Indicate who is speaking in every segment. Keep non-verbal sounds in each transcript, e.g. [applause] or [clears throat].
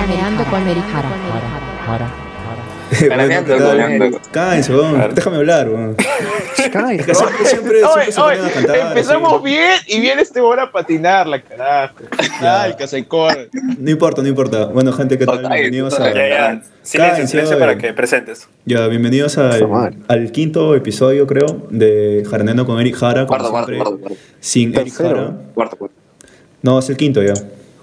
Speaker 1: Hablando con Erihara.
Speaker 2: Bueno, ¿qué tal? Cállense, weón.
Speaker 3: Claro.
Speaker 2: Déjame hablar, [laughs] weón. Es que siempre, siempre, siempre se ponen a cantar.
Speaker 4: [laughs] empezamos
Speaker 2: así.
Speaker 4: bien y viene este weón a patinar, la carajo. Ay, que se corre.
Speaker 2: No importa, no importa. Bueno, gente, ¿qué tal?
Speaker 5: Total,
Speaker 2: Bienvenidos a.
Speaker 5: total.
Speaker 3: Ya, ya.
Speaker 2: Cállense,
Speaker 3: Silencio, silencio
Speaker 2: oye.
Speaker 3: para que presentes.
Speaker 2: Ya, bienvenidos
Speaker 5: Su
Speaker 2: al,
Speaker 5: madre.
Speaker 2: al quinto episodio, creo, de Jardinando con Eric Jara. como
Speaker 5: Guarda, guarda,
Speaker 2: siempre,
Speaker 5: guarda, guarda.
Speaker 2: Sin Eric
Speaker 5: Tercero.
Speaker 2: Jara.
Speaker 5: Cuarto, cuarto.
Speaker 2: No, es el quinto ya.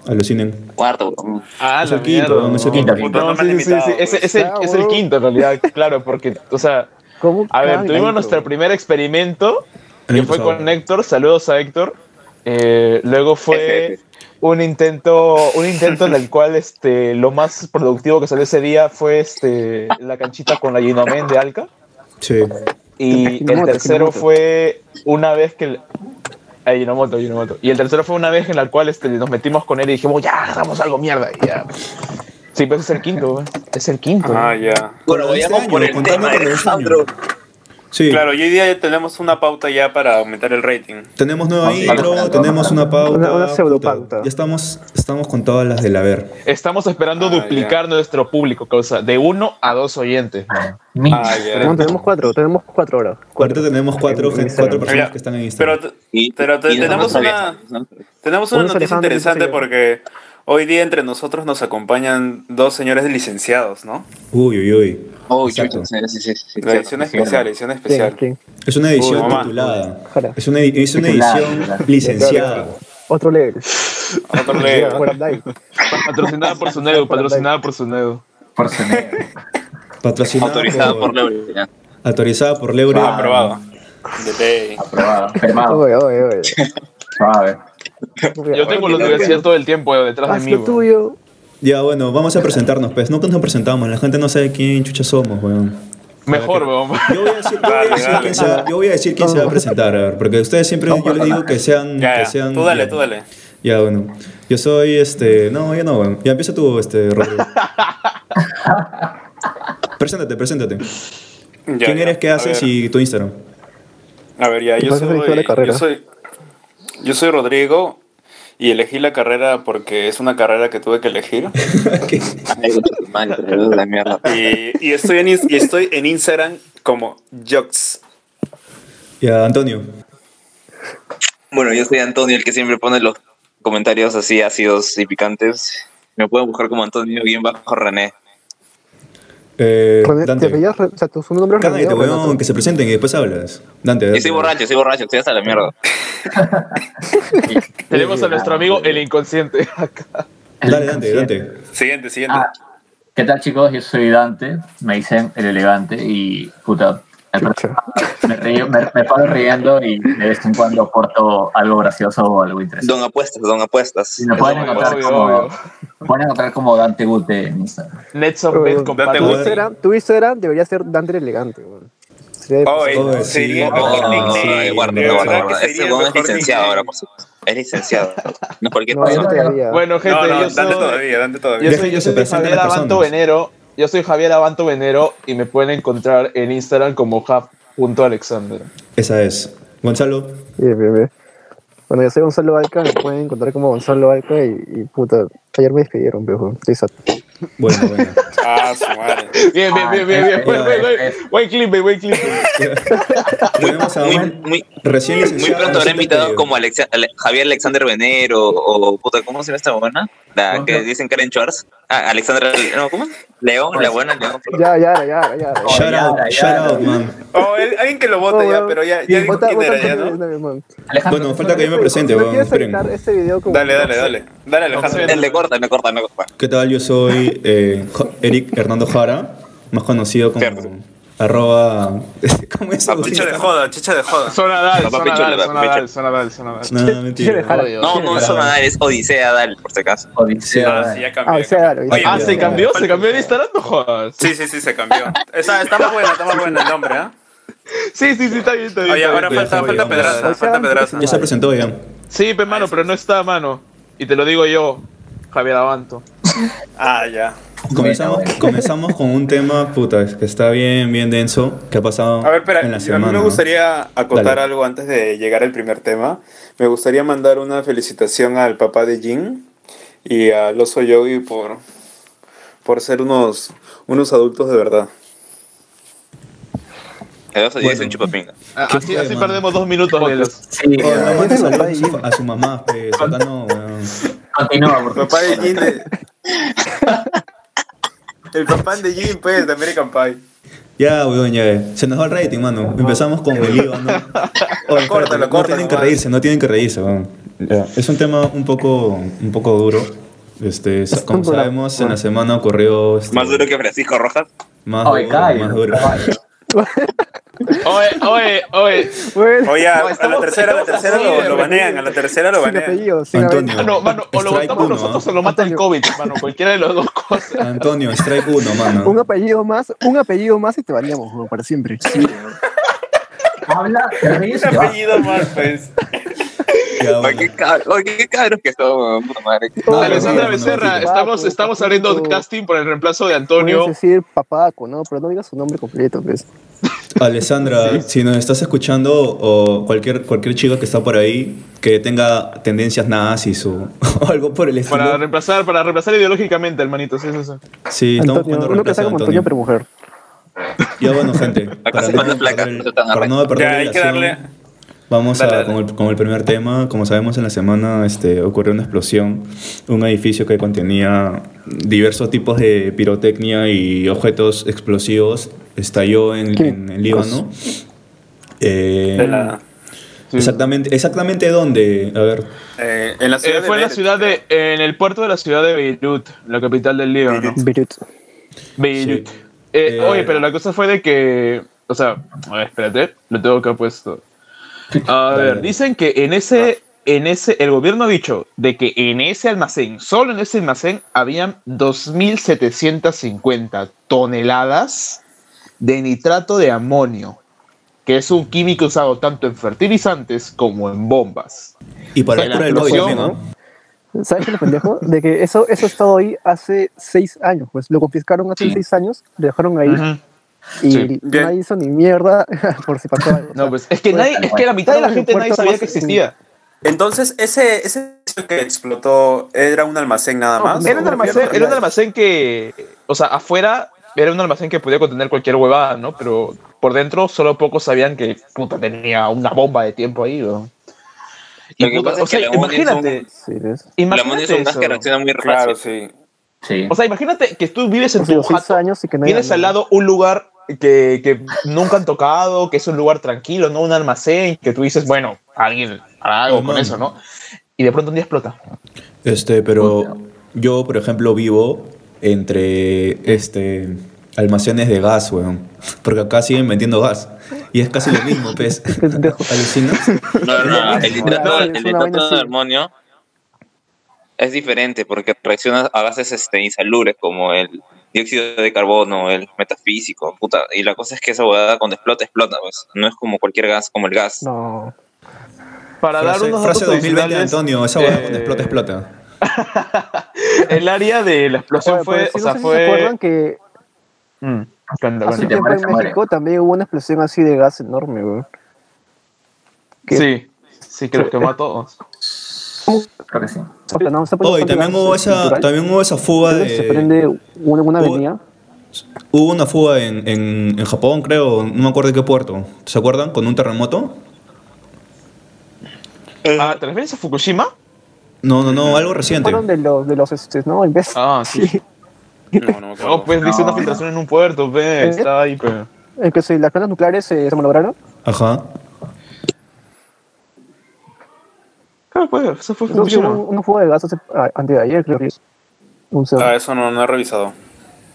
Speaker 2: Alucinen.
Speaker 5: Cuarto, weón.
Speaker 4: Ah,
Speaker 2: Es el quinto,
Speaker 4: mierda.
Speaker 2: no es el quinto.
Speaker 3: Puta,
Speaker 4: No,
Speaker 3: no me
Speaker 4: sí,
Speaker 3: han
Speaker 4: sí, sí, sí.
Speaker 3: invitado,
Speaker 4: Es,
Speaker 3: pues.
Speaker 4: es el,
Speaker 5: Ah,
Speaker 4: es el
Speaker 5: huevón.
Speaker 4: quinto, en realidad, claro, porque, o sea,
Speaker 5: ¿Cómo
Speaker 4: a ver,
Speaker 5: cagan,
Speaker 4: tuvimos
Speaker 5: hijo?
Speaker 4: nuestro primer experimento,
Speaker 2: El
Speaker 4: que
Speaker 2: año
Speaker 4: fue
Speaker 2: pasado.
Speaker 4: con Héctor. Saludos a Héctor. Eh, luego fue
Speaker 5: Jejeje.
Speaker 4: un intento, un intento en el cual este, lo más productivo que salió ese día fue este, la canchita con la Ginomen de Alca.
Speaker 2: Sí.
Speaker 4: Y el
Speaker 5: Ajinomoto,
Speaker 4: tercero
Speaker 5: Ajinomoto.
Speaker 4: fue una vez que. el- Ay, Ajinomoto, Ajinomoto. Y el tercero fue una vez en la cual este, nos metimos con él y dijimos, ya, hagamos algo mierda. Y ya. Sí, pues es el quinto, güey. es el quinto.
Speaker 3: Ah, ya.
Speaker 5: Bueno,
Speaker 2: Este
Speaker 5: vayamos
Speaker 2: año,
Speaker 5: por el
Speaker 2: contando
Speaker 5: tema
Speaker 2: con
Speaker 5: de
Speaker 2: el año.
Speaker 5: Alejandro.
Speaker 2: Sí.
Speaker 3: Claro, hoy día ya tenemos una pauta ya para aumentar el rating.
Speaker 2: Tenemos nueva
Speaker 3: Ah, sí.
Speaker 2: intro, tenemos una pauta.
Speaker 6: Una- una
Speaker 2: puta,
Speaker 6: pseudopauta.
Speaker 2: Ya estamos, estamos con todas las del haber.
Speaker 4: Estamos esperando
Speaker 3: Ah,
Speaker 4: duplicar nuestro público, causa, de uno a dos oyentes. man.
Speaker 3: Ah,
Speaker 6: No,
Speaker 3: ya.
Speaker 6: tenemos cuatro, tenemos cuatro horas.
Speaker 2: Ahorita tenemos cuatro,
Speaker 6: En
Speaker 2: gen-
Speaker 6: Instagram.
Speaker 2: cuatro personas
Speaker 3: Mira,
Speaker 2: que están en
Speaker 3: Pero,
Speaker 2: Instagram.
Speaker 5: Y-
Speaker 3: pero te-
Speaker 5: y
Speaker 3: tenemos
Speaker 5: no
Speaker 3: una,
Speaker 5: sabía, no sabía.
Speaker 3: tenemos una
Speaker 6: Un
Speaker 3: noticia
Speaker 6: elefante,
Speaker 3: interesante
Speaker 6: un
Speaker 3: porque hoy día entre nosotros nos acompañan dos señores licenciados, ¿no?
Speaker 2: Uy, uy, uy.
Speaker 5: Oh,
Speaker 2: Exacto.
Speaker 5: chucha, sí, sí, sí, sí,
Speaker 3: La edición
Speaker 5: cierto,
Speaker 3: especial,
Speaker 5: cierto.
Speaker 3: edición
Speaker 6: ¿Quién?
Speaker 3: especial.
Speaker 6: ¿Quién?
Speaker 2: Es una edición
Speaker 3: Uy, mamá.
Speaker 2: titulada.
Speaker 6: Jara.
Speaker 2: Es una, edi- es una
Speaker 5: Titulada,
Speaker 2: edición
Speaker 5: titulada.
Speaker 2: licenciada.
Speaker 6: Otro level.
Speaker 3: Otro leo.
Speaker 6: Fuera live.
Speaker 4: [laughs] Patrocinada por Sunedo, patrocinada por Sunedo.
Speaker 5: Por su nombre.
Speaker 2: Patrocinada
Speaker 5: Autorizada
Speaker 2: por,
Speaker 5: por la universidad.
Speaker 2: autorizada por Leure.
Speaker 3: Ah, aprobado. De ley.
Speaker 5: Aprobada, firmado.
Speaker 6: Oye, oye, oye.
Speaker 5: Suave.
Speaker 4: Yo tengo la universidad todo el tiempo eh, detrás de
Speaker 6: Haz
Speaker 4: mí.
Speaker 6: Ah, lo
Speaker 4: güey.
Speaker 6: tuyo.
Speaker 2: Ya, bueno, vamos a presentarnos, pues. Nunca nos presentamos, la gente no sabe quién chucha somos, weón.
Speaker 4: Mejor, weón.
Speaker 2: Yo voy a decir, yo voy a
Speaker 3: Dale,
Speaker 2: decir
Speaker 3: dale.
Speaker 2: quién, se va, yo voy a decir quién se va a presentar, a ver, porque ustedes siempre yo les digo que sean.
Speaker 3: Ya,
Speaker 2: que
Speaker 3: ya.
Speaker 2: sean
Speaker 3: Tú dale,
Speaker 2: ya.
Speaker 3: tú dale.
Speaker 2: Ya, bueno. Yo soy este. No, yo no, weón. Ya empieza tú, este, Rodrigo. preséntate, preséntate.
Speaker 3: Ya,
Speaker 2: ¿Quién
Speaker 3: ya.
Speaker 2: eres, qué
Speaker 3: A
Speaker 2: haces
Speaker 3: ver.
Speaker 2: y tu Instagram?
Speaker 3: A ver, ya,
Speaker 6: ¿Te
Speaker 3: yo
Speaker 6: parece que elegí la
Speaker 3: soy,
Speaker 6: carrera?
Speaker 3: yo soy. Yo soy Rodrigo y elegí la carrera porque es una carrera que tuve que elegir.
Speaker 5: Ay, tu madre, boludo, la mierda.
Speaker 3: Y, y estoy, en, ins- y estoy en Instagram como Jux.
Speaker 2: Ya, Antonio.
Speaker 5: Bueno, yo soy Antonio, el que siempre pone los comentarios así ácidos y picantes. Me pueden buscar como Antonio bien bajo René.
Speaker 2: Eh,
Speaker 6: René, ¿Te
Speaker 2: Dante.
Speaker 6: apellidas? Re- O sea, tu su nombre es
Speaker 2: Cállate,
Speaker 6: René,
Speaker 2: weón,
Speaker 6: Renato?
Speaker 2: que se presenten y después hablas. Dante,
Speaker 5: Yo
Speaker 2: Dante.
Speaker 5: soy borracho, soy borracho, estoy hasta la mierda.
Speaker 4: Tenemos a nuestro amigo el inconsciente acá.
Speaker 2: Dale, Dante, Dante.
Speaker 3: Siguiente, siguiente.
Speaker 7: Ah, ¿Qué tal chicos? Yo soy Dante, me dicen el elegante y puta, me,
Speaker 6: Chucha.
Speaker 7: me, río- me- me paro riendo y de vez en cuando aporto algo gracioso o algo interesante.
Speaker 5: Don apuestas, don apuestas.
Speaker 7: Y me pueden
Speaker 5: Don
Speaker 7: encontrar,
Speaker 4: [laughs] Obvio,
Speaker 7: como,
Speaker 4: obvio.
Speaker 7: me pueden encontrar como Dante Gute en Instagram.
Speaker 4: Nets of Bet con
Speaker 3: Date
Speaker 4: Pato.
Speaker 6: Tu
Speaker 2: gusto.
Speaker 6: Instagram, tu Instagram debería ser Dante el Elegante, weón. Sería de-
Speaker 3: Oh, eh,
Speaker 2: Oh,
Speaker 3: sería
Speaker 2: sí.
Speaker 3: el mejor
Speaker 2: Oh,
Speaker 3: nickname.
Speaker 5: Ay, guarda,
Speaker 3: De
Speaker 5: guarda,
Speaker 3: verdad
Speaker 5: guarda.
Speaker 3: que
Speaker 5: Ese
Speaker 3: sería el
Speaker 5: weón es
Speaker 3: mejor
Speaker 5: licenciado ahora,
Speaker 3: nickname.
Speaker 5: por supuesto. Es licenciado. No es cualquier
Speaker 6: No,
Speaker 5: cosa.
Speaker 6: no todavía.
Speaker 4: Bueno, gente,
Speaker 3: No,
Speaker 4: yo
Speaker 3: no,
Speaker 4: soy...
Speaker 3: Dante todavía, Dante
Speaker 4: Yo [laughs]
Speaker 3: todavía.
Speaker 2: Deja
Speaker 4: soy,
Speaker 2: que
Speaker 4: yo
Speaker 2: se
Speaker 4: soy
Speaker 2: presenten
Speaker 4: Javier
Speaker 2: las
Speaker 4: Abanto
Speaker 2: personas.
Speaker 4: Venero. Yo soy Javier Abanto Venero y me pueden encontrar en Instagram como Jav.alexander.
Speaker 2: Esa es. Gonzalo.
Speaker 6: Bien, bien, bien. Bueno, yo soy Gonzalo Alca, me pueden encontrar como Gonzalo Alca y, y puta, ayer me despidieron, viejo. Estoy sad.
Speaker 2: Bueno,
Speaker 5: [laughs]
Speaker 2: bueno.
Speaker 3: Ah, su madre.
Speaker 4: Bien, bien, bien,
Speaker 2: Ah,
Speaker 4: bien,
Speaker 2: eh,
Speaker 4: bien. Buen, buen, buen, buen clip, buen clip.
Speaker 2: Tenemos a
Speaker 5: Muy,
Speaker 2: un
Speaker 5: muy,
Speaker 2: recién
Speaker 5: muy
Speaker 2: licenciado.
Speaker 5: pronto habrá
Speaker 2: recién
Speaker 5: invitados
Speaker 2: despedido.
Speaker 5: como Alexa- Ale- Javier Alexander Venero o, puta, ¿cómo se llama esta buena? La que dicen Karen Schwartz. Ah, Alexandra, no, ¿cómo? León, la buena León.
Speaker 6: Ya, ya, ya, ya. ya.
Speaker 2: Shout out,
Speaker 7: Yara,
Speaker 2: shout
Speaker 7: Yara.
Speaker 2: out, man.
Speaker 3: Oh, él- alguien que lo
Speaker 6: Oh,
Speaker 3: vote ya,
Speaker 6: weón.
Speaker 3: pero ya,
Speaker 6: Sí,
Speaker 3: ya dijo
Speaker 6: vota-
Speaker 3: quién
Speaker 6: vota
Speaker 3: era ya,
Speaker 6: Antonio
Speaker 3: ¿no?
Speaker 6: de Vietnam, man.
Speaker 7: Alejandro,
Speaker 2: Bueno, falta que yo me presente,
Speaker 6: Si no
Speaker 2: weón.
Speaker 6: quieres
Speaker 2: Esperen.
Speaker 6: editar este video como-
Speaker 3: Dale, dale, dale. Dale, Alejandro.
Speaker 4: Dale.
Speaker 5: Le corta, le corta, le corta.
Speaker 2: ¿Qué tal? Yo soy eh, Jo- Eric Hernando Jara, más conocido como
Speaker 5: Cierto.
Speaker 2: arroba... [laughs] ¿Cómo es? Agustín?
Speaker 3: Chicha de joda, chicha de joda.
Speaker 4: Zona Dal,
Speaker 5: Papá
Speaker 4: zona Dal,
Speaker 5: Pichula,
Speaker 4: zona
Speaker 5: papá
Speaker 4: Dal, zona Dal, zona Dal.
Speaker 2: No, mentira.
Speaker 4: Ah,
Speaker 5: No, no, eso nada, es Odisea, dale, por si acaso.
Speaker 3: Ah, sí, ya cambió.
Speaker 6: Ah, o sea,
Speaker 3: ya cambió.
Speaker 6: dale, dale.
Speaker 4: Ah, ¿se
Speaker 2: ya.
Speaker 4: cambió? ¿Se cambió en Instagram? No jodas.
Speaker 3: Sí, sí, sí, se cambió. Está, está más buena, está más buena el nombre, ¿ah?
Speaker 4: Sí, sí, sí, está bien, está bien.
Speaker 3: Oye,
Speaker 4: está
Speaker 3: ahora
Speaker 4: bien.
Speaker 3: falta,
Speaker 2: oye,
Speaker 3: falta
Speaker 2: oye.
Speaker 3: Pedraza, falta Pedraza.
Speaker 2: Ya se presentó ya.
Speaker 4: Sí, pe, mano, pero no está, mano. Y te lo digo yo, Javier Abanto.
Speaker 3: Ah, ya.
Speaker 2: Comenzamos, comenzamos con un tema, puta, es que está bien, bien denso, que ha pasado
Speaker 3: A ver, espera,
Speaker 2: en la
Speaker 3: a
Speaker 2: semana.
Speaker 3: mí me gustaría acotar
Speaker 2: Dale.
Speaker 3: algo antes de llegar al primer tema. Me gustaría mandar una felicitación al papá de Jin y al oso Yogi por, por ser unos, unos adultos de verdad.
Speaker 5: Le vas a Jason Chupapinga.
Speaker 4: Ah,
Speaker 2: ¿Qué
Speaker 4: Así,
Speaker 2: fue,
Speaker 4: así
Speaker 2: mano?
Speaker 4: perdemos dos minutos de los.
Speaker 7: Sí, eh,
Speaker 2: Oh, no mandes
Speaker 6: Papá
Speaker 2: saludos a
Speaker 6: y
Speaker 2: su- a su mamá, pe. Sota no, weón.
Speaker 7: continúa, por
Speaker 3: Papá de
Speaker 7: favor.
Speaker 3: Jim. [laughs] de- El papá de Jim, pues, de American Pie.
Speaker 2: Ya, weón, ya. eh. Se nos va el rating, mano. Empezamos con el IVA, ¿no? Oye, espérate,
Speaker 3: Córtalo,
Speaker 2: no
Speaker 3: córtalo,
Speaker 2: tienen que
Speaker 3: man.
Speaker 2: reírse, no tienen que reírse, weón. Ya. Es un tema un poco, un poco duro. Este, sa- como
Speaker 6: duro.
Speaker 2: sabemos, en la semana ocurrió... este,
Speaker 5: Más duro que Francisco Rojas.
Speaker 2: Más
Speaker 7: Oye,
Speaker 2: duro,
Speaker 7: cae.
Speaker 2: más duro.
Speaker 4: Oye, oye, oye.
Speaker 6: Bueno,
Speaker 3: Oye, a,
Speaker 4: No,
Speaker 3: a la
Speaker 4: estamos-
Speaker 3: tercera, a la
Speaker 4: estamos
Speaker 3: tercera
Speaker 4: así
Speaker 3: lo,
Speaker 4: de
Speaker 3: lo banean, a la tercera lo
Speaker 6: pues, sin
Speaker 3: banean.
Speaker 6: apellido, sin
Speaker 2: Antonio.
Speaker 6: apellido.
Speaker 4: Mano, Ah, mano, o lo
Speaker 2: Strike
Speaker 4: matamos
Speaker 2: uno,
Speaker 4: nosotros
Speaker 2: ¿ah?
Speaker 4: o lo mata el
Speaker 6: Antonio.
Speaker 4: COVID, mano. Cualquiera de las dos cosas.
Speaker 2: Antonio, strike uno,
Speaker 6: Un
Speaker 2: mano.
Speaker 6: apellido más, un apellido más y te baneamos, weón, para siempre.
Speaker 7: Habla, te ríes,
Speaker 3: Un
Speaker 7: te vas.
Speaker 3: apellido más, pues.
Speaker 2: Ya,
Speaker 5: Oye,
Speaker 2: bueno.
Speaker 5: qué cab- oye, qué cabros que son, weón, puta madre.
Speaker 2: No,
Speaker 4: Alessandra
Speaker 2: no, no,
Speaker 4: Becerra,
Speaker 2: no, no.
Speaker 4: estamos,
Speaker 6: Paco,
Speaker 4: estamos
Speaker 6: Paquito.
Speaker 4: abriendo casting por el reemplazo de Antonio.
Speaker 6: Puedes decir papaco, ¿no? Pero no digas su nombre completo, pues.
Speaker 2: Alessandra, si nos estás escuchando o cualquier, cualquier chica que está por ahí que tenga tendencias nazis o, [laughs] o algo por el estilo.
Speaker 4: Para reemplazar, para reemplazar ideológicamente al manito, sí, sí, sí.
Speaker 2: Sí, estamos buscando
Speaker 6: Antonio, uno que
Speaker 2: reemplazo
Speaker 6: sea
Speaker 2: de
Speaker 6: como Antonio,
Speaker 2: Antonio.
Speaker 6: pero mujer.
Speaker 2: Ya bueno,
Speaker 3: [laughs]
Speaker 2: gente, para
Speaker 5: se
Speaker 2: no,
Speaker 5: pone flaca,
Speaker 2: perder, el-
Speaker 5: no se tan
Speaker 2: para no perder
Speaker 3: Ya, hay
Speaker 2: el
Speaker 3: que
Speaker 2: acción,
Speaker 3: darle-
Speaker 2: vamos
Speaker 3: Dale,
Speaker 2: a,
Speaker 3: dale.
Speaker 2: Con, el, con el primer tema. Como sabemos, en la semana este, ocurrió una explosión, un edificio que contenía diversos tipos de pirotecnia y objetos explosivos estalló en,
Speaker 6: ¿Qué?
Speaker 2: en, en Líbano. Eh,
Speaker 3: De la-
Speaker 2: exactamente, exactamente dónde, a ver,
Speaker 3: eh, en la ciudad
Speaker 4: Eh,
Speaker 3: de
Speaker 4: fue en la
Speaker 3: Beirut.
Speaker 4: ciudad de, en el puerto de la ciudad de Beirut, la capital del Líbano.
Speaker 6: Beirut.
Speaker 4: Beirut.
Speaker 2: Sí.
Speaker 4: Eh,
Speaker 2: Eh,
Speaker 4: oye, pero la cosa fue de que, o sea, a ver, espérate, lo tengo acá puesto. A
Speaker 2: [laughs] Dale. Ah.
Speaker 4: ver, dicen que en ese, en ese, el gobierno ha dicho de que en ese almacén, solo en ese almacén, habían 2.750 toneladas de nitrato de amonio, que es un químico usado tanto en fertilizantes como en bombas.
Speaker 2: y para
Speaker 4: En
Speaker 2: el
Speaker 4: la
Speaker 2: cura del COVID
Speaker 4: explosión,
Speaker 2: también, ¿no?
Speaker 6: ¿Sabes qué es lo pendejo? De que eso, eso ha estado ahí hace seis años, pues lo confiscaron hace
Speaker 5: Sí.
Speaker 6: seis años, lo dejaron ahí y
Speaker 4: Sí.
Speaker 6: nadie
Speaker 3: Bien.
Speaker 6: hizo ni mierda [laughs] por si pasaba algo.
Speaker 4: No, pues es que nadie, es que la mitad de la gente nadie sabía que existía.
Speaker 3: Entonces, ese, ese edificio que explotó era un almacén nada
Speaker 6: No,
Speaker 3: más.
Speaker 4: Era un
Speaker 3: ¿O
Speaker 4: almacén,
Speaker 3: gobierno
Speaker 4: era un
Speaker 3: real?
Speaker 4: almacén que, o sea, afuera era un almacén que podía contener cualquier huevada, ¿no? Pero por dentro solo pocos sabían que puta tenía una bomba de tiempo ahí, ¿no?
Speaker 5: Lo que
Speaker 4: puta,
Speaker 5: pasa es que la ONU es
Speaker 4: imagínate,
Speaker 6: Sí, ¿ves?
Speaker 5: La moneda es
Speaker 4: imagínate
Speaker 5: un gas
Speaker 4: eso.
Speaker 5: que reacciona muy
Speaker 3: Claro,
Speaker 5: rápido.
Speaker 3: sí.
Speaker 7: Sí.
Speaker 4: O sea, imagínate que tú vives en
Speaker 6: Hace
Speaker 4: tu
Speaker 6: seis
Speaker 4: jato,
Speaker 6: años y que nadie
Speaker 4: tienes al
Speaker 6: ganó.
Speaker 4: lado un lugar que, que nunca han tocado, que es un lugar tranquilo, no un almacén, que tú dices, bueno, alguien hará algo
Speaker 2: Oh,
Speaker 4: con
Speaker 2: man.
Speaker 4: eso, ¿no? Y de pronto un día explota.
Speaker 2: Este, pero yo, por ejemplo, vivo entre este almacenes de gas, weón. [laughs] Porque acá siguen vendiendo gas. Y es casi lo mismo, pues. pez. [laughs]
Speaker 6: pendejo.
Speaker 2: ¿Alucinas?
Speaker 5: No, no, no, el
Speaker 6: No,
Speaker 5: nitrato,
Speaker 6: es
Speaker 5: el
Speaker 6: una
Speaker 5: nitrato
Speaker 6: vaina
Speaker 5: de
Speaker 6: así.
Speaker 5: armonio es diferente porque reacciona a gases este, insalubres como el dióxido de carbono, el metafísico, puta. Y la cosa es que esa huevada cuando explota, explota, pues. No es como cualquier gas, como el gas.
Speaker 6: No.
Speaker 4: Para dar
Speaker 2: Frase,
Speaker 4: unos datos
Speaker 2: frase 2020 de
Speaker 4: adicionales,
Speaker 2: Antonio, esa hueá cuando
Speaker 4: eh,
Speaker 2: explota, explota.
Speaker 4: El área de la explosión
Speaker 6: Oye,
Speaker 4: fue,
Speaker 6: pero
Speaker 4: o
Speaker 6: sí, no
Speaker 4: sea,
Speaker 6: sé si se
Speaker 4: fue.
Speaker 6: acuerdan que
Speaker 4: Mm, cuando- bueno.
Speaker 6: hace
Speaker 7: te
Speaker 6: tiempo
Speaker 7: mueres,
Speaker 6: en
Speaker 7: te mueres.
Speaker 6: México también hubo una explosión así de gas enorme, weón. que-
Speaker 4: Sí, sí, creo que mató. a todos.
Speaker 7: Creo que sí.
Speaker 6: O sea, no, se prende
Speaker 2: Oh, y
Speaker 6: tanto
Speaker 2: también
Speaker 6: gas
Speaker 2: hubo esa,
Speaker 6: natural,
Speaker 2: también hubo esa fuga
Speaker 6: creo que Se
Speaker 2: de.
Speaker 6: prende una, una
Speaker 2: hubo-
Speaker 6: avenida.
Speaker 2: Hubo una fuga en, en, en Japón, creo, no me acuerdo de qué puerto. ¿Se acuerdan? Con un terremoto.
Speaker 6: Eh,
Speaker 4: Ah, ¿te refieres a Fukushima?
Speaker 2: No, no, no, algo reciente.
Speaker 6: Fueron de los, de los estes, ¿no? En vez.
Speaker 4: Ah, sí.
Speaker 6: [laughs]
Speaker 3: No, no me acuerdo.
Speaker 4: [laughs] No, pues dice
Speaker 7: No,
Speaker 4: una
Speaker 7: no.
Speaker 4: filtración en un puerto, ve,
Speaker 6: ¿Eh?
Speaker 4: está ahí, pero.
Speaker 6: En que se- las plantas nucleares eh, se malograron.
Speaker 2: Ajá.
Speaker 4: Claro, pues, eso fue
Speaker 6: No, sí, hubo
Speaker 4: Fukushima.
Speaker 6: un, un fuego de gas hace, a- antes de ayer, creo que es. Un, cerro,
Speaker 3: Ah, eso no, no he revisado.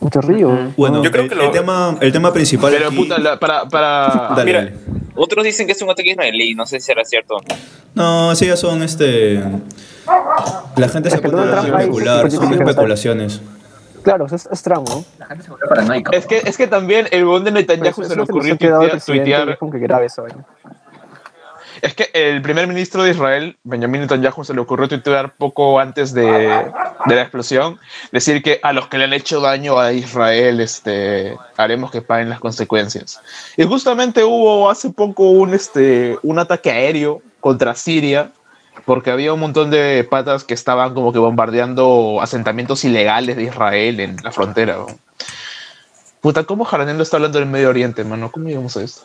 Speaker 6: un río.
Speaker 2: Bueno,
Speaker 3: Yo creo
Speaker 2: el,
Speaker 3: que lo-
Speaker 2: el tema, el tema principal.
Speaker 4: Pero
Speaker 2: aquí-
Speaker 4: puta, la- para. para
Speaker 2: Dale,
Speaker 3: mira.
Speaker 2: dale.
Speaker 5: Otros dicen que es un ataque israelí, no sé si será cierto. o no.
Speaker 2: No, sí, ya son este. La gente se
Speaker 6: Es que
Speaker 2: pone
Speaker 6: Donald
Speaker 2: a
Speaker 6: Trump ahí
Speaker 2: especular,
Speaker 6: se
Speaker 2: son
Speaker 6: justifica,
Speaker 2: especulaciones.
Speaker 6: Claro, es, es tramo, ¿no?
Speaker 7: La gente se vuelve paranoica.
Speaker 4: Es que, es que también el bond de
Speaker 6: Pero
Speaker 4: Netanyahu
Speaker 6: eso
Speaker 4: se
Speaker 6: Pues,
Speaker 4: le
Speaker 6: es lo que nos
Speaker 4: ocurrió
Speaker 6: ha quedado el
Speaker 4: tuitear,
Speaker 6: presidente,
Speaker 4: tuitear-
Speaker 6: es como que grave esa vaina.
Speaker 4: Es que el primer ministro de Israel, Benjamin Netanyahu, se le ocurrió tuitear poco antes de, de la explosión, decir que a los que le han hecho daño a Israel, este, haremos que paguen las consecuencias. Y justamente hubo hace poco un, este, un ataque aéreo contra Siria porque había un montón de patas que estaban como que bombardeando asentamientos ilegales de Israel en la frontera. weón. Puta, ¿cómo Jaranel lo está hablando del Medio Oriente, mano? ¿Cómo llegamos a esto?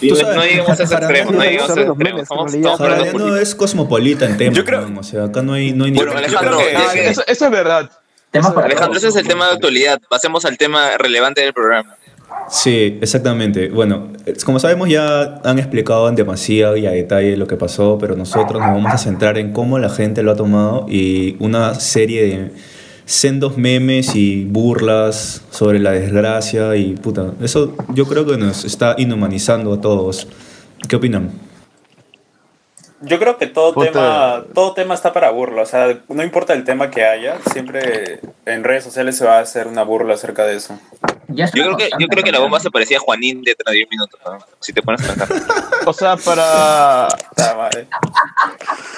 Speaker 2: Tú sabes,
Speaker 5: No lleguemos a ese
Speaker 2: Jarana-
Speaker 5: extremo, no lleguemos a ese
Speaker 6: Jarana-
Speaker 5: extremo. Somos
Speaker 6: Jarana-
Speaker 5: todos
Speaker 6: Jarana-
Speaker 5: personas
Speaker 2: Jarana es cosmopolita en tema.
Speaker 3: Yo creo-
Speaker 2: ¿no? O sea, acá no hay, no hay ni-
Speaker 5: Bueno, Alejandro,
Speaker 3: creo que-
Speaker 5: ya que-
Speaker 4: Eso, eso es verdad.
Speaker 7: Temas para
Speaker 5: Alejandro,
Speaker 7: todos.
Speaker 5: ese es el tema de actualidad. Pasemos al tema relevante del programa.
Speaker 2: Sí, exactamente. Bueno, es- como sabemos ya han explicado en demasía y a detalle lo que pasó, pero nosotros nos vamos a centrar en cómo la gente lo ha tomado y una serie de sendos memes y burlas sobre la desgracia y puta, eso yo creo que nos está inhumanizando a todos. ¿Qué opinan?
Speaker 3: Yo creo que todo
Speaker 4: Puta.
Speaker 3: tema, todo tema está para burla, o sea, no importa el tema que haya, siempre en redes sociales se va a hacer una burla acerca de eso.
Speaker 7: Ya es
Speaker 5: Yo creo
Speaker 7: una
Speaker 5: que, yo
Speaker 7: constante,
Speaker 5: creo que la
Speaker 7: ¿no?
Speaker 5: bomba se parecía a Juanín de 10 minutos, ¿no? si te pones a pensar.
Speaker 4: O sea, para.
Speaker 3: Puta madre.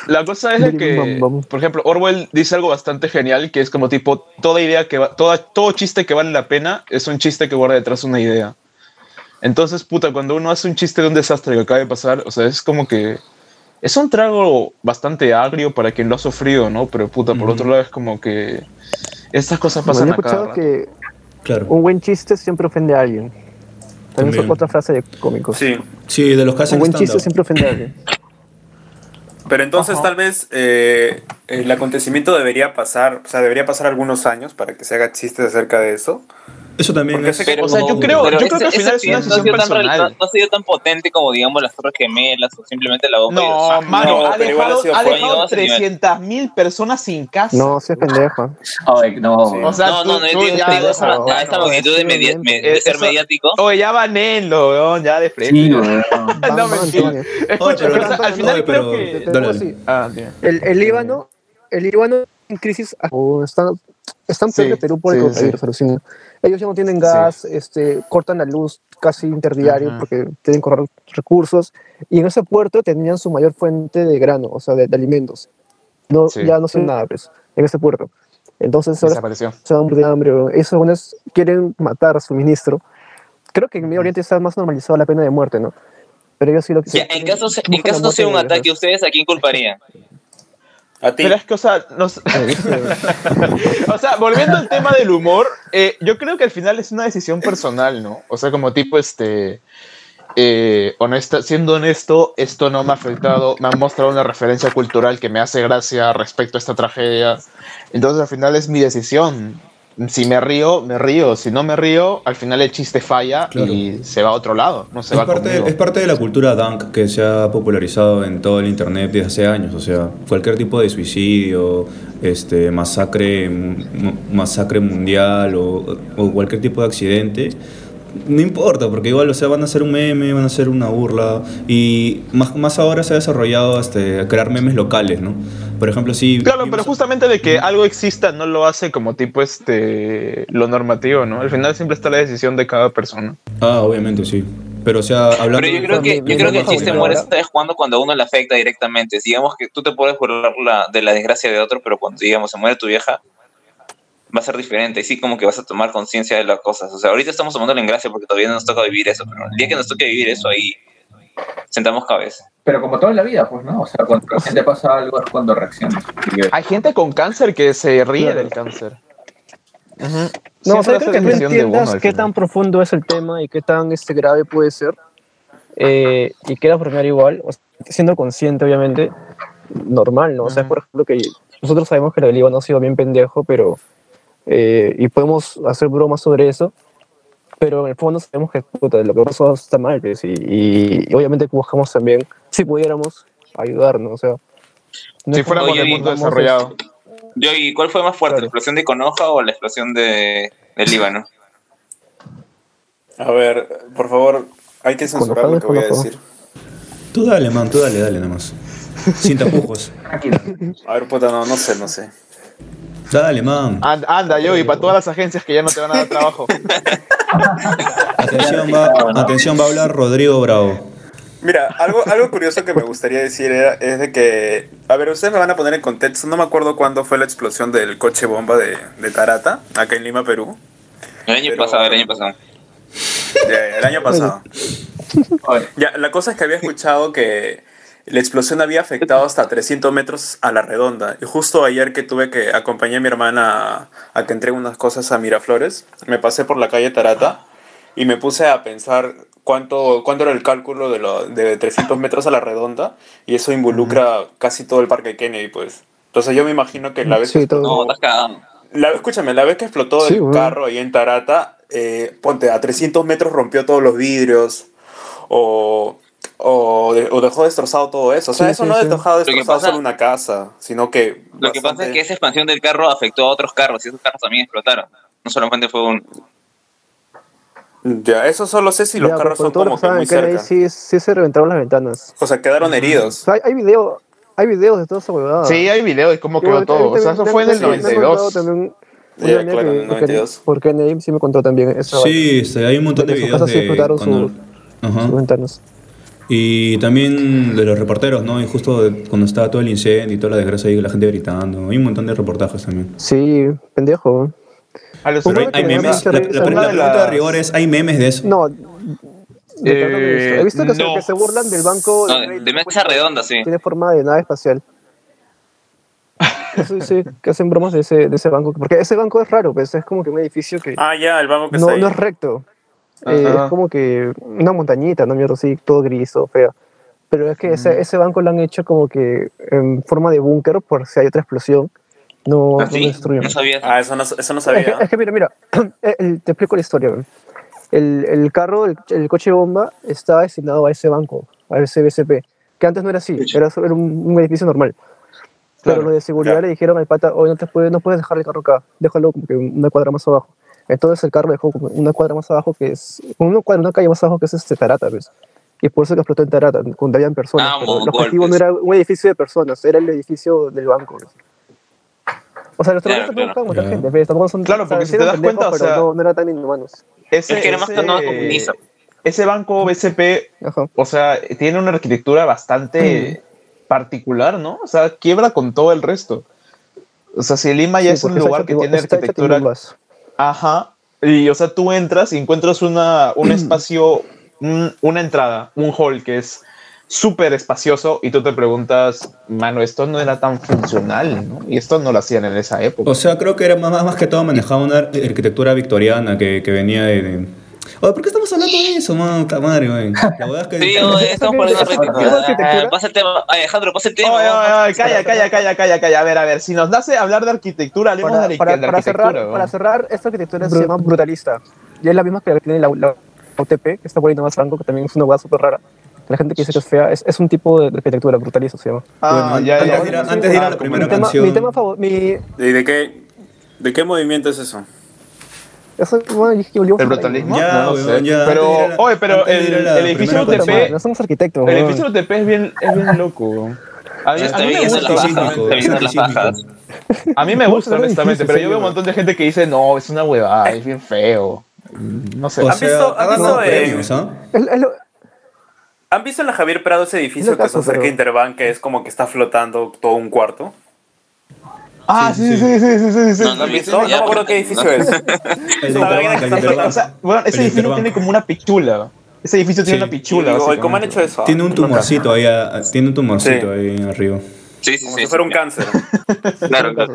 Speaker 4: La cosa es de que, por ejemplo, Orwell dice algo bastante genial que es como tipo: toda idea que va, toda, todo chiste que vale la pena es un chiste que guarda detrás una idea. Entonces, puta, cuando uno hace un chiste de un desastre que acaba de pasar, o sea, es como que. Es un trago bastante agrio para quien lo ha sufrido, ¿no? Pero puta, por otro lado es como que. Estas cosas
Speaker 6: Bueno, yo
Speaker 4: pasan
Speaker 6: he
Speaker 4: a cada
Speaker 6: escuchado
Speaker 4: rato.
Speaker 6: que
Speaker 2: Claro.
Speaker 6: un buen chiste siempre ofende a alguien. También,
Speaker 2: También.
Speaker 6: es otra frase de
Speaker 4: Pues
Speaker 6: cómicos.
Speaker 3: Sí,
Speaker 2: Sí, de los casos
Speaker 6: un
Speaker 2: en
Speaker 6: buen chiste
Speaker 2: stand-up.
Speaker 6: siempre ofende a alguien.
Speaker 3: pero entonces tal vez eh, el acontecimiento debería pasar, o sea, debería pasar algunos años para que se haga chistes acerca de eso.
Speaker 2: Eso también
Speaker 3: Porque
Speaker 2: es...
Speaker 3: ese que-
Speaker 4: O sea, yo creo,
Speaker 5: Pero
Speaker 4: yo creo que al
Speaker 5: ese-
Speaker 4: final es
Speaker 5: ese
Speaker 4: una
Speaker 5: accidente no ha
Speaker 4: decisión
Speaker 5: sido tan rel-
Speaker 4: personal.
Speaker 5: no ha sido tan potente como, digamos, las Torres Gemelas o simplemente la bomba.
Speaker 4: No,
Speaker 5: y los-
Speaker 4: mano,
Speaker 3: no,
Speaker 4: ha
Speaker 3: pero igual ha
Speaker 4: dejado,
Speaker 3: sido
Speaker 4: ha
Speaker 5: fuerte.
Speaker 4: dejado
Speaker 5: No, señor.
Speaker 4: 300.000 personas sin casa.
Speaker 6: No, sí es pendejo.
Speaker 7: Ay, no.
Speaker 3: Sí.
Speaker 4: O sea,
Speaker 5: no, no, no,
Speaker 4: tú-
Speaker 5: yo
Speaker 4: tú
Speaker 5: digo,
Speaker 4: ya
Speaker 5: digo,
Speaker 4: deja-
Speaker 5: a-
Speaker 6: no,
Speaker 5: a esta
Speaker 6: no,
Speaker 5: magnitud de, media- me- de
Speaker 4: eso-
Speaker 5: ser mediático.
Speaker 4: Oye, ya banenlo, weón, ya de frente.
Speaker 7: Sí, weón.
Speaker 6: Van,
Speaker 4: [laughs] No,
Speaker 6: van,
Speaker 4: mentira.
Speaker 6: Toño.
Speaker 4: Escucha,
Speaker 2: pero-
Speaker 4: pero, o sea, al final
Speaker 2: oye, pero-
Speaker 4: creo que...
Speaker 6: Te pongo
Speaker 2: Dale.
Speaker 6: así.
Speaker 4: Ah, bien.
Speaker 6: El, el Líbano, el Líbano en crisis, Ah, o están, están peor
Speaker 4: Sí,
Speaker 6: que Perú por el
Speaker 4: sí,
Speaker 6: coronavirus, alucina. Ellos ya no tienen gas, este, cortan la luz casi interdiario
Speaker 4: Ajá.
Speaker 6: porque tienen que correr recursos. Y en ese puerto tenían su mayor fuente de grano, o sea, de, de alimentos. No,
Speaker 4: Sí.
Speaker 6: Ya no son nada, pues, en ese puerto. Entonces ahora
Speaker 4: Desapareció.
Speaker 6: se dan de hambre. bro. Esos algunos quieren matar a su ministro. Creo que en Medio Oriente está más normalizada la pena de muerte, ¿no? Pero ellos sí lo
Speaker 5: Ya, en caso, se- en caso sea un ataque,
Speaker 6: [laughs]
Speaker 5: ¿ustedes a quién culparían?
Speaker 3: A ti.
Speaker 4: Pero es que, o sea, nos- [laughs] o sea, volviendo al tema del humor, eh, yo creo que al final es una decisión personal, ¿no? O sea, como tipo, este, eh, honesta, siendo honesto, esto no me ha afectado, me han mostrado una referencia cultural que me hace gracia respecto a esta tragedia. Entonces, al final es mi decisión. Si me río, me río. Si no me río, al final el chiste falla
Speaker 2: Claro.
Speaker 4: y se va a otro lado. No se
Speaker 2: Es
Speaker 4: va
Speaker 2: parte,
Speaker 4: conmigo.
Speaker 2: es parte de la cultura dunk que se ha popularizado en todo el internet desde hace años. O sea, cualquier tipo de suicidio, este, masacre, mu- masacre mundial o, o cualquier tipo de accidente. No importa, porque igual, o sea, van a hacer un meme, van a hacer una burla. Y más, más ahora se ha desarrollado este, crear memes locales, ¿no? Por ejemplo, si.
Speaker 4: Claro, pero justamente de que algo exista no lo hace como tipo este lo normativo, ¿no? Al final siempre está la decisión de cada persona.
Speaker 2: Ah, obviamente, sí. Pero, o sea, hablando.
Speaker 5: Pero yo creo que, yo creo que el chiste muere es cuando, cuando a uno le afecta directamente. Digamos que tú te puedes burlar la- de la desgracia de otro, pero cuando, digamos, se muere tu vieja, va a ser diferente. Y sí, como que vas a tomar conciencia de las cosas. O sea, ahorita estamos tomándole en gracia porque todavía no nos toca vivir eso, pero el día que nos toque vivir eso, ahí sentamos cabeza.
Speaker 7: Pero como todo en la vida, pues, ¿no? O sea, cuando la gente pasa algo es cuando reaccionas. Y yo-
Speaker 4: Hay gente con cáncer que se ríe
Speaker 6: Claro.
Speaker 4: del cáncer.
Speaker 6: No, o
Speaker 4: Siempre
Speaker 6: sea,
Speaker 4: va a
Speaker 6: creo
Speaker 4: ser
Speaker 6: que no
Speaker 4: decisión de uno
Speaker 6: entiendas
Speaker 4: al
Speaker 6: qué
Speaker 4: final.
Speaker 6: tan profundo es el tema y qué tan este, grave puede ser. eh, y queda bromear igual, o sea, siendo consciente, obviamente, normal, ¿no? O sea,
Speaker 4: Ujú.
Speaker 6: por ejemplo, que nosotros sabemos que el Líbano ha sido bien pendejo, pero. eh, y podemos hacer bromas sobre eso, pero en el fondo sabemos que puta, lo que pasó está mal, pues, y, y- y obviamente buscamos también, si pudiéramos, ayudarnos, o sea. no
Speaker 4: Si
Speaker 6: es como
Speaker 4: fuéramos
Speaker 5: Oye,
Speaker 4: del
Speaker 5: y
Speaker 4: mundo
Speaker 6: vamos,
Speaker 4: desarrollado.
Speaker 5: Yo, ¿y cuál fue más fuerte,
Speaker 6: Claro.
Speaker 5: la explosión de Conoja o la explosión de, del Líbano?
Speaker 3: A ver, por favor, hay que censurar lo que voy a decir.
Speaker 2: Tú dale, man, tú dale, dale, nada más. Sin tapujos.
Speaker 5: [laughs]
Speaker 7: Tranquilo.
Speaker 3: A ver, puta, no, no sé, no sé.
Speaker 2: Dale, man.
Speaker 4: And- anda, yo, y para todas las agencias que ya no te van a dar
Speaker 6: [laughs]
Speaker 4: trabajo.
Speaker 2: Atención va, atención, va a hablar Rodrigo Bravo.
Speaker 3: Mira, algo, algo curioso que me gustaría decir era- es de que, a ver, ustedes me van a poner en contexto, no me acuerdo cuándo fue la explosión del coche bomba de, de Tarata, acá en Lima, Perú,
Speaker 5: El año
Speaker 3: Pero-
Speaker 5: pasado, el año pasado.
Speaker 3: Ya, el año pasado.
Speaker 7: Oye,
Speaker 3: Ya, la cosa es que había escuchado que La explosión había afectado hasta 300 metros a la redonda. Y justo ayer que tuve que acompañar a mi hermana a, a que entregue unas cosas a Miraflores, me pasé por la calle Tarata y me puse a pensar cuánto, cuánto era el cálculo de, lo- de 300 metros a la redonda. Y eso involucra casi todo el parque Kennedy, pues. Entonces yo me imagino que la vez
Speaker 6: Sí, todo.
Speaker 5: No, estás cagado.
Speaker 3: la, escúchame, la vez que explotó
Speaker 6: Sí,
Speaker 3: el
Speaker 6: weón.
Speaker 3: carro ahí en Tarata, eh, ponte, a 300 metros rompió todos los vidrios o, o, de- o dejó destrozado todo eso. O sea,
Speaker 6: Sí,
Speaker 3: eso
Speaker 6: sí,
Speaker 3: no ha
Speaker 6: sí.
Speaker 3: dejado
Speaker 5: que
Speaker 3: destrozado
Speaker 5: pasa-
Speaker 3: solo una casa, sino que...
Speaker 5: Lo que pasa es que esa expansión del carro afectó a otros carros y esos carros también explotaron. No solamente fue un.
Speaker 3: que... Ya, eso solo sé si los
Speaker 6: Ya, pues,
Speaker 3: carros
Speaker 6: con
Speaker 3: son
Speaker 6: todo lo
Speaker 3: como que
Speaker 6: que pasaba
Speaker 3: muy
Speaker 6: en Kennedy,
Speaker 3: cerca.
Speaker 6: sí, sí se reventaron las ventanas.
Speaker 3: O sea, quedaron
Speaker 6: O
Speaker 3: heridos.
Speaker 6: sea, hay, hay video, hay videos de toda esa huevada.
Speaker 4: Sí, hay video de cómo quedó todo.
Speaker 6: eh,
Speaker 4: O sea, eso fue en el
Speaker 3: sí, me han
Speaker 4: 92.
Speaker 6: También,
Speaker 3: Ya, claro, en el 92.
Speaker 6: Porque Kennedy sí me contó también eso.
Speaker 2: Sí, este, hay un montón de
Speaker 6: Porque sus
Speaker 2: videos
Speaker 6: casas sí
Speaker 2: de
Speaker 6: explotaron
Speaker 2: cuando-
Speaker 6: su-
Speaker 2: Ajá.
Speaker 6: Sus ventanas.
Speaker 2: Y también de los reporteros, ¿no? Y justo de- cuando estaba todo el incendio y toda la desgracia ahí, la gente gritando. Hay un montón de reportajes también.
Speaker 6: Sí, pendejo.
Speaker 4: A los
Speaker 2: Pero hay,
Speaker 6: Una que
Speaker 2: hay
Speaker 6: me da
Speaker 2: memes.
Speaker 6: mucha
Speaker 2: La, la- la
Speaker 4: una
Speaker 6: risa,
Speaker 4: de
Speaker 2: pregunta de
Speaker 4: las-
Speaker 2: rigor es, ¿hay memes de eso?
Speaker 6: No.
Speaker 4: Eh,
Speaker 6: de verdad no lo he visto. he visto que, se,
Speaker 4: no.
Speaker 6: que se burlan del banco
Speaker 5: No,
Speaker 6: Reddit,
Speaker 5: de mesa redonda, sí.
Speaker 6: tiene forma de nave
Speaker 4: [laughs]
Speaker 6: espacial. Sí, sí, que hacen bromas de ese, de ese banco. Porque ese banco es raro, pues es como que un edificio que
Speaker 3: Ah, ya, el banco que
Speaker 6: no,
Speaker 3: está ahí.
Speaker 6: no es recto. Eh,
Speaker 4: Ajá.
Speaker 6: es como que una montañita, ¿no? Mierda, así, todo gris, todo feo. Pero es que ese, ese banco lo han hecho como que en forma de búnker por si hay otra explosión. No, no
Speaker 5: Así.
Speaker 6: destruyen.
Speaker 5: Ah, No sabía.
Speaker 3: Ah, eso no, eso no
Speaker 6: Es que,
Speaker 3: sabía.
Speaker 6: es que mira, mira, [clears throat] eh, el- te explico la historia. man. El, el carro, el, el coche bomba, estaba destinado a ese banco, a ese BCP, que antes no era así, era, so- era un, un edificio normal. Pero
Speaker 4: Claro,
Speaker 6: los de seguridad
Speaker 3: claro.
Speaker 6: le dijeron al pata, oye, no, te puedes, no puedes dejar el carro acá, déjalo como que una cuadra más abajo. Entonces el carro lo dejó como una cuadra más abajo, que es una, cuadra, una calle más abajo, que es este Tarata, ¿ves? Y por eso que explotó en Tarata, donde habían personas.
Speaker 5: Ah,
Speaker 6: pero el
Speaker 5: mongol,
Speaker 6: objetivo no
Speaker 5: pues.
Speaker 6: era un edificio de personas, era el edificio del banco. ¿ves? O sea, los
Speaker 5: Claro,
Speaker 6: terroristas no
Speaker 5: claro.
Speaker 6: buscaban matar
Speaker 2: Ya.
Speaker 6: gente, pero tampoco son
Speaker 4: Claro,
Speaker 6: o sea,
Speaker 4: porque si
Speaker 6: sí
Speaker 4: te
Speaker 6: eran
Speaker 4: das cuenta,
Speaker 6: pendejos,
Speaker 4: o
Speaker 6: pero
Speaker 4: sea-
Speaker 6: no, no eran tan inhumanos.
Speaker 4: Ese,
Speaker 5: Es que era más que
Speaker 4: ese-
Speaker 5: nada comunista.
Speaker 4: ese banco BCP,
Speaker 6: Ajá.
Speaker 4: o sea, tiene una arquitectura bastante
Speaker 6: Mm.
Speaker 4: particular, ¿no? O sea, quiebra con todo el resto. O sea, si Lima Ah, ya
Speaker 6: Sí,
Speaker 4: es un
Speaker 6: porque está
Speaker 4: lugar
Speaker 6: hecho
Speaker 4: que
Speaker 6: timba-
Speaker 4: tiene
Speaker 6: está hecho
Speaker 4: arquitectura
Speaker 6: timbalas.
Speaker 4: Ajá. Y, o sea, tú entras y encuentras una,
Speaker 6: [clears throat]
Speaker 4: un espacio, un- una entrada, un hall que es súper espacioso y tú te preguntas, mano, esto no era tan funcional, ¿no? Y esto no lo hacían en esa época.
Speaker 2: O sea, creo que era más, más, más que todo manejaba una ar- arquitectura victoriana que, que venía de... de- Oye, ¿por qué estamos hablando de eso, man? Puta madre, güey. La verdad es que...
Speaker 5: Sí, oye, estamos poniendo
Speaker 6: ¿Eso qué-
Speaker 5: arquitectura.
Speaker 6: eso qué arquitectura?
Speaker 5: Ah, Pasa el tema. Alejandro, pasa el
Speaker 4: Oye,
Speaker 5: tema.
Speaker 4: oye,
Speaker 5: vamos.
Speaker 4: oye, calla, calla, calla, calla, calla. A ver, a ver, si nos nace hablar de arquitectura, hablemos
Speaker 6: Para,
Speaker 4: de, arqui-
Speaker 6: para-
Speaker 4: de
Speaker 6: para
Speaker 4: arquitectura.
Speaker 6: cerrar,
Speaker 4: ¿no?
Speaker 6: para cerrar, esta arquitectura se llama brutalista. Y es la misma que tiene la, la OTP, que está poniendo más franco, que también es una hueá súper rara. La gente que dice que es fea, es, es un tipo de arquitectura brutalista, se llama.
Speaker 4: Ah,
Speaker 2: Bueno,
Speaker 4: ya, ya.
Speaker 2: antes de ir a- antes de ir a la
Speaker 4: Ah,
Speaker 2: primera
Speaker 6: mi, tema,
Speaker 2: canción.
Speaker 6: mi tema favor- mi-
Speaker 3: ¿Y de qué, de qué movimiento es eso?
Speaker 6: eso- bueno, dije que volvimos
Speaker 4: ¿El
Speaker 6: a-
Speaker 4: brutalismo?
Speaker 2: Ya,
Speaker 4: no,
Speaker 2: weón,
Speaker 4: sé.
Speaker 2: ya.
Speaker 4: Pero,
Speaker 2: Antes de ir a la-
Speaker 4: oye, pero
Speaker 2: antes de
Speaker 4: el,
Speaker 2: ir a la
Speaker 4: el edificio
Speaker 2: primera
Speaker 6: Puta madre, No
Speaker 4: UTP,
Speaker 6: somos arquitectos,
Speaker 4: el
Speaker 6: weón.
Speaker 4: edificio UTP es bien, es bien loco. weón. A mí, a
Speaker 5: Está
Speaker 4: mí me
Speaker 5: bien, eso es
Speaker 4: gusta.
Speaker 5: la baja.
Speaker 2: Antisísmico,
Speaker 5: Está bien, eso es la baja.
Speaker 2: antisísmico.
Speaker 4: A mí me gusta,
Speaker 6: Pero no
Speaker 4: honestamente,
Speaker 6: difícil,
Speaker 4: pero yo veo un
Speaker 6: seguro.
Speaker 4: montón de gente que dice, no, es una huevada, es bien feo. No sé.
Speaker 2: O
Speaker 4: A
Speaker 3: ¿Han
Speaker 4: mí-
Speaker 2: sea,
Speaker 3: visto- han
Speaker 2: hagan
Speaker 3: visto,
Speaker 2: los
Speaker 3: eh,
Speaker 2: premios, ¿ah?
Speaker 6: Es- es lo-
Speaker 3: ¿Han visto en la Javier Prado ese edificio
Speaker 6: No
Speaker 3: que está
Speaker 6: caso,
Speaker 3: cerca de
Speaker 6: pero-
Speaker 3: Interbank, que es como que está flotando todo un cuarto?
Speaker 4: Ah, sí, sí, sí, sí, sí, sí, sí.
Speaker 5: No, no,
Speaker 3: ¿Han visto? No me
Speaker 5: ya,
Speaker 3: acuerdo qué
Speaker 5: cuéntame,
Speaker 3: edificio es.
Speaker 2: El de Interbank,
Speaker 5: [laughs]
Speaker 3: Está bien,
Speaker 2: el
Speaker 3: está
Speaker 2: de
Speaker 3: bien,
Speaker 2: Interbank.
Speaker 4: O sea, bueno, ese
Speaker 2: El
Speaker 4: edificio
Speaker 2: Interbank.
Speaker 4: tiene como una pichula. Ese edificio tiene
Speaker 2: Sí.
Speaker 4: una pichula.
Speaker 3: Y digo, "Oye, ¿Cómo han
Speaker 4: básicamente.
Speaker 3: hecho eso?
Speaker 2: Tiene un
Speaker 3: Nunca.
Speaker 2: tumorcito ahí, ah, tiene un tumorcito
Speaker 3: Sí.
Speaker 2: ahí arriba.
Speaker 5: Sí, sí,
Speaker 3: Como
Speaker 5: sí.
Speaker 3: si fuera un cáncer.
Speaker 5: Claro, claro.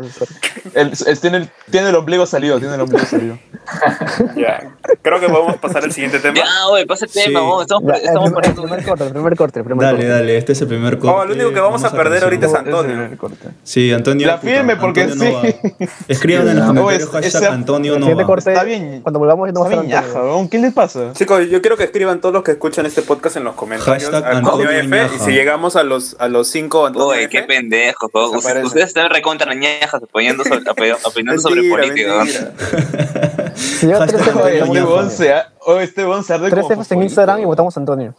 Speaker 4: El- el- tiene, el, tiene el ombligo salido, tiene el ombligo salido.
Speaker 3: [laughs] Ya. Creo que podemos pasar al siguiente tema.
Speaker 5: Ya, oye, pasa el
Speaker 2: Sí.
Speaker 5: tema. vamos, Estamos
Speaker 6: Ya, el
Speaker 5: estamos
Speaker 6: primer- el
Speaker 5: poniendo.
Speaker 6: primer corte, el primer corte, el primer
Speaker 2: Dale,
Speaker 6: corte.
Speaker 2: dale, este es el primer corte.
Speaker 3: Oh, lo único que vamos a perder ahorita es
Speaker 2: cancelar.
Speaker 3: Antonio.
Speaker 4: Ese corte.
Speaker 2: Sí, Antonio.
Speaker 4: La
Speaker 2: puta,
Speaker 4: firme, porque
Speaker 2: Antonio
Speaker 4: sí.
Speaker 2: no va. Escriban en los
Speaker 4: No,
Speaker 2: comentarios
Speaker 4: es-
Speaker 2: hashtag
Speaker 4: esa-
Speaker 2: Antonio
Speaker 6: El
Speaker 2: no
Speaker 6: siguiente
Speaker 2: va.
Speaker 6: corte,
Speaker 4: Está bien.
Speaker 6: cuando volvamos,
Speaker 4: [laughs]
Speaker 6: no va a
Speaker 4: Está
Speaker 6: estar
Speaker 4: bien ñaja,
Speaker 6: Antonio.
Speaker 4: weón, ¿Qué le pasa?
Speaker 3: Chicos, yo quiero que escriban todos los que escuchan este podcast en los comentarios.
Speaker 2: Hashtag
Speaker 3: Antonio
Speaker 2: Antonio
Speaker 3: F. Y
Speaker 2: Ñaja.
Speaker 3: si llegamos a los, a los cinco Antonio
Speaker 5: Oye,
Speaker 3: F.
Speaker 5: qué pendejos. po.
Speaker 3: Se
Speaker 5: Ustedes
Speaker 3: parece.
Speaker 5: ustedes están recontra ñajas opinando sobre, opinando sobre
Speaker 3: Mentira,
Speaker 5: política.
Speaker 3: mentira.
Speaker 6: Si ya
Speaker 2: Hashtag
Speaker 6: tres Fs,
Speaker 2: Antonio
Speaker 4: Oye, este
Speaker 6: votamos
Speaker 4: weón
Speaker 6: Antonio.
Speaker 4: se ha- oye, este weón se arde
Speaker 6: Tres
Speaker 4: como
Speaker 6: Fs en
Speaker 4: fosforito,
Speaker 6: Instagram y
Speaker 4: weón.
Speaker 6: votamos a Antonio.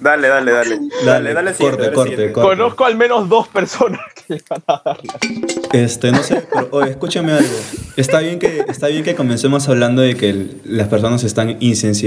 Speaker 3: Dale, dale, dale. Dale, dale,
Speaker 2: Dale,
Speaker 3: siguiente,
Speaker 2: corte,
Speaker 3: dale
Speaker 2: corte,
Speaker 3: siguiente.
Speaker 2: corte.
Speaker 4: Conozco al menos dos personas que le van a darla.
Speaker 2: Este, no sé, pero oye, escúchame algo. Está bien que, está bien que comencemos hablando de que el- las personas están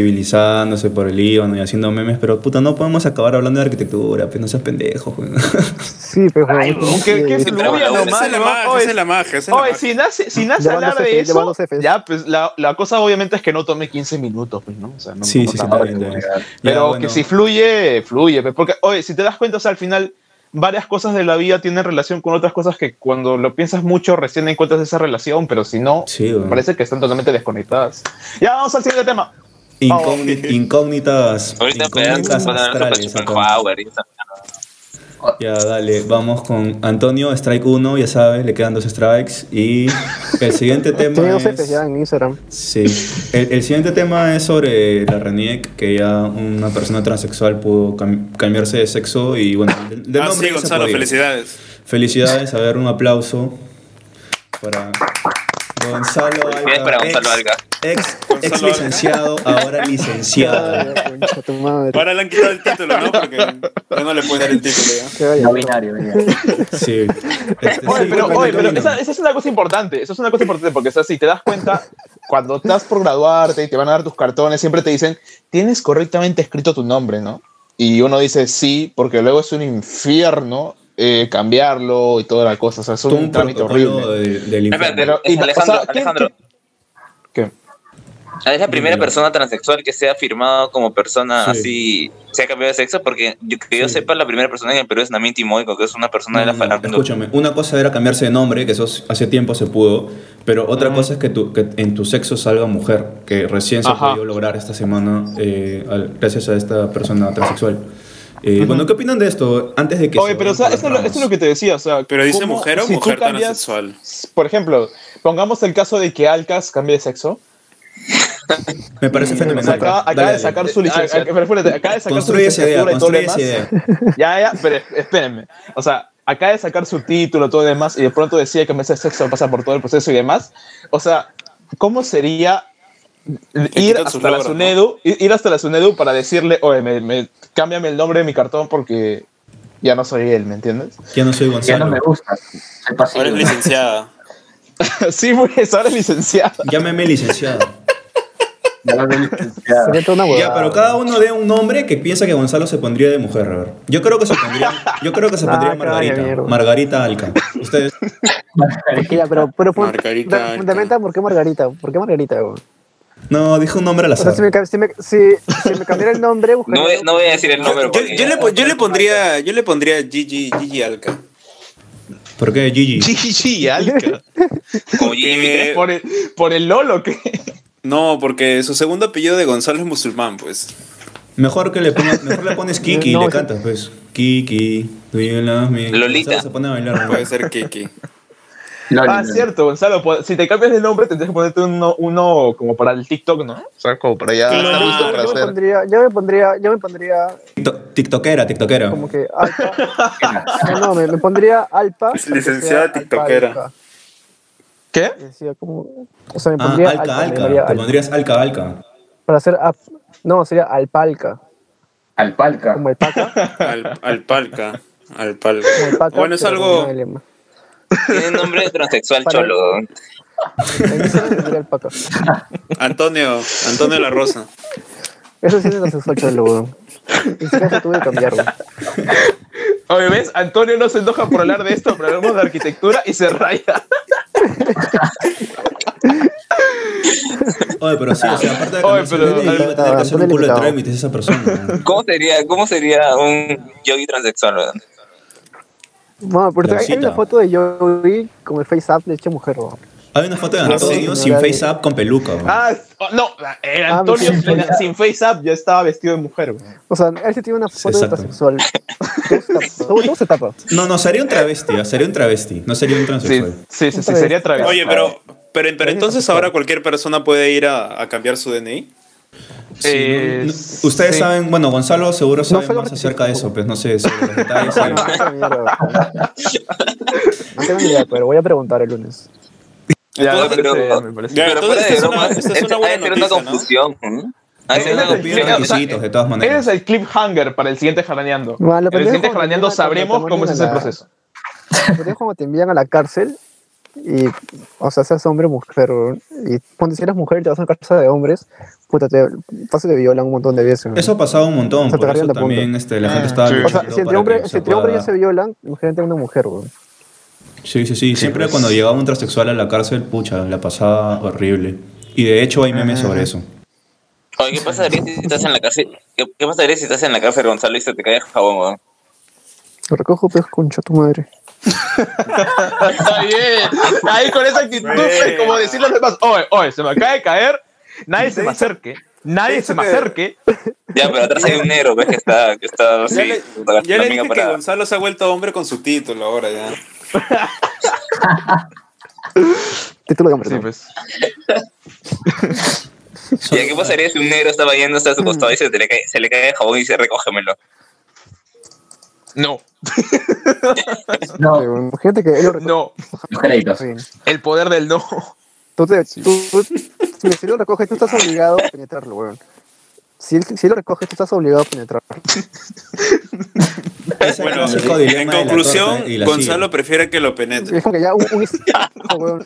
Speaker 2: insensibilizándose por el Líbano y haciendo memes, pero puta, no podemos acabar hablando de arquitectura, pues no seas pendejo. pues. [laughs]
Speaker 6: Sí, pero.
Speaker 4: Ay, weón, qué- qué
Speaker 6: Sí.
Speaker 4: fluya
Speaker 5: pero bueno,
Speaker 4: nomás,
Speaker 3: Esa es la
Speaker 4: ¿no?
Speaker 3: magia,
Speaker 4: Oye,
Speaker 3: esa es la magia. esa es la
Speaker 4: Oye,
Speaker 3: magia.
Speaker 4: si nace, si nace
Speaker 6: Llevando
Speaker 4: hablar de
Speaker 6: CFs,
Speaker 4: eso,
Speaker 6: llevando CFs.
Speaker 4: ya, pues la, la cosa obviamente es que no tome 15 minutos, pues, ¿no? O sea, no,
Speaker 2: Sí,
Speaker 4: no
Speaker 2: sí, sí,
Speaker 4: tanto.
Speaker 2: también, también.
Speaker 4: Pero
Speaker 2: Ya,
Speaker 4: que
Speaker 2: bueno.
Speaker 4: si fluye, fluye. pues, Porque, oye, si te das cuenta, o sea, al final, varias cosas de la vida tienen relación con otras cosas que cuando lo piensas mucho recién encuentras esa relación, pero si no,
Speaker 2: Sí, weón.
Speaker 4: parece que están totalmente desconectadas. Ya, vamos al siguiente tema.
Speaker 2: Incógni- incógnitas.
Speaker 5: Ahorita pedazos
Speaker 2: incógnitas
Speaker 5: van a hablar sobre
Speaker 2: astrales acá.
Speaker 5: Schopenhauer y esa mierda.
Speaker 2: Ya, dale, vamos con Antonio, strike 1, ya sabes, le quedan dos strikes. Y el siguiente tema.
Speaker 6: Tiene dos
Speaker 2: es-
Speaker 6: Fs ya en Instagram.
Speaker 2: Sí. El, el siguiente tema es sobre la RENIEC, que ya una persona transexual pudo cam- cambiarse de sexo y bueno, de, del
Speaker 3: Ah,
Speaker 2: nombre
Speaker 3: sí,
Speaker 2: ya se
Speaker 3: Gonzalo,
Speaker 2: podía.
Speaker 3: felicidades.
Speaker 2: Felicidades, a ver, un aplauso para Gonzalo
Speaker 5: Felicidades para Gonzalo Alga.
Speaker 2: Ex,
Speaker 3: Gonzalo
Speaker 2: ex
Speaker 3: [laughs] Alga.
Speaker 2: licenciado, ahora licenciado.
Speaker 6: Ay, concha tu madre.
Speaker 3: Ahora le han quitado el título, ¿no? Porque ya no le pueden dar el título, ¿ya?
Speaker 6: Qué vaya,
Speaker 7: No
Speaker 6: weón.
Speaker 7: binario, binario.
Speaker 2: Sí. Este,
Speaker 4: Oye,
Speaker 2: sí,
Speaker 4: pero,
Speaker 2: cuéntame,
Speaker 4: oye, pero
Speaker 2: Camilo.
Speaker 4: esa, esa es una cosa importante. Esa es una cosa importante porque, o sea, si te das cuenta, cuando estás por graduarte y te van a dar tus cartones, siempre te dicen, tienes correctamente escrito tu nombre, ¿no? Y uno dice sí, porque luego es un infierno eh, cambiarlo y toda la cosa. O sea, es
Speaker 2: Todo
Speaker 4: un
Speaker 2: un
Speaker 4: trámite
Speaker 2: protocolo
Speaker 4: horrible.
Speaker 2: del- del
Speaker 5: Espérate,
Speaker 2: infierno.
Speaker 4: Pero- y-
Speaker 5: es Alejandro,
Speaker 4: o sea, ¿quién-
Speaker 5: Alejandro,
Speaker 4: ¿Qué?
Speaker 5: es la primera
Speaker 2: Dime.
Speaker 5: persona transexual que se ha firmado como persona así, se ha cambiado de sexo, porque yo, que yo
Speaker 2: Sí.
Speaker 5: sepa, la primera persona en el Perú es Namin Timoico, que es una persona de la
Speaker 2: No, no, no,
Speaker 5: farándula.
Speaker 2: Mm, Escúchame, una cosa era cambiarse de nombre, que eso s- hace tiempo se pudo, pero otra
Speaker 4: Mm.
Speaker 2: cosa es que, tu- que en tu sexo salga mujer, que recién se ha
Speaker 4: Ajá.
Speaker 2: podido lograr esta semana eh, al- gracias a esta persona transexual. Eh, Bueno, ¿qué opinan de esto? Antes de que...
Speaker 4: Oye, pero o sea, esto, es lo- esto es lo que te decía, o sea,
Speaker 3: Pero dice
Speaker 4: ¿cómo-
Speaker 3: mujer o
Speaker 4: si tú
Speaker 3: mujer
Speaker 4: cambias-
Speaker 3: transexual.
Speaker 4: Por ejemplo, pongamos el caso de que Alcas cambie de sexo.
Speaker 2: Me parece
Speaker 4: O
Speaker 2: fenomenal.
Speaker 4: sea, Mm, acaba, acaba
Speaker 2: Dale,
Speaker 4: de
Speaker 2: dale.
Speaker 4: sacar su licencia. Pero espérate, Acaba de sacar su
Speaker 2: Construye esa idea,
Speaker 4: licenciatura y todo lo
Speaker 2: construye esa
Speaker 4: demás.
Speaker 2: idea.
Speaker 4: Ya, ya, pero espérenme. O sea, acaba de sacar su título, todo y demás, y de pronto decide que me hace sexo, pasa por todo el proceso y demás. O sea, ¿cómo sería ir
Speaker 3: quitan sus
Speaker 4: hasta la
Speaker 3: logros,
Speaker 4: SUNEDU, ir ir hasta la SUNEDU para decirle, oye, me, me- cámbiame el nombre de mi cartón porque ya no soy él, ¿me entiendes? [laughs]
Speaker 2: Ya no soy
Speaker 7: Ya no
Speaker 2: Gonzalo.
Speaker 7: me gusta. Soy pasivo.
Speaker 3: Ahora es licenciada.
Speaker 4: sí, pues ahora es licenciada.
Speaker 2: Llámeme licenciado.
Speaker 7: Ya lo he licenciado.
Speaker 6: Sería toda una huevada.
Speaker 2: ya, pero cada uno dé un nombre que piensa que Gonzalo se pondría de mujer. a ver. Yo creo que se pondría,
Speaker 6: [laughs]
Speaker 2: yo creo que se
Speaker 6: Ah,
Speaker 2: pondría
Speaker 6: caray,
Speaker 2: Margarita.
Speaker 6: mierda.
Speaker 2: Margarita Alca. Ustedes.
Speaker 6: Ya, pero, pero fun-
Speaker 3: Margarita,
Speaker 6: da- fundamenta por qué Margarita. ¿Por qué Margarita? weón?
Speaker 2: No, dijo un nombre al
Speaker 6: O sea,
Speaker 2: azar.
Speaker 6: si me, ca- si me- si- si me cambiara el
Speaker 5: [laughs]
Speaker 6: nombre,
Speaker 5: No,
Speaker 6: buscaría-
Speaker 5: voy- no voy a decir el nombre.
Speaker 3: Yo, yo- yo le, pon- yo le pondría, yo le pondría Gigi, Gigi Alca.
Speaker 2: ¿Por qué Gigi?
Speaker 4: Gigi [laughs] Alca.
Speaker 5: Como Jimmy,
Speaker 3: Porque-
Speaker 4: Por el, por el Lolo que.
Speaker 3: No, porque su segundo apellido de Gonzalo es musulmán, pues.
Speaker 2: Mejor que le pongas, mejor le
Speaker 6: [laughs]
Speaker 2: pones Kiki y
Speaker 6: No,
Speaker 2: le
Speaker 6: o sea-
Speaker 2: cantas, pues. Kiki, do you love me?
Speaker 5: Lolita.
Speaker 2: Gonzalo Se pone a bailar. pues. ¿no?
Speaker 3: Puede ser Kiki.
Speaker 7: Loli,
Speaker 4: [laughs] Ah,
Speaker 7: Loli.
Speaker 4: cierto, Gonzalo. po- Si te cambias de nombre, tendrías que ponerte uno, uno como para el TikTok, ¿no? O sea, como para allá.
Speaker 3: Claro.
Speaker 4: estar listo
Speaker 6: Yo
Speaker 4: para
Speaker 6: me
Speaker 4: hacer.
Speaker 6: pondría, yo me pondría, yo me pondría
Speaker 2: Tikto- tiktokera, tiktokera.
Speaker 6: como que alpa. No, no, me, me pondría alpa.
Speaker 3: Es licenciada
Speaker 6: porque sea
Speaker 3: tiktokera.
Speaker 6: alpa, alpa.
Speaker 4: ¿Qué?
Speaker 6: Decía como, o sea, me
Speaker 2: Ah,
Speaker 6: pondría
Speaker 2: alca,
Speaker 6: alpa, me
Speaker 2: alca.
Speaker 6: llamaría
Speaker 2: Te
Speaker 6: alpa.
Speaker 2: pondrías alca, alca.
Speaker 6: Para hacer, ap- no, sería alpalca,
Speaker 7: Alpalca.
Speaker 6: como alpaca.
Speaker 3: Al, alpalca. Alpalca.
Speaker 6: Como alpaca
Speaker 3: Bueno, es
Speaker 6: pero
Speaker 3: algo.
Speaker 6: con una lema.
Speaker 5: tiene nombre de transexual
Speaker 6: Para-
Speaker 5: cholo. weón.
Speaker 6: En Instagram me pondría alpaca.
Speaker 3: Antonio, Antonio La Rosa.
Speaker 6: Eso sí es transexual, cholo, weón. En este caso tuve que cambiarlo.
Speaker 4: Oye, ¿ves? Antonio no se enoja por hablar de esto, pero hablamos de arquitectura y se raya.
Speaker 2: Oye, pero sí, o sea, aparte de
Speaker 4: Oye,
Speaker 2: cambiarse
Speaker 4: pero-
Speaker 2: el nombre, iba a tener que hacer un culo de
Speaker 6: limitado.
Speaker 2: trámites esa persona.
Speaker 6: [laughs]
Speaker 5: ¿Cómo sería, ¿Cómo sería un yogi transexual? weón?
Speaker 6: Bueno, pero hay- hay
Speaker 2: Rosita.
Speaker 6: una foto de Joey con el face up de hecha mujer, weón.
Speaker 2: Hay una foto de
Speaker 6: No, sí,
Speaker 2: Antonio
Speaker 6: no,
Speaker 2: sin
Speaker 6: dale.
Speaker 2: face up con peluca. güey.
Speaker 4: Ah, oh, no, el
Speaker 6: Ah,
Speaker 4: Antonio
Speaker 6: sin
Speaker 4: sin,
Speaker 6: face-up.
Speaker 4: sin face up ya estaba vestido de mujer. güey.
Speaker 6: O sea, él sí tiene una foto de
Speaker 2: Exacto.
Speaker 6: transexual. Todo se tapa- Todo todo se tapa.
Speaker 2: No, no, sería un travesti, ah, sería un travesti, no sería un
Speaker 4: Sí,
Speaker 2: transexual.
Speaker 4: sí, sí, sí, sería travesti.
Speaker 3: Oye, pero, pero, pero entonces ahora cualquier persona puede ir a, a cambiar su DNI.
Speaker 2: Sí,
Speaker 4: Eh,
Speaker 2: no- no- ustedes
Speaker 4: sí.
Speaker 2: saben, bueno, Gonzalo seguro sabe
Speaker 6: sé los
Speaker 2: más acerca de eso,
Speaker 6: requisitos.
Speaker 2: pues no sé, sobre los
Speaker 6: [laughs]
Speaker 2: detalles.
Speaker 6: No, no tengo ni idea, weón. No tengo ni idea, pero voy a preguntar el lunes.
Speaker 4: Ya,
Speaker 5: Entonces,
Speaker 4: me parece
Speaker 5: pero-
Speaker 4: bien, me parece
Speaker 3: Ya,
Speaker 4: bien.
Speaker 5: Pero
Speaker 3: entonces
Speaker 5: fuera de
Speaker 3: esta es
Speaker 5: broma,
Speaker 3: una- esta es
Speaker 5: esta-
Speaker 3: una
Speaker 5: ha
Speaker 3: buena
Speaker 5: de ser una
Speaker 3: noticia, ¿no?
Speaker 5: confusión. ¿no? Ha de ser una
Speaker 2: Ellos piden
Speaker 4: Mira, o
Speaker 5: confusión.
Speaker 4: sea,
Speaker 2: requisitos, de todas
Speaker 4: Ese
Speaker 2: maneras.
Speaker 4: es el cliffhanger para el siguiente jalaneando.
Speaker 6: Bueno, lo
Speaker 4: en el
Speaker 6: pendejo,
Speaker 4: siguiente
Speaker 6: no
Speaker 4: jalaneando
Speaker 6: tiene nada que ver,
Speaker 4: sabremos
Speaker 6: no
Speaker 4: cómo es
Speaker 6: tiene
Speaker 4: ese
Speaker 6: nada.
Speaker 4: proceso.
Speaker 6: Pero es cuando te envían a la cárcel y, o sea, seas hombre o mujer, weón, y ponte si eres mujer y te vas a una cárcel de hombres, puta, te, fácil te violan un montón de veces. weón.
Speaker 2: Eso ha pasado un montón,
Speaker 6: O sea, te
Speaker 2: por eso
Speaker 6: cargan la punta.
Speaker 2: también este, la gente
Speaker 1: Ah,
Speaker 2: estaba
Speaker 4: sí.
Speaker 6: o sea,
Speaker 2: luchando
Speaker 6: si entre
Speaker 2: para
Speaker 6: hombre,
Speaker 2: que
Speaker 6: si entre hombre ya
Speaker 2: pueda-
Speaker 6: se violan, imagínate una mujer, weón.
Speaker 2: Sí, sí, sí.
Speaker 6: pues.
Speaker 2: Siempre cuando llegaba un transexual a la cárcel, pucha, la pasaba horrible. Y de hecho hay memes
Speaker 6: Ah.
Speaker 2: sobre
Speaker 3: [laughs]
Speaker 2: eso.
Speaker 5: Oye, ¿qué pasaría si estás en la cárcel? ¿Qué, qué pasaría si estás en la cárcel, Gonzalo, y se te cae el jabón, weón?
Speaker 6: Lo recojo, pues, concha tu madre.
Speaker 4: Está bien. Ahí con esa actitud,
Speaker 3: Buena.
Speaker 4: pues, como decirle a los demás, oye, oye, se me acaba de caer, nadie se me acerque, nadie se me acerque.
Speaker 5: Ya, pero atrás hay un negro, ves que está, que está
Speaker 3: Ya
Speaker 5: así,
Speaker 3: le,
Speaker 5: puta, la
Speaker 3: ya le
Speaker 5: amiga
Speaker 3: dije que
Speaker 5: parada.
Speaker 3: Gonzalo se ha vuelto hombre con su título ahora ya.
Speaker 6: Título de hombre.
Speaker 4: Sí,
Speaker 6: ¿no?
Speaker 4: pues.
Speaker 5: Ya, ¿qué pasaría si un negro estaba yéndose a su costado y se, te le cae, se le cae el jabón y dice, recógemelo?
Speaker 4: No,
Speaker 6: Sí,
Speaker 7: No,
Speaker 6: weón. Ah, Imagínate que él lo recoge.
Speaker 4: no,
Speaker 7: los créditos.
Speaker 6: bien.
Speaker 4: el poder del no.
Speaker 6: Tú te, tú- si él lo recoge, tú estás obligado a penetrarlo, weón. Si él, si él lo recoge, tú estás obligado a penetrarlo.
Speaker 4: [laughs]
Speaker 3: Bueno,
Speaker 2: Ese dilema de
Speaker 3: en
Speaker 2: la
Speaker 3: conclusión,
Speaker 2: torta y la
Speaker 3: Gonzalo prefiere que lo penetre.
Speaker 6: Es como que ya un, un instinto,
Speaker 4: [laughs]
Speaker 6: weón.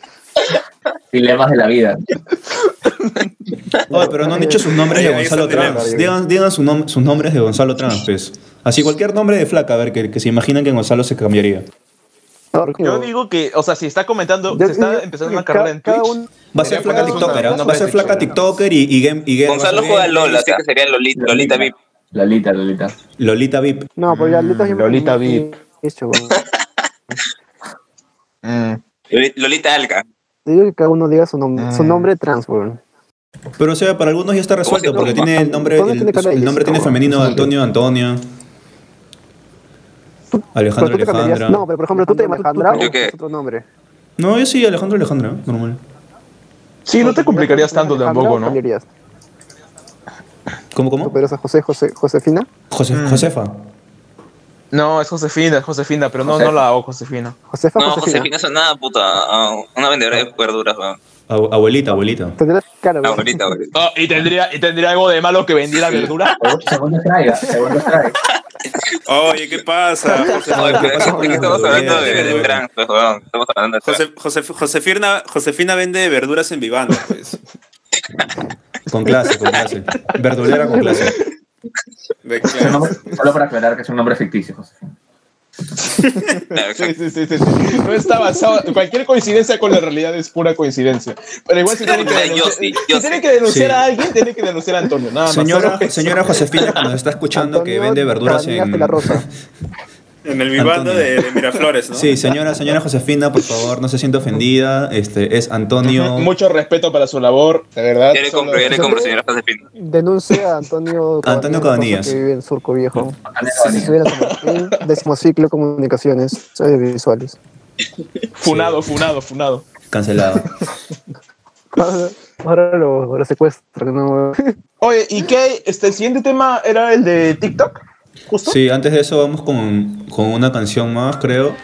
Speaker 7: Dilemas de la vida.
Speaker 2: silla. Oye, pero no han dicho sus nombres de
Speaker 3: Ahí está
Speaker 2: Gonzalo
Speaker 3: el dilema.
Speaker 2: Trans. Digan, digan su nom- sus nombres de Gonzalo Trans, pues. Así cualquier nombre de flaca, a ver, que, que se imaginan que Gonzalo se cambiaría.
Speaker 6: No,
Speaker 4: Yo
Speaker 6: weón.
Speaker 4: digo que, o sea, si está comentando,
Speaker 6: Yo-
Speaker 4: se está
Speaker 6: yo-
Speaker 4: empezando una
Speaker 6: ca-
Speaker 4: carrera en
Speaker 6: cada
Speaker 4: Twitch.
Speaker 6: uno-
Speaker 2: Va a ser
Speaker 1: Sería
Speaker 2: flaca
Speaker 1: una-
Speaker 2: TikToker, ¿ah?
Speaker 1: una
Speaker 2: va a ser
Speaker 1: perfección.
Speaker 2: flaca TikToker y, y, game- y game-
Speaker 5: Gonzalo
Speaker 2: va a ser
Speaker 5: juega
Speaker 2: game-
Speaker 5: LOL, así que sería Lolita, Lolita VIP.
Speaker 7: Lolita, Lolita.
Speaker 2: Lolita VIP.
Speaker 6: No, pero ya Lolita siempre.
Speaker 4: Mm, Lolita
Speaker 6: me- me-
Speaker 4: VIP.
Speaker 6: Hecho, weón.
Speaker 4: Mm.
Speaker 5: Lolita Alca.
Speaker 6: Yo digo que cada uno diga su, nom- su
Speaker 4: Mm.
Speaker 6: nombre trans, weón.
Speaker 2: Pero o sea, para algunos ya está resuelto
Speaker 5: ¿Cómo se
Speaker 2: porque
Speaker 5: llama?
Speaker 2: tiene el nombre,
Speaker 6: ¿Dónde
Speaker 2: el,
Speaker 6: tiene cara de
Speaker 2: el nombre
Speaker 6: Jessica,
Speaker 2: tiene
Speaker 6: bro?
Speaker 2: femenino
Speaker 6: Sí.
Speaker 2: Antonio, Antonia. Alejandro,
Speaker 6: Pero tú te
Speaker 2: Alejandra.
Speaker 6: cambiarías. No, pero por ejemplo, tú te llamas Alejandra
Speaker 5: ¿Yo qué?
Speaker 6: o otro nombre.
Speaker 2: No, yo sí, Alejandro, Alejandra, ¿eh? normal.
Speaker 4: Sí, no te complicarías tanto
Speaker 6: Alejandra
Speaker 4: tampoco,
Speaker 6: o
Speaker 4: ¿no?
Speaker 6: cambiarías?
Speaker 2: ¿Cómo,
Speaker 6: ¿Tú
Speaker 2: cómo?
Speaker 6: podrías a José, José, Josefina?
Speaker 2: Jose-
Speaker 4: Mm.
Speaker 2: Josefa.
Speaker 4: No, es Josefina, es Josefina, pero no, no la hago Josefina.
Speaker 6: Josefa,
Speaker 5: No,
Speaker 6: Josefina.
Speaker 5: Josefina sonaba, puta, a una vendedora de verduras, weón.
Speaker 2: Ab- Abuelita, abuelita.
Speaker 6: Tendrás cara, weón.
Speaker 4: [laughs]
Speaker 5: Abuelita, abuelita.
Speaker 4: Ah, y, tendría, y tendría algo de malo que vendiera verdura.
Speaker 7: Según- Según nos traiga, según nos traiga. [laughs]
Speaker 3: Oye, ¿qué
Speaker 2: [laughs]
Speaker 3: pasa? José-
Speaker 5: Oye, pero
Speaker 2: pasa
Speaker 5: ¿por
Speaker 2: con
Speaker 5: qué
Speaker 2: las
Speaker 5: estamos hablando de,
Speaker 2: verduras,
Speaker 5: de
Speaker 2: weón?
Speaker 5: trans, pues, weón? Estamos hablando de trans.
Speaker 3: Josef- Josef- Josefina, Josefina vende verduras en Vivanda, pues.
Speaker 2: Con clase, con clase. Verdulera con clase.
Speaker 3: De
Speaker 7: Es
Speaker 2: [laughs]
Speaker 7: un
Speaker 3: clase.
Speaker 7: nombre- Solo para aclarar que es un nombre ficticio, José.
Speaker 5: Claro,
Speaker 4: [laughs] Sí,
Speaker 5: exacto.
Speaker 4: sí, sí, sí, sí. No está basado. Cualquier coincidencia con la realidad es pura coincidencia. Pero igual si tienen que
Speaker 5: Yo
Speaker 4: denunciar,
Speaker 5: sí, yo
Speaker 4: si
Speaker 5: sí.
Speaker 4: tienen que denunciar
Speaker 2: Sí.
Speaker 4: a alguien, tienen que denunciar a Antonio. Nada más.
Speaker 2: Señora,
Speaker 4: Solo eso.
Speaker 2: señora Josefina, que nos está escuchando, que
Speaker 6: Antonio
Speaker 2: vende verduras
Speaker 6: Cabanillas
Speaker 2: en...
Speaker 6: de la Rosa.
Speaker 3: En el Vivanda
Speaker 2: Antonio.
Speaker 3: de, de Miraflores, ¿no?
Speaker 2: Sí, señora, señora Josefina, por favor, no se sienta ofendida. Este, es Antonio...
Speaker 4: [laughs] Mucho respeto para su labor, de verdad.
Speaker 5: Yo le
Speaker 4: Solo-
Speaker 5: compro, yo le compro, señora Josefina.
Speaker 6: Denuncia a Antonio
Speaker 2: Antonio Cabanillas.
Speaker 6: Que vive en Surco Viejo.
Speaker 7: Antonio
Speaker 6: Si
Speaker 7: Cabanillas.
Speaker 6: estuviera San Martín, décimo ciclo comunicaciones eh, audiovisuales.
Speaker 4: Funado, funado, funado.
Speaker 2: Cancelado.
Speaker 6: Ahora, [laughs] ahora lo, lo secuestran, ¿no?
Speaker 4: Oye, ¿y qué? Este, el siguiente tema era el de TikTok. ¿Justo?
Speaker 2: Sí, antes de eso vamos con, con una canción más, creo.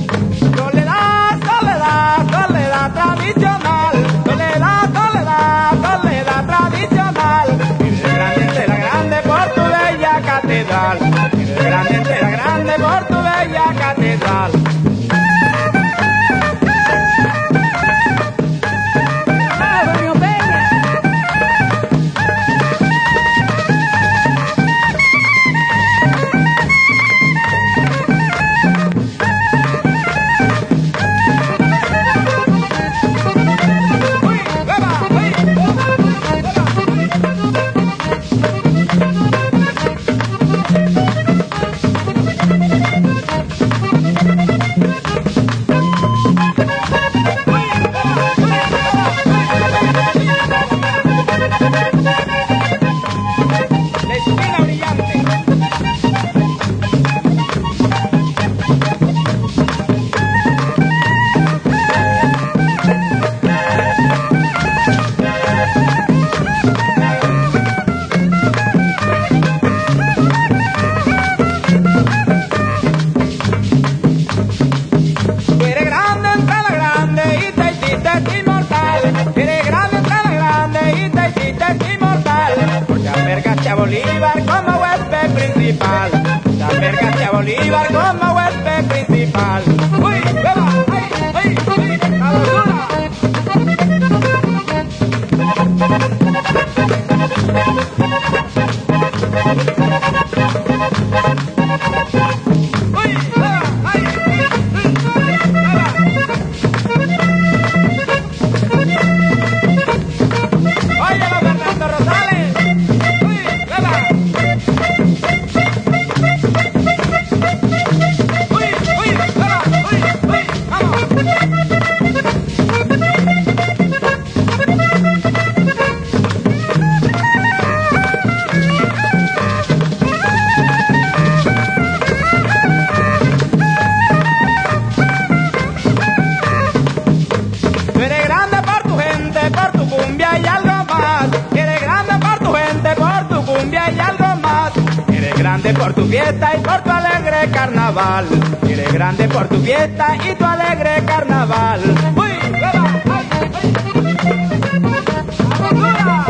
Speaker 8: Soledad, soledad, soledad tradicional. Soledad, soledad, soledad tradicional. Virgen grande de la grande por tu bella catedral. Virgen grande de la grande por tu bella Bolívar como huésped principal. Saber García Bolívar como huésped principal. ¡Uy, hueva! ¡Ay, ay, ay! ¡Sabrosura! ¡Uy, hueva! ¡Ay, ay, ay! ¡Hueva! Óyelo, Fernando Rosales. Uy, hueva. Uy, uy, hueva, uy, uy, vamos. Tú eres grande por tu gente, por tu cumbia y algo más. Eres grande por tu gente, por tu cumbia y algo más. Eres grande por tu fiesta y por tu alegre carnaval. Eres grande por tu fiesta y tu alegre carnaval. ¡Uy, hueva! ¡Ay, ay! ¡Sabrosura!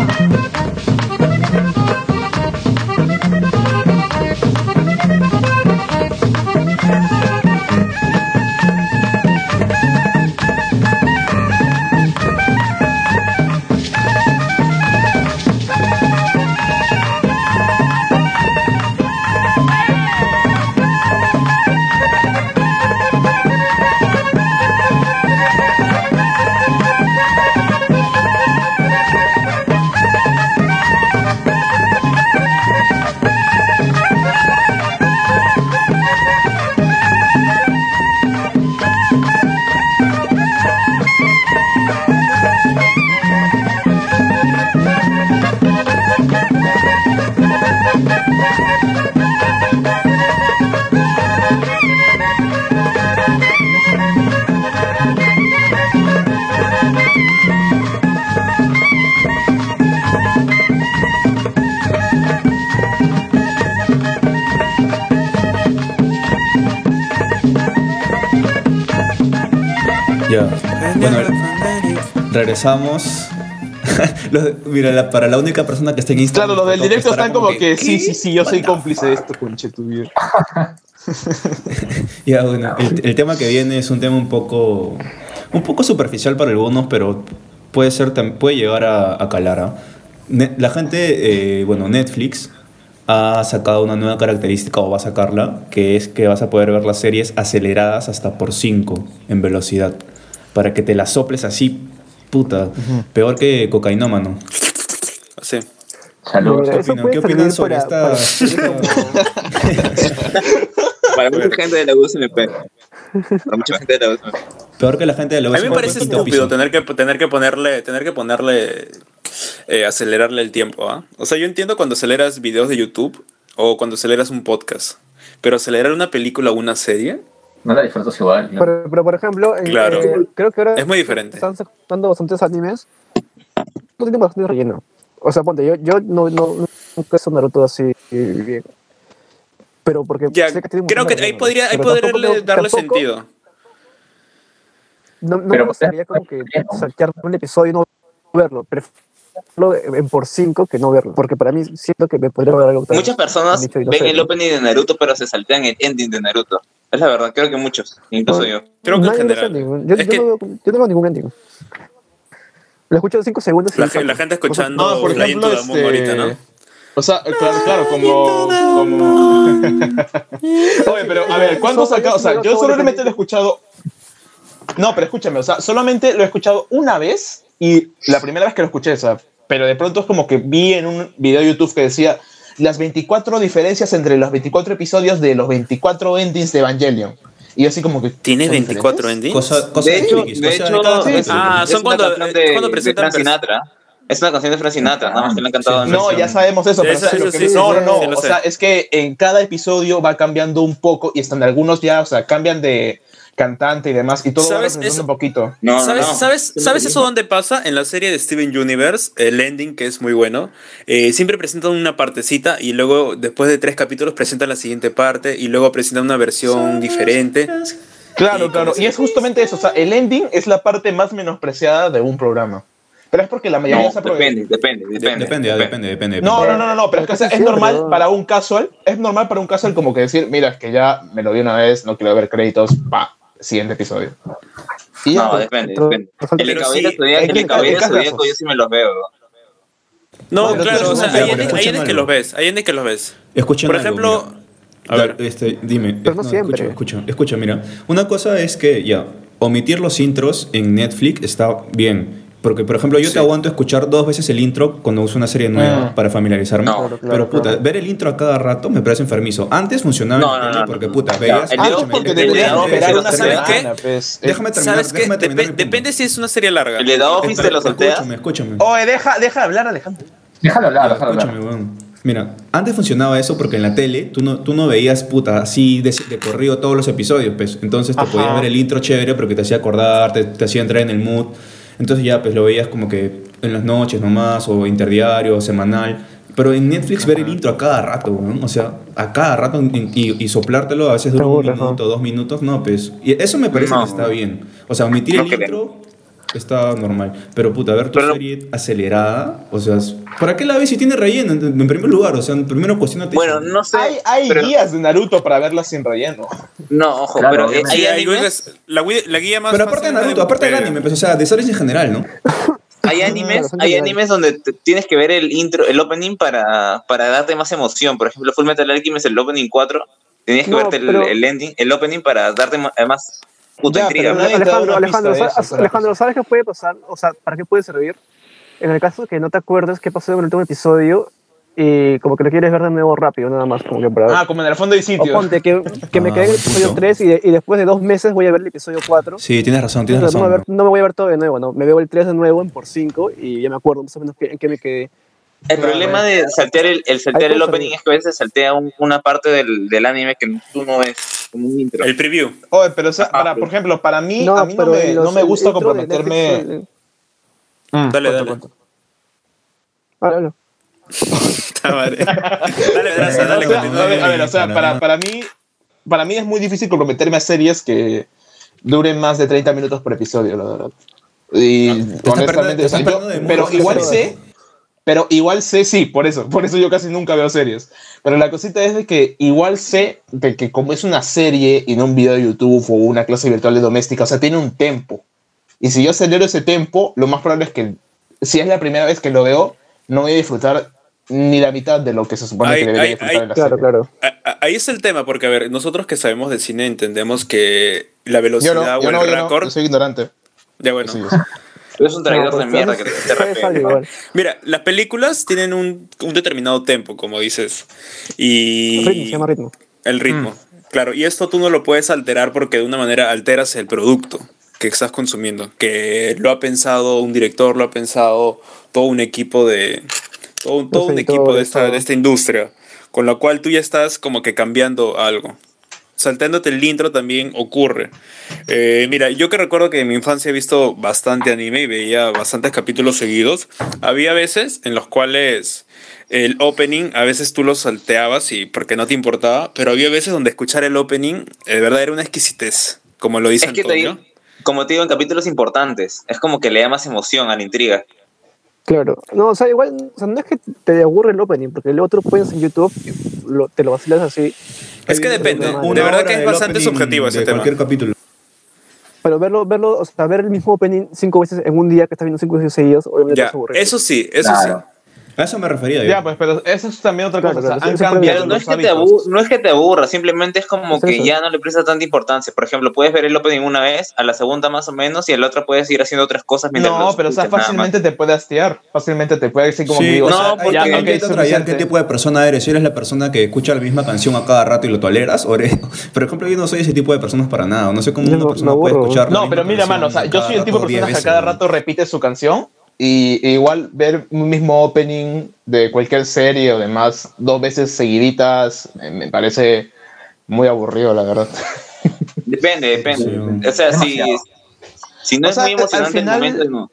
Speaker 2: Ya. Bueno, regresamos. [laughs] Los- mira, la- para la única persona que está en Instagram.
Speaker 4: Claro, los del
Speaker 2: tengo que
Speaker 4: directo
Speaker 2: estar
Speaker 4: están como que,
Speaker 2: ¿qué?
Speaker 4: sí, sí, sí, yo soy cómplice de esto, conche tu vida.
Speaker 2: Ya, bueno, el, el tema que viene es un tema un poco, un poco superficial para algunos, pero puede, ser, tam- puede llegar a, a calar. ¿ah? Ne- La gente, eh, bueno, Netflix ha sacado una nueva característica o va a sacarla, que es que vas a poder ver las series aceleradas hasta por 5 en velocidad, para que te las soples así, puta, peor que cocainómano.
Speaker 3: Así.
Speaker 7: Salud.
Speaker 2: ¿Qué
Speaker 6: Eso
Speaker 2: opinan,
Speaker 6: puede
Speaker 2: ¿Qué opinan sobre
Speaker 6: servir para-
Speaker 2: esta-
Speaker 6: [laughs]
Speaker 2: esta...
Speaker 5: Para mucha gente de la USMP. Para mucha gente de la USMP.
Speaker 2: Peor que la gente de la
Speaker 3: A mí me
Speaker 2: USP,
Speaker 3: parece
Speaker 2: quinto
Speaker 3: estúpido
Speaker 2: piso.
Speaker 3: tener que, tener que ponerle, tener que ponerle, eh, acelerarle el tiempo, ¿ah? O sea, yo entiendo cuando aceleras videos de YouTube o cuando aceleras un podcast, pero acelerar una película o una serie
Speaker 7: No la disfrutas igual. ¿no?
Speaker 6: Pero, pero, por ejemplo, en-
Speaker 3: Claro.
Speaker 6: eh, creo que ahora
Speaker 3: es muy diferente.
Speaker 6: están sacando bastantes animes. No tienen bastante relleno. O sea, ponte, yo, yo no, no, nunca he visto Naruto así eh, bien. Pero porque
Speaker 3: Ya,
Speaker 6: sé tiene
Speaker 3: creo
Speaker 6: muchísimo
Speaker 3: que ahí
Speaker 6: relleno,
Speaker 3: podría, ahí
Speaker 6: pero
Speaker 3: podría
Speaker 6: tampoco-
Speaker 3: darle, darle
Speaker 6: tampoco-
Speaker 3: sentido.
Speaker 6: No, no
Speaker 7: Pero-
Speaker 6: me gustaría como que
Speaker 7: relleno.
Speaker 6: saltear un episodio y no verlo. Prefiero en por cinco que no verlo. Porque para mí siento que me podría ver algo tan-
Speaker 5: Muchas personas
Speaker 6: dicho y no
Speaker 5: ven
Speaker 6: sé,
Speaker 5: el
Speaker 6: ¿no?
Speaker 5: opening de Naruto, pero se saltean el ending de Naruto. Es la verdad, creo que muchos, incluso yo.
Speaker 3: Creo que en
Speaker 6: Nadie ve ese
Speaker 3: general.
Speaker 6: ending. Yo,
Speaker 3: Es
Speaker 6: yo
Speaker 3: que-
Speaker 6: no, veo- yo no veo ningún ending. Lo escucho en 5 segundos. y
Speaker 3: La,
Speaker 6: lo saco.
Speaker 3: gen- la gente
Speaker 6: O sea,
Speaker 3: escuchando
Speaker 4: No, por
Speaker 3: Fly into
Speaker 4: ejemplo,
Speaker 3: the Moon
Speaker 4: este...
Speaker 3: ahorita, ¿no?
Speaker 4: O sea, claro, claro, como... como... [laughs] Oye, pero a ver, ¿cuándo
Speaker 6: Sopa,
Speaker 4: saca?
Speaker 6: yo
Speaker 4: O sea,
Speaker 6: sí
Speaker 4: yo
Speaker 6: veo todo lo que
Speaker 4: solamente lo he escuchado... No, pero escúchame, o sea, solamente lo he escuchado una vez y la primera vez que lo escuché, o sea, pero de pronto es como que vi en un video de YouTube que decía las 24 diferencias entre los 24 episodios de los 24 endings de Evangelion. Y yo así como que...
Speaker 3: ¿Tiene
Speaker 4: ¿son
Speaker 3: 24
Speaker 4: diferentes?
Speaker 3: endings?
Speaker 2: Cosa, cosa
Speaker 5: de
Speaker 2: de
Speaker 5: hecho,
Speaker 2: frikis,
Speaker 5: de
Speaker 2: cosa de
Speaker 5: hecho,
Speaker 2: cada
Speaker 5: sí.
Speaker 2: friki.
Speaker 3: Ah, son
Speaker 5: Es una
Speaker 3: cuando,
Speaker 5: canción
Speaker 3: es
Speaker 5: de,
Speaker 3: cuando
Speaker 5: de
Speaker 3: presentan
Speaker 5: Frank
Speaker 3: pers-
Speaker 5: Sinatra. Es una canción de Frank Sinatra, nada más que la han cantado en
Speaker 4: No,
Speaker 5: versión-
Speaker 4: ya sabemos eso, pero
Speaker 3: Eso-
Speaker 4: o sea, lo
Speaker 3: eso
Speaker 4: que-
Speaker 3: sí,
Speaker 4: no, no,
Speaker 3: sí,
Speaker 4: no,
Speaker 3: sí, lo
Speaker 4: o
Speaker 3: sé.
Speaker 4: sea, es que en cada episodio va cambiando un poco y están algunos ya, o sea, cambian de cantante y demás y todo va
Speaker 3: ¿Sabes?
Speaker 4: representando
Speaker 3: Eso-
Speaker 4: un poquito.
Speaker 5: No, no,
Speaker 3: ¿Sabes,
Speaker 5: no.
Speaker 3: ¿sabes, ¿Sabes eso dónde pasa? En la serie de Steven Universe, el ending, que es muy bueno, eh, siempre presentan una partecita y luego, después de tres capítulos, presentan la siguiente parte y luego presentan una versión diferente.
Speaker 4: Claro,
Speaker 3: Sí,
Speaker 4: claro,
Speaker 3: como
Speaker 4: y es justamente eso, o sea, el ending es la parte más menospreciada de un programa. Pero es porque la mayoría
Speaker 5: No,
Speaker 4: se aprovecha.
Speaker 5: depende, depende, depende.
Speaker 2: Depende, ya, depende, depende.
Speaker 4: No, no, no, no, no, pero es que o sea, es normal
Speaker 6: ¿no?
Speaker 4: para un casual, es normal para un casual como que decir, mira, es que ya me lo di una vez, no quiero ver créditos, pa, siguiente episodio. Y ya,
Speaker 5: No,
Speaker 4: pues.
Speaker 5: depende,
Speaker 6: Pero-
Speaker 5: depende. El de
Speaker 3: pero
Speaker 5: cabello
Speaker 3: sí,
Speaker 4: hay
Speaker 5: zodíaco-
Speaker 4: que
Speaker 5: el de cabello
Speaker 4: explicar
Speaker 5: zodíaco
Speaker 4: casos.
Speaker 5: yo sí me los veo. ¿no?
Speaker 3: No,
Speaker 4: Pero
Speaker 3: claro,
Speaker 4: tú
Speaker 3: o sea,
Speaker 4: eres
Speaker 3: hay
Speaker 4: una-
Speaker 3: en-
Speaker 2: pero
Speaker 3: hay en que
Speaker 2: escúchame
Speaker 3: los
Speaker 2: algo.
Speaker 3: ves, hay en que los ves.
Speaker 2: Escuchen
Speaker 3: Por
Speaker 2: algo,
Speaker 3: ejemplo,
Speaker 2: mira.
Speaker 3: a
Speaker 2: Da-
Speaker 3: ver.
Speaker 2: este, dime.
Speaker 6: Pero no siempre.
Speaker 2: Escucha, escucha, escucha, mira. Una cosa es que ya, omitir los intros en Netflix está bien. Porque, por ejemplo, yo te aguanto escuchar dos veces el intro cuando uso una serie nueva
Speaker 4: Ah.
Speaker 2: para familiarizarme.
Speaker 5: No.
Speaker 2: pero, puta, ver el intro a cada rato me parece enfermizo. Antes funcionaba
Speaker 5: No,
Speaker 2: en
Speaker 5: no,
Speaker 2: tele
Speaker 5: no,
Speaker 2: porque,
Speaker 5: no.
Speaker 2: puta,
Speaker 5: No,
Speaker 2: veías...
Speaker 5: el de-
Speaker 4: Ah,
Speaker 2: escúchame,
Speaker 4: porque
Speaker 5: el de-
Speaker 4: deberías
Speaker 5: el de-
Speaker 4: esperar
Speaker 3: pero
Speaker 4: una
Speaker 3: ¿sabes
Speaker 4: semana,
Speaker 3: qué?
Speaker 4: pues.
Speaker 2: Déjame terminar,
Speaker 3: ¿Sabes qué?
Speaker 2: déjame terminar
Speaker 3: Depe-
Speaker 2: mi punto.
Speaker 3: depende si es una serie larga.
Speaker 5: El de The Office te
Speaker 2: Espera,
Speaker 5: lo solteas.
Speaker 2: Escúchame, escúchame.
Speaker 4: Oye, deja, deja de hablar, Alejandro.
Speaker 7: Déjalo hablar,
Speaker 2: Ya,
Speaker 7: déjalo
Speaker 2: escúchame,
Speaker 7: hablar.
Speaker 2: weón. Mira, antes funcionaba eso porque en la tele tú no, tú no veías puta así de, de corrido todos los episodios, pues. Entonces te
Speaker 4: Ajá.
Speaker 2: podías ver el intro chévere porque te hacía acordar, te, te hacía entrar en el mood. Entonces ya, pues lo veías como que en las noches nomás, o interdiario, o semanal. Pero en Netflix ver el intro a cada rato, weón. O sea, a cada rato en- en- y, y soplártelo a veces dura un
Speaker 6: aburres, ¿no?
Speaker 2: minuto, dos minutos, no, pues. Y eso me parece
Speaker 5: No.
Speaker 2: que está bien. O sea, omitir
Speaker 5: No
Speaker 2: el
Speaker 5: creo.
Speaker 2: intro Está normal. Pero puta, ver tu
Speaker 5: Pero-
Speaker 2: serie acelerada, o sea, ¿para qué la ves si tiene relleno? En, en primer lugar, o sea, en primero cuestionate.
Speaker 5: Bueno, no sé.
Speaker 4: Hay, hay
Speaker 5: pero-
Speaker 4: guías de Naruto para verlas sin relleno.
Speaker 5: No, ojo,
Speaker 7: Claro,
Speaker 5: pero eh,
Speaker 7: obviamente.
Speaker 5: hay
Speaker 3: Sí, hay
Speaker 5: animes,
Speaker 3: veces- la, gui- la guía más.
Speaker 2: Pero aparte de
Speaker 3: fácil es
Speaker 2: Naruto, aparte del
Speaker 3: Wikipedia.
Speaker 2: anime, pues, o sea, de series en general, ¿no?
Speaker 5: hay
Speaker 6: Ah,
Speaker 5: animes,
Speaker 6: bastante
Speaker 5: hay
Speaker 6: legal.
Speaker 5: animes donde te- tienes que ver el intro, el opening para, para darte más emoción. Por ejemplo, Full Metal Alchemist, el opening 4, tenías que
Speaker 6: No,
Speaker 5: verte el,
Speaker 6: pero-
Speaker 5: el ending, el opening para darte ma- eh, más puta
Speaker 4: Ya,
Speaker 5: intriga.
Speaker 4: pero nadie- te da
Speaker 6: Alejandro,
Speaker 4: una
Speaker 6: Alejandro,
Speaker 4: pista de
Speaker 6: ¿sabes,
Speaker 4: eso,
Speaker 6: Alejandro,
Speaker 4: claro.
Speaker 6: ¿sabes qué puede pasar? O sea, ¿para qué puede servir? En el caso de que no te acuerdes qué pasó en el último episodio y como que lo quieres ver de nuevo rápido, nada más, como que para...
Speaker 4: Ah, como en el fondo del
Speaker 6: o
Speaker 4: sitio.
Speaker 6: ponte que, que me
Speaker 2: Ah,
Speaker 6: quedé en el
Speaker 2: buen
Speaker 6: episodio
Speaker 2: punto.
Speaker 6: 3 y, de- y después de dos meses voy a ver el episodio 4.
Speaker 2: Sí, tienes razón, tienes
Speaker 6: Entonces, no,
Speaker 2: razón.
Speaker 6: me ver- no me voy a ver todo de nuevo, no. Me veo el 3 de nuevo en por 5 y ya me acuerdo más o menos que- en qué me quedé.
Speaker 5: El problema de saltear el, el saltear
Speaker 6: Ahí
Speaker 5: el
Speaker 6: puede
Speaker 5: opening
Speaker 6: salir.
Speaker 5: es que a veces saltea un- una parte del, del anime que tú no ves como un intro.
Speaker 3: El preview.
Speaker 4: Oye, pero o sea,
Speaker 5: Ajá.
Speaker 4: para, por ejemplo, para mí, a mí no
Speaker 6: pero
Speaker 4: me,
Speaker 6: los-
Speaker 4: no me
Speaker 6: el
Speaker 4: gusta
Speaker 6: intro de Netflix,
Speaker 4: comprometerme.
Speaker 6: el-
Speaker 4: Mm,
Speaker 3: Dale,
Speaker 4: cuenta,
Speaker 3: dale.
Speaker 4: cuenta.
Speaker 6: ah, no, no.
Speaker 3: [laughs] Puta madre. dale,
Speaker 2: [laughs]
Speaker 3: Braza, dale,
Speaker 4: O sea,
Speaker 3: continúa.
Speaker 4: a ver, a ver, o sea,
Speaker 2: Para
Speaker 4: para,
Speaker 2: nada.
Speaker 4: para mí, para mí es muy difícil comprometerme a series que duren más de 30 minutos por episodio, la verdad. Y
Speaker 2: estás perdiendo-
Speaker 4: honestamente,
Speaker 2: te
Speaker 4: o sea,
Speaker 2: estás
Speaker 4: yo-
Speaker 2: perdiendo de
Speaker 4: pero
Speaker 2: muchas
Speaker 4: igual
Speaker 2: series.
Speaker 4: sé, pero igual sé, sí, por eso, por eso yo casi nunca veo series. Pero la cosita es de que igual sé de que como es una serie y no un video de YouTube o una clase virtual de doméstica, o sea, tiene un tempo. Y si yo acelero ese tempo, lo más probable es que si es la primera vez que lo veo, no voy a disfrutar ni la mitad de lo que se supone
Speaker 3: Ay,
Speaker 4: que debería
Speaker 3: ay,
Speaker 4: disfrutar
Speaker 3: ay,
Speaker 4: en la
Speaker 6: Claro,
Speaker 4: serie.
Speaker 6: claro.
Speaker 3: A- a- Ahí es el tema, porque a ver, nosotros que sabemos de cine entendemos que la
Speaker 4: Yo
Speaker 3: velocidad
Speaker 4: no,
Speaker 3: o
Speaker 4: yo
Speaker 3: el
Speaker 4: no, yo no,
Speaker 3: récord.
Speaker 4: yo soy ignorante.
Speaker 3: ya bueno.
Speaker 4: Sí,
Speaker 5: Tú eres un traidor
Speaker 6: No,
Speaker 5: de
Speaker 6: pues,
Speaker 5: mierda que
Speaker 6: ¿sabes?
Speaker 5: te, te
Speaker 6: Puede
Speaker 5: rapea.
Speaker 6: salir igual.
Speaker 3: Mira, las películas tienen un, un determinado tiempo, como dices. Y.
Speaker 6: Ritmo, se llama ritmo.
Speaker 3: El ritmo.
Speaker 6: Mm.
Speaker 3: Claro, y esto tú no lo puedes alterar porque de una manera alteras el producto que estás consumiendo, que lo ha pensado un director, lo ha pensado todo un equipo de todo, un- todo un equipo de
Speaker 6: editores,
Speaker 3: esta,
Speaker 6: todo.
Speaker 3: de esta industria, con lo cual tú ya estás como que cambiando algo. Saltándote el intro también ocurre. Eh, mira, yo que recuerdo que en mi infancia he visto bastante anime y veía bastantes capítulos seguidos. Había veces en los cuales el opening, a veces tú lo salteabas y porque no te importaba, pero había veces donde escuchar el opening, eh, de verdad era una exquisitez, como lo dice
Speaker 5: Es que te
Speaker 3: Antonio.
Speaker 5: digo, como te digo, en capítulos importantes, es como que le da más emoción a la intriga.
Speaker 6: Claro. No, o sea, igual, o sea, no es que te aburre el opening, porque el otro puedes en YouTube, y lo- te lo vacilas así.
Speaker 3: Es que
Speaker 6: Hay
Speaker 3: depende,
Speaker 6: videos
Speaker 3: de
Speaker 6: normales.
Speaker 3: verdad
Speaker 2: hora
Speaker 3: que es
Speaker 2: del
Speaker 3: bastante
Speaker 2: opening
Speaker 3: subjetivo ese
Speaker 2: de
Speaker 3: tema.
Speaker 2: Cualquier capítulo.
Speaker 6: Pero verlo, verlo, o sea, ver el mismo opening cinco veces en un día que estás viendo cinco veces seguidos, obviamente te
Speaker 3: Ya,
Speaker 6: vas a aburrir.
Speaker 3: eso sí, eso
Speaker 7: Claro.
Speaker 2: A eso me refería yo.
Speaker 4: Ya, pues, pero eso es también otra
Speaker 6: Claro,
Speaker 4: cosa. o sea,
Speaker 6: claro,
Speaker 4: han
Speaker 6: eso fue-
Speaker 4: cambiado
Speaker 5: Pero no
Speaker 4: los
Speaker 5: es, que te
Speaker 4: hábitos.
Speaker 5: abu- no es que te aburra, simplemente es como
Speaker 6: Es
Speaker 5: que
Speaker 6: eso.
Speaker 5: ya no le prestas tanta importancia. Por ejemplo, puedes ver el opening una vez, a la segunda más o menos, y a la otra puedes ir haciendo otras cosas mientras
Speaker 4: No,
Speaker 5: lo
Speaker 4: pero o sea,
Speaker 5: escuchas, nada más.
Speaker 4: fácilmente te puede hastiar. Fácilmente te puede decir como
Speaker 2: Sí,
Speaker 4: que digo,
Speaker 2: o
Speaker 5: no,
Speaker 2: sea,
Speaker 5: porque-
Speaker 4: ya,
Speaker 2: ahí
Speaker 4: ok,
Speaker 2: te entra ya
Speaker 4: suficiente.
Speaker 2: qué tipo de persona eres. Si eres la persona que escucha la misma canción a cada rato y lo toleras, o eres... [laughs] Por ejemplo, yo no soy ese tipo de personas para nada. No sé cómo
Speaker 6: Yo
Speaker 2: una
Speaker 6: no-
Speaker 2: persona
Speaker 6: me
Speaker 2: puede
Speaker 6: aburro.
Speaker 2: escuchar la
Speaker 4: No,
Speaker 2: misma
Speaker 4: pero mira,
Speaker 2: canción
Speaker 4: mano, o sea, yo
Speaker 2: cada
Speaker 4: soy el tipo de
Speaker 2: rato diez
Speaker 4: persona que a cada
Speaker 2: veces,
Speaker 4: rato repite su canción y, y igual ver un mismo opening de cualquier serie o demás dos veces seguiditas eh, me parece muy aburrido, la verdad.
Speaker 5: Depende, depende.
Speaker 2: Sí.
Speaker 5: O sea, si,
Speaker 7: Demasiado.
Speaker 5: si
Speaker 4: O
Speaker 5: no es
Speaker 4: sea,
Speaker 5: muy
Speaker 4: al
Speaker 5: emocionante
Speaker 4: final-
Speaker 5: el momento, no.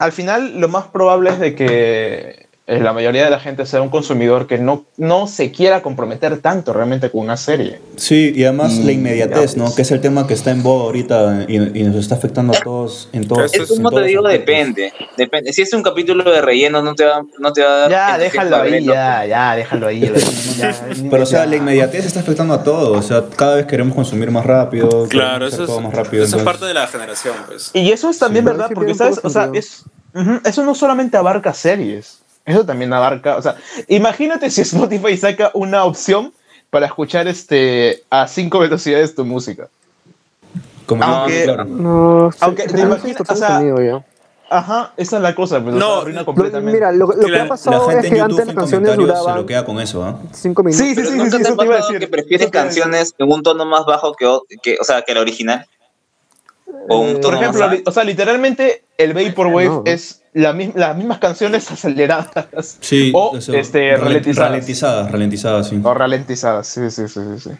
Speaker 4: Al final, lo más probable es de que eh, la mayoría de la gente sea un consumidor que no, no se quiera comprometer tanto realmente con una serie.
Speaker 2: Sí, y además
Speaker 4: Y
Speaker 6: Mm,
Speaker 2: la inmediatez,
Speaker 4: ya,
Speaker 2: ¿no?
Speaker 4: pues.
Speaker 2: Que es el tema que está en boga ahorita y, y nos está afectando a todos en todos.
Speaker 3: Eso
Speaker 5: Es
Speaker 3: es-
Speaker 2: en
Speaker 5: como te
Speaker 2: todos
Speaker 5: digo,
Speaker 2: los aspectos.
Speaker 5: depende, depende. Si es un capítulo de relleno, no te va, no te va a dar.
Speaker 4: Ya,
Speaker 5: el
Speaker 4: déjalo ahí,
Speaker 5: efecto
Speaker 4: ya, ya, déjalo ahí. [laughs] ya,
Speaker 2: Pero o sea, la
Speaker 4: ya.
Speaker 2: inmediatez está afectando a todo. O sea, cada vez queremos consumir más rápido. queremos
Speaker 3: Claro,
Speaker 2: hacer
Speaker 3: eso es,
Speaker 2: todo más rápido.
Speaker 3: eso es
Speaker 2: entonces-
Speaker 3: parte de la generación, pues.
Speaker 4: Y eso es también
Speaker 6: Sí.
Speaker 4: verdad,
Speaker 6: Sí,
Speaker 4: porque,
Speaker 6: tiene un
Speaker 4: ¿sabes?
Speaker 6: poco
Speaker 4: O sea,
Speaker 6: sentido.
Speaker 4: es, ujú, eso no solamente abarca series, eso también abarca, o sea, imagínate si Spotify saca una opción para escuchar este a cinco velocidades tu música.
Speaker 2: como
Speaker 5: Ah,
Speaker 2: que-
Speaker 4: Aunque-
Speaker 2: claro.
Speaker 6: No, sí,
Speaker 4: Aunque,
Speaker 6: sí,
Speaker 4: ¿te
Speaker 6: sí,
Speaker 4: imaginas?
Speaker 6: sí, está
Speaker 4: O sea,
Speaker 6: sonido ya.
Speaker 4: Ajá, esa es la cosa, pero
Speaker 3: No,
Speaker 4: no, arruina
Speaker 6: Lo-
Speaker 4: completamente.
Speaker 6: mira, lo, lo
Speaker 3: la-
Speaker 6: que ha
Speaker 3: la
Speaker 2: La
Speaker 6: pasado es
Speaker 2: gente en
Speaker 6: que
Speaker 2: YouTube
Speaker 6: antes
Speaker 2: en
Speaker 6: las canciones
Speaker 2: comentarios se lo
Speaker 6: duraban
Speaker 2: queda con eso, ¿ah?
Speaker 6: 5 minutos.
Speaker 4: sí, sí,
Speaker 5: Pero
Speaker 4: sí,
Speaker 5: ¿no
Speaker 4: sí,
Speaker 5: te
Speaker 4: eso
Speaker 5: ha
Speaker 4: te iba a
Speaker 5: pasado
Speaker 4: decir.
Speaker 5: que prefieres
Speaker 4: Eso te iba a decir.
Speaker 5: canciones en un tono más bajo que, o- que o sea, que la original? O un
Speaker 6: Eh,
Speaker 4: Por
Speaker 5: tono
Speaker 4: ejemplo,
Speaker 5: más
Speaker 4: li- o sea, literalmente el Vaporwave
Speaker 6: No.
Speaker 4: es la mis- las mismas canciones [laughs] aceleradas
Speaker 2: Sí,
Speaker 4: o
Speaker 2: o sea,
Speaker 4: este,
Speaker 2: rale-
Speaker 4: ralentizadas.
Speaker 2: Ralentizadas, ralentizadas, sí.
Speaker 4: O ralentizadas, sí, sí, sí, sí, sí.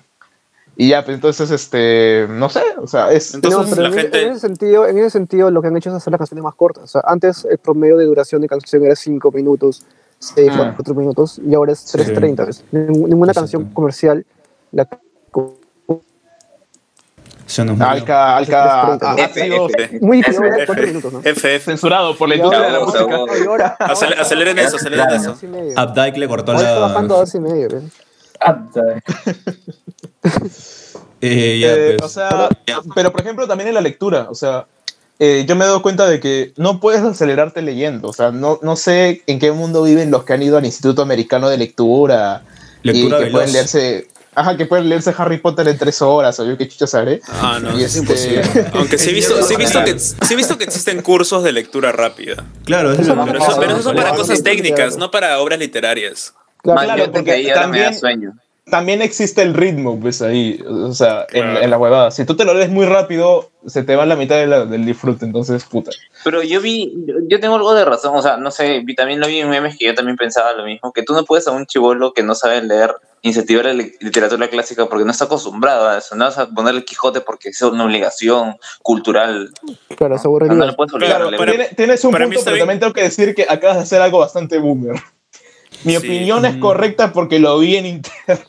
Speaker 4: Y ya, pues entonces, este, no sé, o sea, es...
Speaker 3: Entonces,
Speaker 6: no, pero
Speaker 3: la
Speaker 6: en,
Speaker 3: gente-
Speaker 6: en ese sentido, en ese sentido, lo que han hecho es hacer las canciones más cortas. O sea, antes el promedio de duración de canción era 5 minutos, 6,
Speaker 4: Ah.
Speaker 6: 4 minutos, y ahora es
Speaker 2: Sí.
Speaker 6: 3.30. Es ning- Ninguna
Speaker 2: Exacto.
Speaker 6: canción comercial la co-
Speaker 2: Se nos murió.
Speaker 4: Alca, Alca,
Speaker 6: Es- es-
Speaker 4: ha- ha
Speaker 5: F,
Speaker 4: sido
Speaker 5: F.
Speaker 6: muy difícil,
Speaker 5: F,
Speaker 6: 4
Speaker 3: F.
Speaker 6: minutos, ¿no?
Speaker 3: FF.
Speaker 4: censurado por la
Speaker 6: Y
Speaker 4: industria de la
Speaker 5: Vamos,
Speaker 4: música.
Speaker 5: vamos.
Speaker 6: y
Speaker 3: [laughs]
Speaker 6: ahora-
Speaker 3: Acele-
Speaker 6: ahora-
Speaker 3: Aceleren eso, aceleren
Speaker 6: ahora-
Speaker 3: eso. Ah,
Speaker 6: dos y medio.
Speaker 2: Updike le cortó
Speaker 6: Ahora está bajando a
Speaker 2: la.
Speaker 6: 2 y medio. ¿ves?
Speaker 7: Ah,
Speaker 2: Eh, ya,
Speaker 4: Eh,
Speaker 2: pues.
Speaker 4: o sea, pero por ejemplo también en la lectura, o sea, eh, yo me he dado cuenta de que no puedes acelerarte leyendo, o sea, no, no sé en qué mundo viven los que han ido al Instituto Americano de Lectura,
Speaker 2: Lectura
Speaker 4: y que
Speaker 2: veloz.
Speaker 4: pueden leerse, ajá, que pueden leerse Harry Potter en tres horas, o yo qué chucha sabré.
Speaker 3: Ah, no,
Speaker 4: Y
Speaker 3: es
Speaker 4: este-
Speaker 3: imposible. Aunque sí he visto, sí he visto, que,
Speaker 5: Claro.
Speaker 3: sí he visto que existen cursos de lectura rápida.
Speaker 2: claro, es
Speaker 6: Eso
Speaker 2: lo
Speaker 6: no
Speaker 3: Pero
Speaker 6: Ah,
Speaker 3: eso, pero eso son para
Speaker 6: claro.
Speaker 3: cosas técnicas, no para obras literarias.
Speaker 5: Más
Speaker 4: Claro,
Speaker 5: yo te
Speaker 4: porque
Speaker 5: creí, ahora me da
Speaker 4: también-
Speaker 5: sueño.
Speaker 4: también existe el ritmo, pues ahí, o sea, en-
Speaker 3: Claro.
Speaker 4: en, la huevada. Si tú te lo lees muy rápido, se te va la mitad de la- del disfrute, entonces, puta.
Speaker 5: Pero yo vi, yo tengo algo de razón, o sea, no sé, vi, también lo vi en memes que yo también pensaba lo mismo, que tú no puedes a un chivolo que no sabe leer incentivar la li- literatura clásica porque no está acostumbrado a eso, no vas a ponerle Quijote porque es una obligación cultural,
Speaker 6: Claro,
Speaker 3: Ah,
Speaker 6: se
Speaker 5: no,
Speaker 6: aburriría.
Speaker 5: no le puedes obligar
Speaker 3: Claro,
Speaker 5: a leer.
Speaker 3: para-
Speaker 4: Tiene- tienes un
Speaker 3: para
Speaker 4: punto,
Speaker 3: mí
Speaker 4: pero
Speaker 3: está bien.
Speaker 4: también tengo que decir que acabas de hacer algo bastante boomer. Mi
Speaker 3: Sí.
Speaker 4: opinión es
Speaker 2: Mm.
Speaker 4: correcta porque lo vi en internet.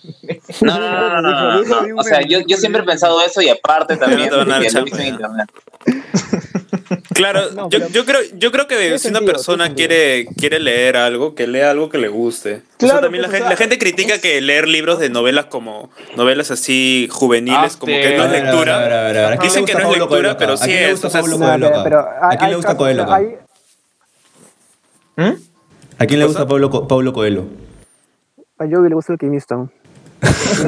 Speaker 5: No, no, no, no, no, no,
Speaker 6: Dijo,
Speaker 5: no,
Speaker 6: dijo,
Speaker 5: o sea, yo, yo siempre he pensado eso y aparte también
Speaker 3: te van a dar
Speaker 5: porque lo he visto
Speaker 3: chamba,
Speaker 5: en
Speaker 3: ya.
Speaker 5: internet.
Speaker 4: [laughs]
Speaker 3: Claro, yo, yo creo, yo creo que
Speaker 6: Tiene
Speaker 3: si una
Speaker 6: sentido,
Speaker 3: persona
Speaker 6: tiene
Speaker 3: quiere, quiere leer algo, que lea algo que le guste. Claro,
Speaker 4: Claro,
Speaker 3: también la,
Speaker 4: pues,
Speaker 3: gente,
Speaker 4: o sea,
Speaker 3: la gente critica que leer libros de novelas como novelas así juveniles,
Speaker 4: Ah,
Speaker 3: como
Speaker 4: sí.
Speaker 3: que no
Speaker 2: A
Speaker 3: es
Speaker 2: ver,
Speaker 3: lectura.
Speaker 2: a ver, a ver, a ver, a ver. ¿A quién
Speaker 3: Dicen
Speaker 2: le
Speaker 3: que
Speaker 2: gusta
Speaker 3: no es
Speaker 2: Pablo
Speaker 3: lectura,
Speaker 2: Coelhoca?
Speaker 3: pero
Speaker 2: ¿A
Speaker 3: sí
Speaker 2: quién le
Speaker 3: es,
Speaker 2: gusta
Speaker 3: o sea,
Speaker 2: Pablo
Speaker 3: es-
Speaker 6: No,
Speaker 2: Coelho
Speaker 6: pero,
Speaker 2: acá?
Speaker 6: pero hay-
Speaker 2: ¿A quién le
Speaker 6: hay
Speaker 2: gusta
Speaker 6: casos,
Speaker 2: Coelho
Speaker 6: o sea,
Speaker 2: acá?
Speaker 6: hay-
Speaker 4: ¿Mm?
Speaker 2: ¿A quién le gusta Pablo, Co- Pablo Coelho?
Speaker 6: A Yogi le gusta el
Speaker 3: [laughs]
Speaker 6: alquimista. Me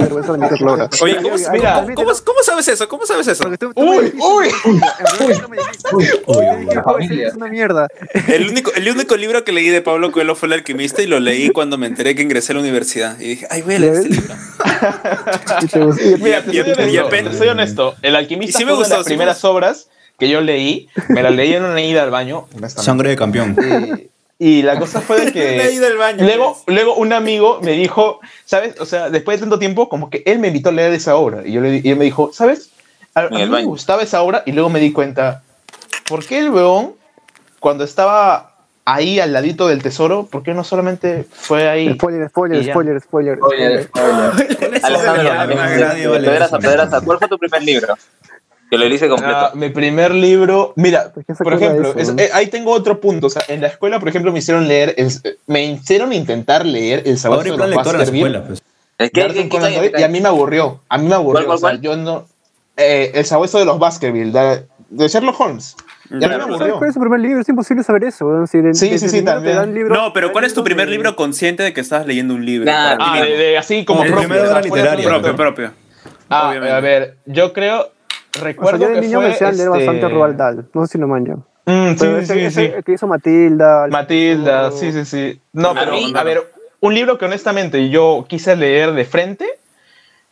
Speaker 6: avergüenza de mi color.
Speaker 3: Oye, ¿cómo,
Speaker 6: Yogi,
Speaker 4: mira,
Speaker 6: admítelo,
Speaker 3: ¿cómo, cómo sabes eso? ¿Cómo sabes eso?
Speaker 6: porque tú- tú me
Speaker 4: ¡Uy,
Speaker 6: dijiste-
Speaker 4: uy!
Speaker 6: en realidad tú me dijiste,
Speaker 2: Uy, uy, uy.
Speaker 6: "Oye, ¿qué puede ser? Es
Speaker 4: [laughs]
Speaker 6: una mierda.
Speaker 3: El único, el único libro que leí de Pablo Coelho fue El alquimista y lo leí cuando me enteré que ingresé a la universidad. Y dije, ay, voy a leer este libro.
Speaker 6: Y te gusta- y-
Speaker 4: Mira, te
Speaker 3: Y- y-
Speaker 4: soy,
Speaker 3: y
Speaker 4: honesto,
Speaker 3: apenas-
Speaker 4: te soy honesto. El alquimista
Speaker 3: Y sí me
Speaker 4: fue una de
Speaker 3: gustó,
Speaker 4: las
Speaker 3: sí me
Speaker 4: primeras obras que yo leí. Me la leí en una ida al baño. honestamente.
Speaker 2: Sangre de campeón.
Speaker 4: Y, y la cosa fue
Speaker 3: [laughs]
Speaker 4: de que...
Speaker 3: Una ida al baño,
Speaker 4: Luego,
Speaker 3: pues.
Speaker 4: luego un amigo me dijo, ¿sabes? O sea, después de tanto tiempo, como que él me invitó a leer esa obra. Y, yo le, di- y él me dijo, ¿sabes? A, a
Speaker 5: En
Speaker 4: mí
Speaker 5: el
Speaker 4: me
Speaker 5: baño.
Speaker 4: gustaba esa obra y luego me di cuenta, ¿por qué el weón, cuando estaba ahí al ladito del tesoro, por qué no solamente fue ahí?
Speaker 6: Spoiler,
Speaker 4: Y
Speaker 6: spoiler,
Speaker 4: ya.
Speaker 6: spoiler, spoiler.
Speaker 7: Oye, oye,
Speaker 5: Alejandro,
Speaker 2: Nadie
Speaker 5: también,
Speaker 2: vale
Speaker 5: de-
Speaker 2: eso,
Speaker 5: de Pedras a
Speaker 2: amigo.
Speaker 5: Pedras a- ¿cuál fue tu primer libro? Que lo hice completo.
Speaker 4: Ah, mi primer libro, mira,
Speaker 6: ¿Por qué se
Speaker 4: por
Speaker 6: acuerda
Speaker 4: ejemplo,
Speaker 6: de eso,
Speaker 4: es-
Speaker 6: no?
Speaker 4: eh, ahí tengo otro punto. O sea, en la escuela, por ejemplo, me hicieron leer, el- me hicieron intentar leer El
Speaker 2: Ahora hay
Speaker 4: sabueso de
Speaker 2: plan
Speaker 4: los
Speaker 2: lector en la
Speaker 4: Baskerville.
Speaker 2: escuela, pues.
Speaker 5: ¿El qué?
Speaker 4: Garson
Speaker 5: ¿Qué?
Speaker 4: Conan
Speaker 5: ¿Qué?
Speaker 4: Doyle, ¿eh? y a mí me aburrió. A mí me aburrió.
Speaker 5: ¿Cuál,
Speaker 4: o sea,
Speaker 5: cuál,
Speaker 4: yo
Speaker 5: cuál?
Speaker 4: no. eh, el sabueso de los Baskerville, de, de Sherlock Holmes. Y a mí me
Speaker 3: Claro,
Speaker 6: ¿Sabes
Speaker 4: aburrió.
Speaker 6: cuál es su primer libro? Es imposible saber eso. weón. Si de-
Speaker 4: Sí,
Speaker 6: desde
Speaker 4: sí, sí,
Speaker 6: primero te
Speaker 4: también.
Speaker 6: dan libro-
Speaker 3: No, pero ¿cuál es tu primer
Speaker 6: de-
Speaker 3: libro consciente de que estabas leyendo un libro?
Speaker 5: Claro.
Speaker 3: Para ti
Speaker 4: Ah,
Speaker 3: mismo.
Speaker 4: de- de- así como
Speaker 2: Como
Speaker 4: propio,
Speaker 2: primera
Speaker 4: o sea,
Speaker 2: obra
Speaker 4: fue
Speaker 2: literaria.
Speaker 3: propio, propio.
Speaker 4: Ah,
Speaker 3: obviamente.
Speaker 4: a ver, yo creo.
Speaker 6: O sea,
Speaker 4: Recuerdo
Speaker 6: yo de
Speaker 4: que
Speaker 6: niño
Speaker 4: fue,
Speaker 6: me decían leer
Speaker 4: este,
Speaker 6: bastante a Roald Dahl. No sé si lo manchan.
Speaker 4: Mm, sí,
Speaker 6: Pero
Speaker 4: sí,
Speaker 6: ese-
Speaker 4: sí,
Speaker 6: ese
Speaker 4: sí.
Speaker 6: que hizo Matilda.
Speaker 4: Matilda,
Speaker 6: o-
Speaker 4: sí, sí, sí. No,
Speaker 3: A
Speaker 4: pero
Speaker 5: mí-
Speaker 4: a ver, un libro que honestamente yo quise leer de frente,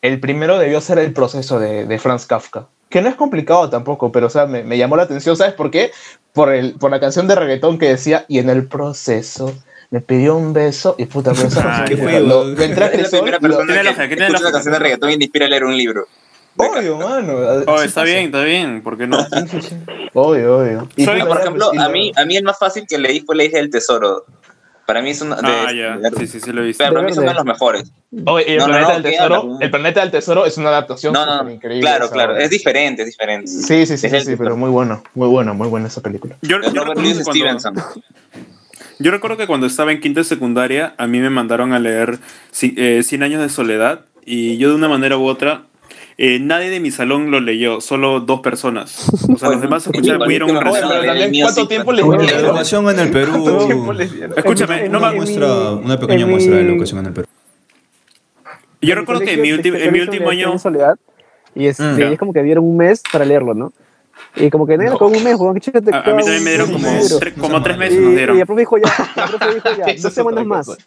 Speaker 4: el primero debió ser El proceso de, de Franz Kafka, que no es complicado tampoco, pero o sea, me, me llamó la atención, ¿sabes por qué? Por, el, por la canción de reggaetón que decía, y en el proceso me pidió un beso, y puta, pero esa
Speaker 3: Ay,
Speaker 4: canción,
Speaker 3: qué
Speaker 4: puta,
Speaker 2: feo.
Speaker 5: [laughs]
Speaker 4: lo- lo entré a
Speaker 5: Ah, Es la
Speaker 4: tesor,
Speaker 5: primera
Speaker 4: lo-
Speaker 5: persona
Speaker 3: Tiene
Speaker 5: que
Speaker 3: la fe, tiene la
Speaker 5: escucha
Speaker 3: fe.
Speaker 5: una canción de reggaetón y le inspira a leer un libro.
Speaker 4: Obvio, mano.
Speaker 3: Oh,
Speaker 4: así
Speaker 3: está
Speaker 4: pasa.
Speaker 3: bien, está bien, ¿por qué no?
Speaker 4: Obvio, obvio. Y
Speaker 3: Soy-
Speaker 4: puta,
Speaker 5: Por
Speaker 4: ya,
Speaker 5: ejemplo,
Speaker 4: pues, y
Speaker 5: a
Speaker 4: lo-
Speaker 5: mí, a mí el más fácil que leí fue La Isla del Tesoro. Para mí es una de,
Speaker 3: Ah, ya.
Speaker 5: de-
Speaker 3: Sí, sí, sí, lo he visto.
Speaker 5: Para mí es
Speaker 6: Verde.
Speaker 5: uno de los mejores.
Speaker 4: Oye, Oh, y el,
Speaker 5: No, no,
Speaker 4: planeta
Speaker 5: no,
Speaker 4: del
Speaker 5: qué
Speaker 4: tesoro,
Speaker 5: habla, no.
Speaker 4: el planeta del tesoro es una adaptación
Speaker 5: No, no,
Speaker 4: súper
Speaker 5: no.
Speaker 4: increíble.
Speaker 5: Claro,
Speaker 4: o sea,
Speaker 5: claro. Es diferente, es diferente.
Speaker 4: Sí, sí, sí,
Speaker 5: Es el
Speaker 4: sí, sí, pero muy bueno, muy bueno, muy buena esa película.
Speaker 3: Yo,
Speaker 5: Es
Speaker 3: yo
Speaker 5: Robert
Speaker 3: recuerdo
Speaker 5: Louis
Speaker 3: que cuando,
Speaker 5: Stevenson.
Speaker 3: yo recuerdo que cuando estaba en quinto de secundaria, a mí me mandaron a leer ci- eh, Cien años de soledad y yo de una manera u otra, eh, nadie de mi salón lo leyó, solo dos personas. O sea,
Speaker 4: [laughs]
Speaker 3: los demás escucharon, pudieron un
Speaker 4: Bueno,
Speaker 3: resumen.
Speaker 4: pero también, ¿cuánto tiempo le
Speaker 6: Bueno,
Speaker 2: La
Speaker 4: dieron?
Speaker 2: educación en el
Speaker 4: ¿Cuánto tiempo le
Speaker 2: Perú.
Speaker 4: dieron?
Speaker 3: Escúchame, no
Speaker 2: Una
Speaker 3: me-
Speaker 2: muestra, una pequeña
Speaker 6: en mi-
Speaker 2: muestra de la educación en el Perú.
Speaker 3: Yo recuerdo que en mi, ulti- en mi último año...
Speaker 6: Soledad, y este,
Speaker 3: Mm. Ya.
Speaker 6: es como que dieron un mes para leerlo, ¿no? Y como que no, con un mes, weón, qué chévere.
Speaker 3: A, a mí también me dieron como,
Speaker 2: Seguro.
Speaker 3: tres, como tres
Speaker 6: Y,
Speaker 3: meses nos
Speaker 6: y
Speaker 3: dieron.
Speaker 6: el profe dijo ya, el profe
Speaker 3: [laughs]
Speaker 6: dijo ya,
Speaker 4: Eso
Speaker 6: dos
Speaker 4: es
Speaker 6: semanas
Speaker 4: otra
Speaker 6: más.
Speaker 4: cosa.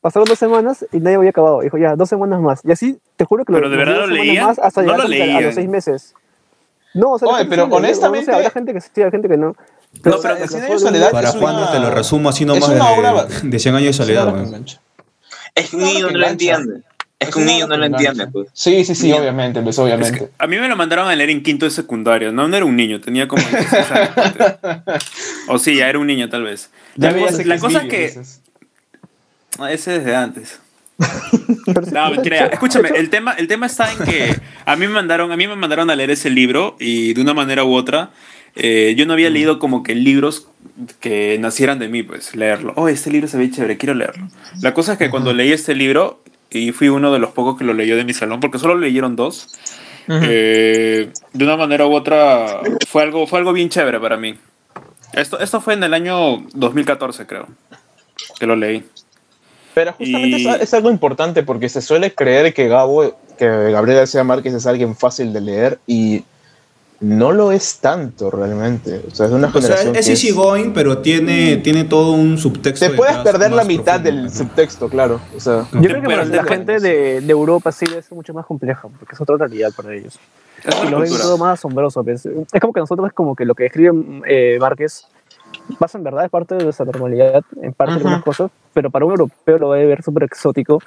Speaker 6: Pasaron dos semanas y nadie había acabado. Dijo ya, dos semanas más. Y así, te juro que
Speaker 3: Pero de
Speaker 6: nos
Speaker 3: verdad
Speaker 6: dio
Speaker 3: lo
Speaker 6: dos semanas
Speaker 3: leían,
Speaker 6: más hasta
Speaker 3: no
Speaker 6: llegar
Speaker 3: lo
Speaker 6: a- a
Speaker 3: leían.
Speaker 6: los seis meses. No, o sea, la
Speaker 4: Oye,
Speaker 6: gente
Speaker 4: pero
Speaker 6: sí lo leía, weón, o sea,
Speaker 4: honestamente-
Speaker 6: habrá gente que sí, habrá gente que no.
Speaker 4: No, pero
Speaker 6: la-
Speaker 4: Cien
Speaker 6: la-
Speaker 4: años de soledad
Speaker 2: Para
Speaker 4: es
Speaker 2: Juan,
Speaker 4: una-
Speaker 2: te lo resumo así
Speaker 4: es
Speaker 2: nomás
Speaker 4: una obra-
Speaker 2: de, de 100 años de soledad.
Speaker 4: Claro que
Speaker 2: weón.
Speaker 4: engancha.
Speaker 5: Es que un
Speaker 4: Es una
Speaker 5: niño no lo
Speaker 4: engancha.
Speaker 5: entiende. Es que un
Speaker 4: una
Speaker 5: niño no lo
Speaker 4: engancha.
Speaker 5: entiende, pues.
Speaker 4: Sí, sí, sí,
Speaker 5: Niño.
Speaker 4: obviamente, pues obviamente.
Speaker 3: A mí me lo mandaron a leer en quinto de secundaria. No, no era un niño, tenía como 16 años.
Speaker 4: [laughs]
Speaker 3: O sí, ya era un niño tal vez.
Speaker 4: Ya
Speaker 3: La
Speaker 4: veías
Speaker 3: cosa-
Speaker 4: X
Speaker 3: la cosa es
Speaker 4: videos,
Speaker 3: que-
Speaker 4: dices.
Speaker 3: Ah, Ese desde antes.
Speaker 6: [laughs]
Speaker 3: No, mentira, ya. escúchame, el tema, el tema está en que a mí, me mandaron, a mí me mandaron a leer ese libro y de una manera u otra eh, yo no había leído como que libros que nacieran de mí, pues leerlo. Oh, este libro se ve chévere, quiero leerlo. La cosa es que cuando leí este libro, y fui uno de los pocos que lo leyó de mi salón, porque solo leyeron dos, eh, de una manera u otra fue algo, fue algo bien chévere para mí. Esto, esto fue en el año 2014, creo, que lo leí.
Speaker 4: Pero justamente
Speaker 3: Y-
Speaker 4: es, es algo importante porque se suele creer que Gabo, que Gabriel García Márquez es alguien fácil de leer y no lo es tanto realmente. O sea, es una
Speaker 2: O sea,
Speaker 4: generación
Speaker 2: es
Speaker 4: que
Speaker 2: easy going, pero tiene, tiene todo un subtexto.
Speaker 4: Te puedes
Speaker 2: detrás
Speaker 4: perder la
Speaker 2: más
Speaker 4: mitad
Speaker 2: profundo,
Speaker 4: del
Speaker 2: ¿no?
Speaker 4: subtexto, claro. O sea,
Speaker 6: Yo creo que para
Speaker 3: Pero
Speaker 6: la
Speaker 3: te-
Speaker 6: gente de, de Europa sí es mucho más compleja, porque es otra realidad para ellos.
Speaker 3: Es
Speaker 6: Y
Speaker 3: otra
Speaker 6: lo ven
Speaker 3: cultura.
Speaker 6: todo más asombroso. pues. Es como que nosotros es como que lo que escribe eh, Márquez pasa en verdad, es parte de nuestra normalidad, en parte de
Speaker 4: Ujú.
Speaker 6: algunas cosas, pero para un europeo lo debe ver súper exótico.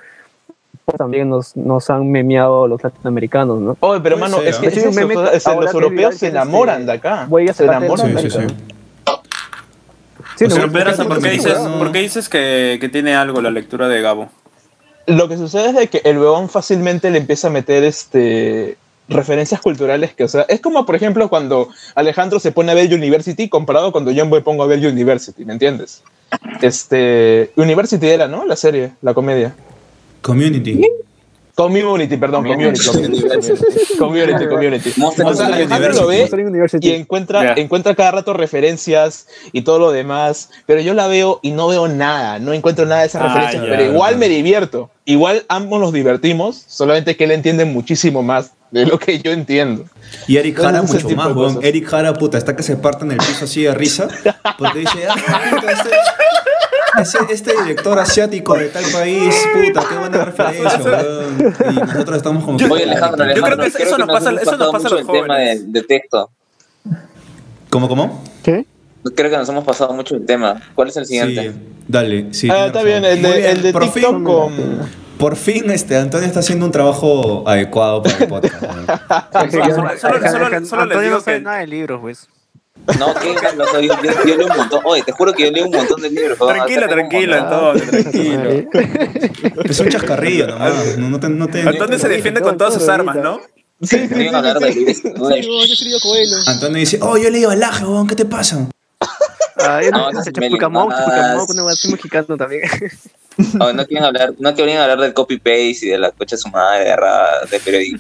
Speaker 6: Pues También nos, nos han memeado los latinoamericanos, ¿no?
Speaker 4: Oye, pero
Speaker 2: Puede
Speaker 4: hermano,
Speaker 2: ser,
Speaker 4: es
Speaker 2: ¿ah?
Speaker 4: que
Speaker 6: De hecho, hay
Speaker 4: es
Speaker 6: un
Speaker 4: eso,
Speaker 6: meme
Speaker 4: o sea,
Speaker 6: ahora
Speaker 4: los
Speaker 6: que
Speaker 4: europeos
Speaker 6: viral
Speaker 4: se
Speaker 6: que es,
Speaker 4: enamoran
Speaker 6: eh,
Speaker 4: de acá.
Speaker 6: voy a
Speaker 4: Se
Speaker 6: sacarte
Speaker 4: enamoran
Speaker 6: la
Speaker 4: de
Speaker 2: Sí, sí,
Speaker 4: acá.
Speaker 2: sí.
Speaker 6: Sí,
Speaker 2: O sea,
Speaker 3: Pero
Speaker 6: no,
Speaker 3: Pedraza,
Speaker 2: es
Speaker 3: ¿por qué
Speaker 2: muy
Speaker 3: dices,
Speaker 2: bueno.
Speaker 3: por qué dices que, que tiene algo la lectura de Gabo?
Speaker 4: Lo que sucede es de que el weón fácilmente le empieza a meter este referencias culturales que, o sea, es como por ejemplo cuando Alejandro se pone a ver University comparado cuando yo me pongo a ver University, ¿me entiendes? Este, University era, ¿no? La serie, la comedia.
Speaker 2: Community.
Speaker 4: Community, perdón, community. Community, community, community. community.
Speaker 5: Monster
Speaker 4: O sea,
Speaker 5: University.
Speaker 4: Alejandro lo ve
Speaker 6: Soy un university.
Speaker 4: y encuentra,
Speaker 3: Ya.
Speaker 4: encuentra cada rato referencias y todo lo demás, pero yo la veo y no veo nada, no encuentro nada de esas
Speaker 3: Ah,
Speaker 4: referencias,
Speaker 3: ya,
Speaker 4: pero igual
Speaker 2: ya.
Speaker 4: me divierto, igual ambos nos divertimos, solamente que él entiende muchísimo más de lo que yo entiendo.
Speaker 2: Y Eric Jara
Speaker 4: Ese
Speaker 2: mucho
Speaker 4: tipo
Speaker 2: más,
Speaker 4: de
Speaker 2: weón.
Speaker 4: cosas.
Speaker 2: Eric Jara, puta, está que se parte en el piso así de risa. Porque dice,
Speaker 4: [laughs]
Speaker 2: ah, puta, este, ese- este director asiático de tal país, puta, qué buena referencia, weón. Y nosotros estamos como...
Speaker 5: Oye, Alejandro,
Speaker 2: Como
Speaker 5: Alejandro,
Speaker 3: creo que eso nos pasa-
Speaker 5: hemos
Speaker 3: eso nos
Speaker 5: pasado
Speaker 3: pasa
Speaker 5: mucho
Speaker 3: a los
Speaker 5: el tema de,
Speaker 3: jóvenes.
Speaker 5: de texto.
Speaker 2: ¿Cómo, cómo?
Speaker 6: ¿Qué?
Speaker 5: Creo que nos hemos pasado mucho el tema. ¿Cuál es el siguiente?
Speaker 2: Sí, dale, sí. tienes
Speaker 4: Ah, está
Speaker 2: razón.
Speaker 4: bien, el
Speaker 2: Muy
Speaker 4: de, el de
Speaker 2: por
Speaker 4: TikTok
Speaker 2: fin,
Speaker 4: con...
Speaker 2: Por fin, este, Antonio está haciendo un trabajo adecuado para el podcast, weón.
Speaker 3: solo- solo- solo- solo les
Speaker 1: Ah, Antonio
Speaker 3: digo
Speaker 1: no sabe
Speaker 3: que-
Speaker 1: nada de libros, pues.
Speaker 5: No, que no, yo, yo, yo leo un montón. Oye, te juro que yo leo un montón de libros. ¿no?
Speaker 3: Tranquilo,
Speaker 5: Acá tengo un
Speaker 3: tranquilo,
Speaker 5: montón.
Speaker 3: entonces, tranquilo.
Speaker 2: Es un chascarrillo nomás, no, no te... No te
Speaker 3: Antonio se defiende con todas sus armas, ¿no?
Speaker 4: Sí, sí, sí,
Speaker 5: Tengo que hablar de
Speaker 4: sí, sí.
Speaker 5: libros, ¿no?
Speaker 4: [laughs]
Speaker 2: Antonio dice, oh, yo le digo alaje, weón, ¿qué te pasa?
Speaker 1: Ah, él
Speaker 5: No,
Speaker 1: se
Speaker 5: esas
Speaker 1: Chapucamón,
Speaker 5: melenadas.
Speaker 1: Chapucamón, una así mexicano también.
Speaker 5: Oye, no quieren hablar, no quieren hablar del copy paste y de la coche de su madre, de, ra- de periodismo.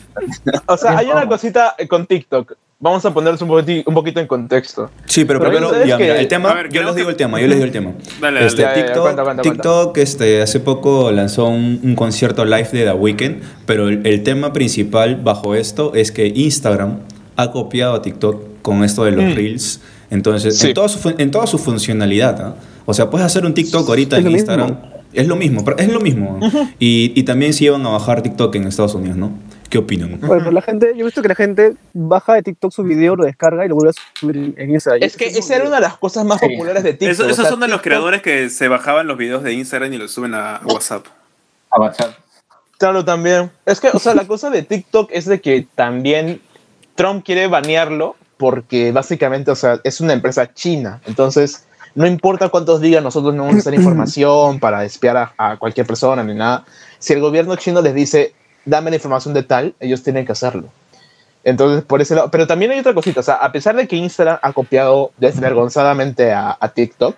Speaker 4: O sea, hay una cosita con TikTok. Vamos a ponernos un, poquiti- un poquito en contexto.
Speaker 2: Sí, pero,
Speaker 4: Pero
Speaker 2: primero,
Speaker 4: ¿sabes
Speaker 2: ya,
Speaker 4: qué?
Speaker 2: mira, el tema,
Speaker 3: A ver,
Speaker 2: yo
Speaker 3: creo
Speaker 2: les digo
Speaker 3: que-
Speaker 2: el tema, yo les digo el tema.
Speaker 3: Dale, dale.
Speaker 2: Este,
Speaker 4: Ya, ya, ya,
Speaker 2: TikTok,
Speaker 4: cuenta, cuenta, cuenta.
Speaker 2: TikTok, Este, hace poco lanzó un, un concierto live de The Weeknd, pero el, el tema principal bajo esto es que Instagram ha copiado a TikTok con esto de los Reels. Entonces,
Speaker 4: Mm. Sí.
Speaker 2: en, toda su, fun- en toda su funcionalidad, ¿ah? o sea, puedes hacer un TikTok ahorita
Speaker 6: Es
Speaker 2: en
Speaker 6: lo mismo.
Speaker 2: Instagram. Es lo mismo, pero es lo mismo. y, y también si iban a bajar TikTok en Estados Unidos, ¿no? ¿Qué opinan?
Speaker 6: Oye, pero la gente, yo he visto que la gente baja de TikTok su video, lo descarga y lo vuelve a subir en Instagram.
Speaker 4: Es que esa era una de las cosas más
Speaker 7: Sí.
Speaker 4: populares de TikTok. Este,
Speaker 3: Eso-
Speaker 4: o
Speaker 3: esos
Speaker 4: sea,
Speaker 3: son de los
Speaker 4: TikTok-
Speaker 3: creadores que se bajaban los videos de Instagram y los suben a WhatsApp.
Speaker 7: a WhatsApp.
Speaker 4: Claro, también. Es que, o sea, la cosa de TikTok es de que también Trump quiere banearlo porque básicamente, o sea, es una empresa china. Entonces, No importa cuántos digan, nosotros no vamos a usar información para espiar a, a cualquier persona ni nada. Si el gobierno chino les dice, dame la información de tal, ellos tienen que hacerlo. Entonces, por ese lado. Pero también hay otra cosita. O sea, a pesar de que Instagram ha copiado desvergonzadamente a, a TikTok,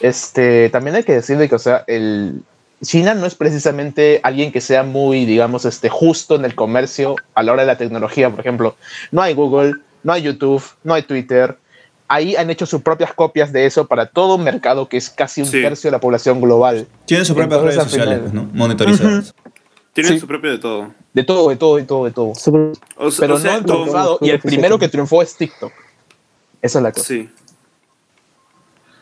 Speaker 4: este, también hay que decirle que, o sea, el, China no es precisamente alguien que sea muy, digamos, este, justo en el comercio a la hora de la tecnología. Por ejemplo, no hay Google, no hay YouTube, no hay Twitter. Ahí han hecho sus propias copias de eso para todo un mercado que es casi un
Speaker 9: Sí.
Speaker 4: tercio de la población global.
Speaker 2: Tienen sus propias
Speaker 4: Entonces,
Speaker 2: redes
Speaker 4: al
Speaker 2: sociales,
Speaker 4: final-
Speaker 2: pues, ¿no? Monitorizadas.
Speaker 9: Tienen
Speaker 4: Sí.
Speaker 9: su propio de todo.
Speaker 4: De todo, de todo, de todo, de todo.
Speaker 6: Súper-
Speaker 9: O, s-
Speaker 4: Pero
Speaker 9: o sea,
Speaker 4: no han
Speaker 9: todo-
Speaker 4: triunfado y el primero que triunfó es TikTok. Esa es la cosa.
Speaker 9: sí.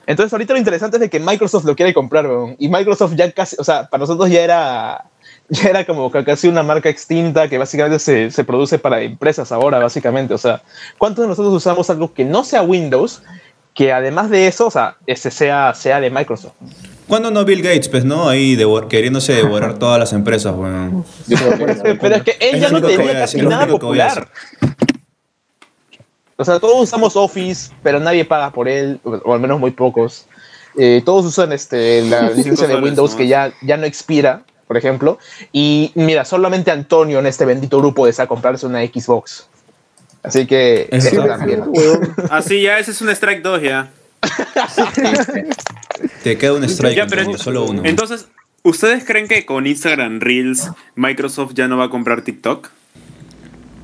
Speaker 4: Entonces, ahorita lo interesante es de que Microsoft lo quiere comprar, weón. Y Microsoft ya casi, o sea, para nosotros ya era, [laughs] ya era como que casi una marca extinta que básicamente se, se produce para empresas ahora, básicamente. O sea, ¿cuántos de nosotros usamos algo que no sea Windows, que además de eso, o sea, ese sea, sea de Microsoft?
Speaker 2: ¿Cuándo no Bill Gates, pues, no? Ahí devor- queriéndose devorar todas las empresas, weón.
Speaker 7: Yo creo que no.
Speaker 4: Pero es que él
Speaker 2: Es
Speaker 4: ya
Speaker 2: lo
Speaker 4: no
Speaker 2: único que voy
Speaker 4: tenía
Speaker 2: a
Speaker 4: casi
Speaker 2: decir, es lo
Speaker 4: nada
Speaker 2: único que voy a decir.
Speaker 4: popular. O sea, todos usamos Office, pero nadie paga por él, o- o al menos muy pocos. Eh, todos usan este, la licencia de
Speaker 9: dólares
Speaker 4: Windows que ya, ya no expira, por ejemplo. Y mira, solamente Antonio en este bendito grupo desea comprarse una Xbox. Así que
Speaker 2: Es
Speaker 4: eso
Speaker 2: verdad.
Speaker 4: también.
Speaker 3: Ah,
Speaker 9: Así ya, ese es un strike 2 ya.
Speaker 2: Te queda un strike,
Speaker 9: Ya, pero
Speaker 2: Antonio,
Speaker 9: ent-
Speaker 2: solo uno.
Speaker 9: Entonces, ¿ustedes creen que con Instagram Reels Microsoft ya no va a comprar TikTok?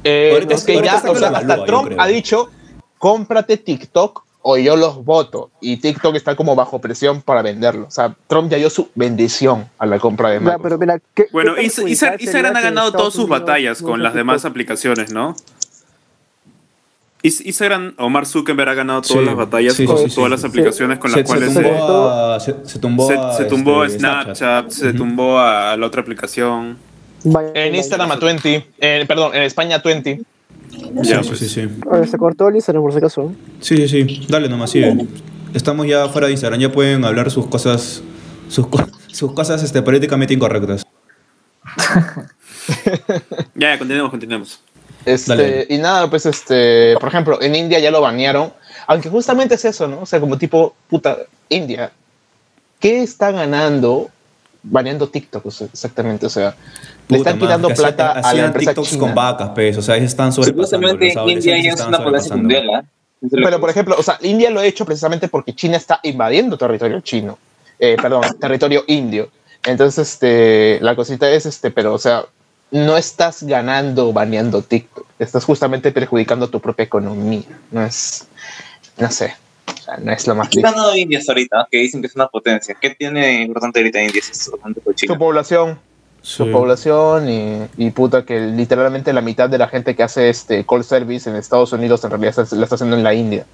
Speaker 4: Eh,
Speaker 2: Ahorita-
Speaker 4: es que
Speaker 2: ahorita
Speaker 4: ya,
Speaker 2: está
Speaker 4: o sea,
Speaker 2: con la
Speaker 4: hasta
Speaker 2: balúa, yo
Speaker 4: Trump
Speaker 2: creo.
Speaker 4: ha dicho, cómprate TikTok o yo los voto. Y TikTok está como bajo presión para venderlo. O sea, Trump ya dio su bendición a la compra de
Speaker 1: Ya,
Speaker 4: Microsoft.
Speaker 1: pero mira, ¿qué-
Speaker 9: Bueno,
Speaker 1: qué
Speaker 9: Inst-
Speaker 1: perjudicial
Speaker 9: Insta-
Speaker 1: sería
Speaker 9: Instagram ha
Speaker 1: que
Speaker 9: ganado
Speaker 1: Estados
Speaker 9: todas sus
Speaker 1: Unidos
Speaker 9: batallas
Speaker 1: no
Speaker 9: con
Speaker 1: use
Speaker 9: las demás
Speaker 1: TikTok?
Speaker 9: aplicaciones, ¿no? Is- Instagram, Omar Zuckerberg ha ganado todas
Speaker 2: Sí,
Speaker 9: las batallas
Speaker 2: sí,
Speaker 9: con
Speaker 2: sí, sí,
Speaker 9: todas
Speaker 2: sí,
Speaker 9: las
Speaker 2: sí.
Speaker 9: aplicaciones con
Speaker 2: se,
Speaker 9: las cuales se,
Speaker 2: se tumbó a, se, se tumbó
Speaker 9: se-
Speaker 2: a,
Speaker 9: se tumbó
Speaker 2: este,
Speaker 9: Snapchat, se
Speaker 2: Ujú.
Speaker 9: tumbó a la otra aplicación.
Speaker 1: Vaya,
Speaker 4: En
Speaker 1: vaya.
Speaker 4: Instagram a 20, eh, perdón, en España a 20.
Speaker 9: Ya,
Speaker 2: Sí,
Speaker 9: pues.
Speaker 2: sí, sí, sí.
Speaker 6: A ver, se cortó el Instagram por si acaso. ¿eh?
Speaker 2: Sí, sí, sí. Dale nomás, sigue. Estamos ya fuera de Instagram, ya pueden hablar sus cosas, sus, co- sus cosas este, políticamente incorrectas.
Speaker 9: Ya, ya, continuemos, continuemos.
Speaker 4: Este,
Speaker 2: Dale.
Speaker 4: Y nada, pues, este, por ejemplo, en India ya lo banearon, aunque justamente es eso, ¿no? O sea, como tipo, puta, India, ¿qué está ganando baneando TikTok o sea, exactamente? O sea, le
Speaker 2: Puta
Speaker 4: están
Speaker 2: madre,
Speaker 4: quitando
Speaker 2: que hacía-
Speaker 4: plata a la
Speaker 2: hacían
Speaker 4: empresa
Speaker 2: TikToks
Speaker 4: china.
Speaker 2: con vacas, pues, o sea, ellos están sobrepasando.
Speaker 5: Supuestamente
Speaker 2: los
Speaker 5: en India
Speaker 2: adolescentes
Speaker 5: ya es
Speaker 2: están
Speaker 5: una potencia
Speaker 2: sobrepasando.
Speaker 5: mundial, ¿ah?
Speaker 4: Pero, por ejemplo, o sea, India lo ha hecho precisamente porque China está invadiendo territorio chino, eh, perdón, territorio indio. Entonces, este, la cosita es, este, pero, o sea, no estás ganando baneando TikTok, estás justamente perjudicando tu propia economía. No es, no sé, o sea, no es lo más
Speaker 5: ¿Qué ha
Speaker 4: lindo.
Speaker 5: ganado India hasta ahorita? Que dicen que es una potencia. ¿Qué tiene importante ahorita India? Si es solamente por China.
Speaker 4: Su población, su
Speaker 2: Sí.
Speaker 4: población y, y puta que literalmente la mitad de la gente que hace este call service en Estados Unidos en realidad está- la está haciendo en la India.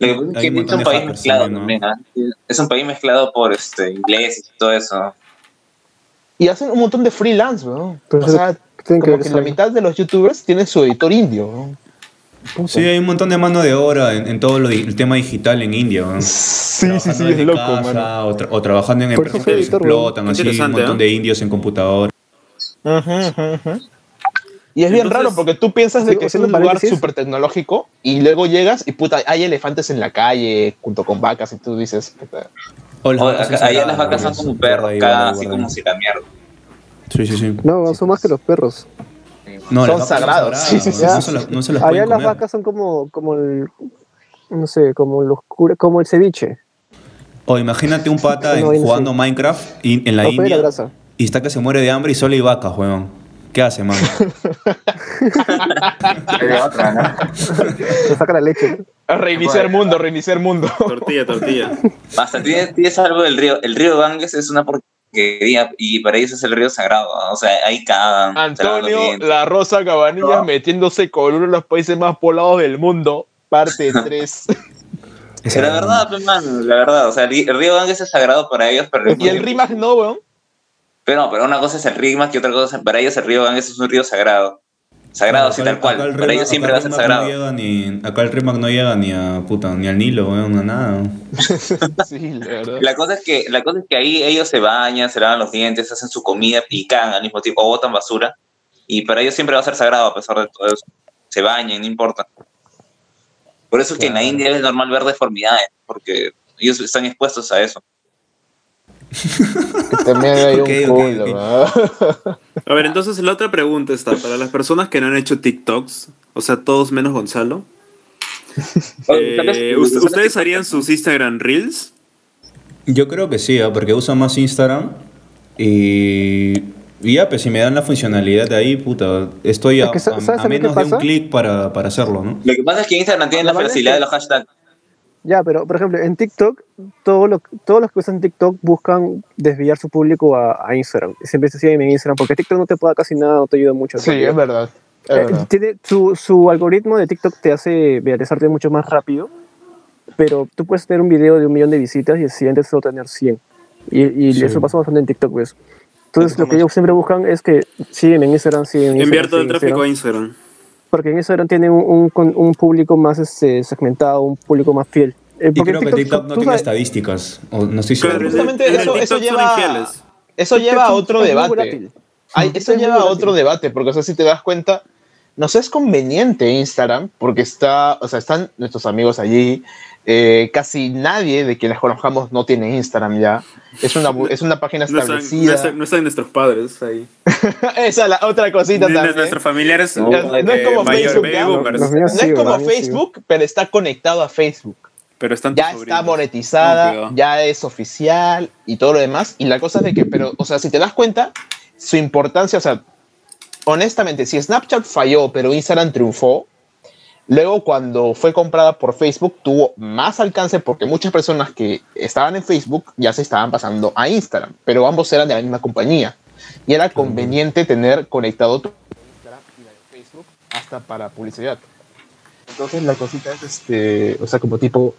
Speaker 5: Lo que pasa es
Speaker 2: Hay un
Speaker 5: que India es
Speaker 2: montón
Speaker 5: un
Speaker 2: de
Speaker 5: país
Speaker 2: hackers
Speaker 5: mezclado
Speaker 2: también,
Speaker 5: también, ¿ah? Es un país mezclado por este, ingleses y todo eso.
Speaker 4: Y hacen un montón de freelance, weón.
Speaker 6: Pero
Speaker 4: o
Speaker 6: eso-
Speaker 4: sea,
Speaker 6: Tienen que
Speaker 4: Como
Speaker 6: ver
Speaker 4: que
Speaker 6: eso.
Speaker 4: la mitad de los youtubers tiene su editor indio. ¿no?
Speaker 2: Sí, hay un montón de mano de obra en, en todo lo di- el tema digital en India. ¿no?
Speaker 4: Sí,
Speaker 2: Trabajando desde casa, O, tra- o trabajando en
Speaker 6: Por
Speaker 2: empresas
Speaker 6: eso
Speaker 2: que
Speaker 6: soy
Speaker 2: les
Speaker 6: editor, weón.
Speaker 2: explotan, así, un
Speaker 9: Interesante,
Speaker 2: montón
Speaker 9: ¿eh?
Speaker 2: de indios en computador.
Speaker 4: Ujú, ujú, ujú. Y es bien
Speaker 9: Entonces-
Speaker 4: raro porque tú piensas de
Speaker 6: Sigo
Speaker 4: que es
Speaker 6: haciendo
Speaker 4: un
Speaker 6: un
Speaker 4: lugar
Speaker 6: paréntesis.
Speaker 4: súper tecnológico y luego llegas y puta, hay elefantes en la calle junto con vacas y tú dices, puta,
Speaker 2: O las
Speaker 5: O
Speaker 2: vacas
Speaker 5: acá-
Speaker 2: son
Speaker 5: allá las
Speaker 2: sagradas,
Speaker 5: vacas son
Speaker 2: ¿no?
Speaker 5: como perros,
Speaker 2: Guarda ahí,
Speaker 5: acá
Speaker 2: guarda ahí,
Speaker 5: así
Speaker 2: guarda
Speaker 5: como
Speaker 2: ahí.
Speaker 5: si la mierda.
Speaker 2: Sí, sí, sí.
Speaker 6: No, son más que los perros.
Speaker 2: No, las
Speaker 4: Son
Speaker 2: vacas
Speaker 4: sagrados.
Speaker 2: sagradas,
Speaker 4: Sí, sí,
Speaker 2: ¿no?
Speaker 6: sí.
Speaker 2: No se las, no se las
Speaker 6: Allá
Speaker 2: pueden
Speaker 6: las
Speaker 2: comer.
Speaker 6: vacas son como, como el. No sé, como los cura- como el ceviche.
Speaker 2: O imagínate un pata
Speaker 6: Una
Speaker 2: en-
Speaker 6: vaina
Speaker 2: jugando Minecraft y- en la
Speaker 6: No, pide la
Speaker 2: India
Speaker 6: grasa.
Speaker 2: y está que se muere de hambre y solo hay vacas, weón. ¿Qué hace,
Speaker 6: [laughs]
Speaker 2: man?
Speaker 7: Hay de otra, ¿no?
Speaker 6: Le saca la leche.
Speaker 4: reiniciar mundo, reiniciar
Speaker 6: [laughs]
Speaker 4: mundo.
Speaker 9: Tortilla, tortilla.
Speaker 5: Hasta tienes, tienes algo del río. El río Ganges es una porquería y para ellos es el río sagrado. ¿ah? O sea, ahí cagan. se lavan los
Speaker 4: Antonio,
Speaker 5: dientes.
Speaker 4: la Rosa Cabanillas metiéndose con uno de los países más poblados del mundo,
Speaker 6: [laughs]
Speaker 4: parte 3.
Speaker 5: Pero la verdad, pues, man, la verdad. O sea, el el río Ganges es sagrado para ellos, pero.
Speaker 4: y el Rimac no, weón.
Speaker 5: Pero no, pero una cosa es el Rimac y otra cosa es para ellos el río Ganges es un río sagrado. Sagrado, sí,
Speaker 2: Acá-
Speaker 5: tal
Speaker 2: acá
Speaker 5: cual.
Speaker 2: el
Speaker 5: Para
Speaker 2: Rimac-
Speaker 5: ellos siempre
Speaker 2: acá
Speaker 5: va
Speaker 2: el
Speaker 5: a ser
Speaker 2: Rimac
Speaker 5: sagrado.
Speaker 2: No llega ni, acá el Rimac no llega ni a puta, ni al Nilo, weón, a nada.
Speaker 4: Sí, la verdad.
Speaker 5: La cosa, es que, la cosa es que ahí ellos se bañan, se lavan los dientes, hacen su comida y cagan al mismo tiempo, o botan basura. Y para ellos siempre va a ser sagrado a pesar de todo eso. Se bañan, no importa. Por eso es que en la India es normal ver deformidades, porque Ellos están expuestos a eso.
Speaker 4: Que también hay
Speaker 2: Ok,
Speaker 4: un
Speaker 2: ok,
Speaker 4: culo,
Speaker 2: ok.
Speaker 4: ¿verdad?
Speaker 9: A ver, entonces la otra pregunta está, para las personas que no han hecho TikToks, o sea, todos menos
Speaker 5: [laughs]
Speaker 9: Gonzalo, eh,
Speaker 5: Tal vez-
Speaker 9: ¿ust- ¿ustedes harían sus Instagram Reels?
Speaker 2: Yo creo que sí, ¿ah? porque uso más Instagram y, y ya, pues si me dan la funcionalidad de ahí, puta, estoy a,
Speaker 6: Es que sa-
Speaker 2: a-
Speaker 6: ¿sabes
Speaker 2: a
Speaker 6: a mí qué
Speaker 2: menos de un
Speaker 6: pasa?
Speaker 2: clic para, para hacerlo, ¿no?
Speaker 5: Lo que pasa es que Instagram tiene
Speaker 6: La
Speaker 5: la
Speaker 6: verdad es
Speaker 5: facilidad
Speaker 6: que-
Speaker 5: de los hashtags.
Speaker 6: Ya, pero por ejemplo, en TikTok, todo lo- todos los que usan TikTok buscan desviar su público a, a Instagram. Siempre se siguen en Instagram, porque TikTok no te paga casi nada, no te ayuda mucho.
Speaker 4: Sí, es verdad. es
Speaker 6: Eh,
Speaker 4: verdad.
Speaker 6: tiene- su, su algoritmo de TikTok te hace viralizarte mucho más rápido, pero tú puedes tener un video de un millón de visitas y el siguiente solo tener 100. Y, y
Speaker 2: Sí.
Speaker 6: eso pasa bastante en TikTok, ¿ves? Entonces, lo que ellos siempre buscan es que siguen en Instagram, siguen en Instagram.
Speaker 9: Enviar todo el
Speaker 6: siguen en
Speaker 9: tráfico
Speaker 6: Instagram,
Speaker 9: a Instagram.
Speaker 6: Porque en Instagram tienen un, un, con- un público más este, segmentado, un público más fiel.
Speaker 2: Y
Speaker 6: Eh, porque
Speaker 2: creo que TikTok no
Speaker 6: tú
Speaker 2: tiene
Speaker 6: sabes-
Speaker 2: estadísticas, o no estoy
Speaker 9: Claro,
Speaker 2: seguro.
Speaker 4: justamente
Speaker 9: en el
Speaker 4: eso-
Speaker 9: TikTok
Speaker 4: eso
Speaker 9: son
Speaker 4: lleva-
Speaker 9: infieles.
Speaker 4: Eso lleva a otro
Speaker 6: Este es muy
Speaker 4: debate.
Speaker 6: volátil.
Speaker 4: Ay, eso
Speaker 6: Es muy
Speaker 4: lleva a
Speaker 6: volátil.
Speaker 4: otro debate, porque o sea, si te das cuenta, nos es conveniente Instagram, porque está, o sea, están nuestros amigos allí. eh, casi nadie de quienes conozcamos no tiene Instagram ya. Es una, bu- es una página
Speaker 9: No están, no,
Speaker 4: establecida.
Speaker 9: están, no están nuestros padres ahí.
Speaker 4: [laughs] Esa es la otra
Speaker 9: Ni
Speaker 4: cosita también.
Speaker 9: nuestros familiares
Speaker 4: No,
Speaker 9: eh,
Speaker 4: no es como
Speaker 9: mayor-
Speaker 4: Facebook, ya,
Speaker 9: boomers,
Speaker 6: los míos
Speaker 4: No
Speaker 6: sí,
Speaker 4: es como
Speaker 6: ¿verdad?
Speaker 4: Facebook, pero está conectado a Facebook.
Speaker 9: pero están tus
Speaker 4: ya está
Speaker 9: sobrinos. No,
Speaker 4: monetizada,
Speaker 9: cuidado.
Speaker 4: ya es oficial y todo lo demás. Y la cosa es de que, pero, o sea, si te das cuenta, su importancia, o sea, honestamente, si Snapchat falló, pero Instagram triunfó, luego cuando fue comprada por Facebook tuvo más alcance porque muchas personas que estaban en Facebook ya se estaban pasando a Instagram, pero ambos eran de la misma compañía. Y era conveniente tener conectado tu Instagram y la de Facebook hasta para publicidad. Entonces la cosita es, este, o sea, como tipo,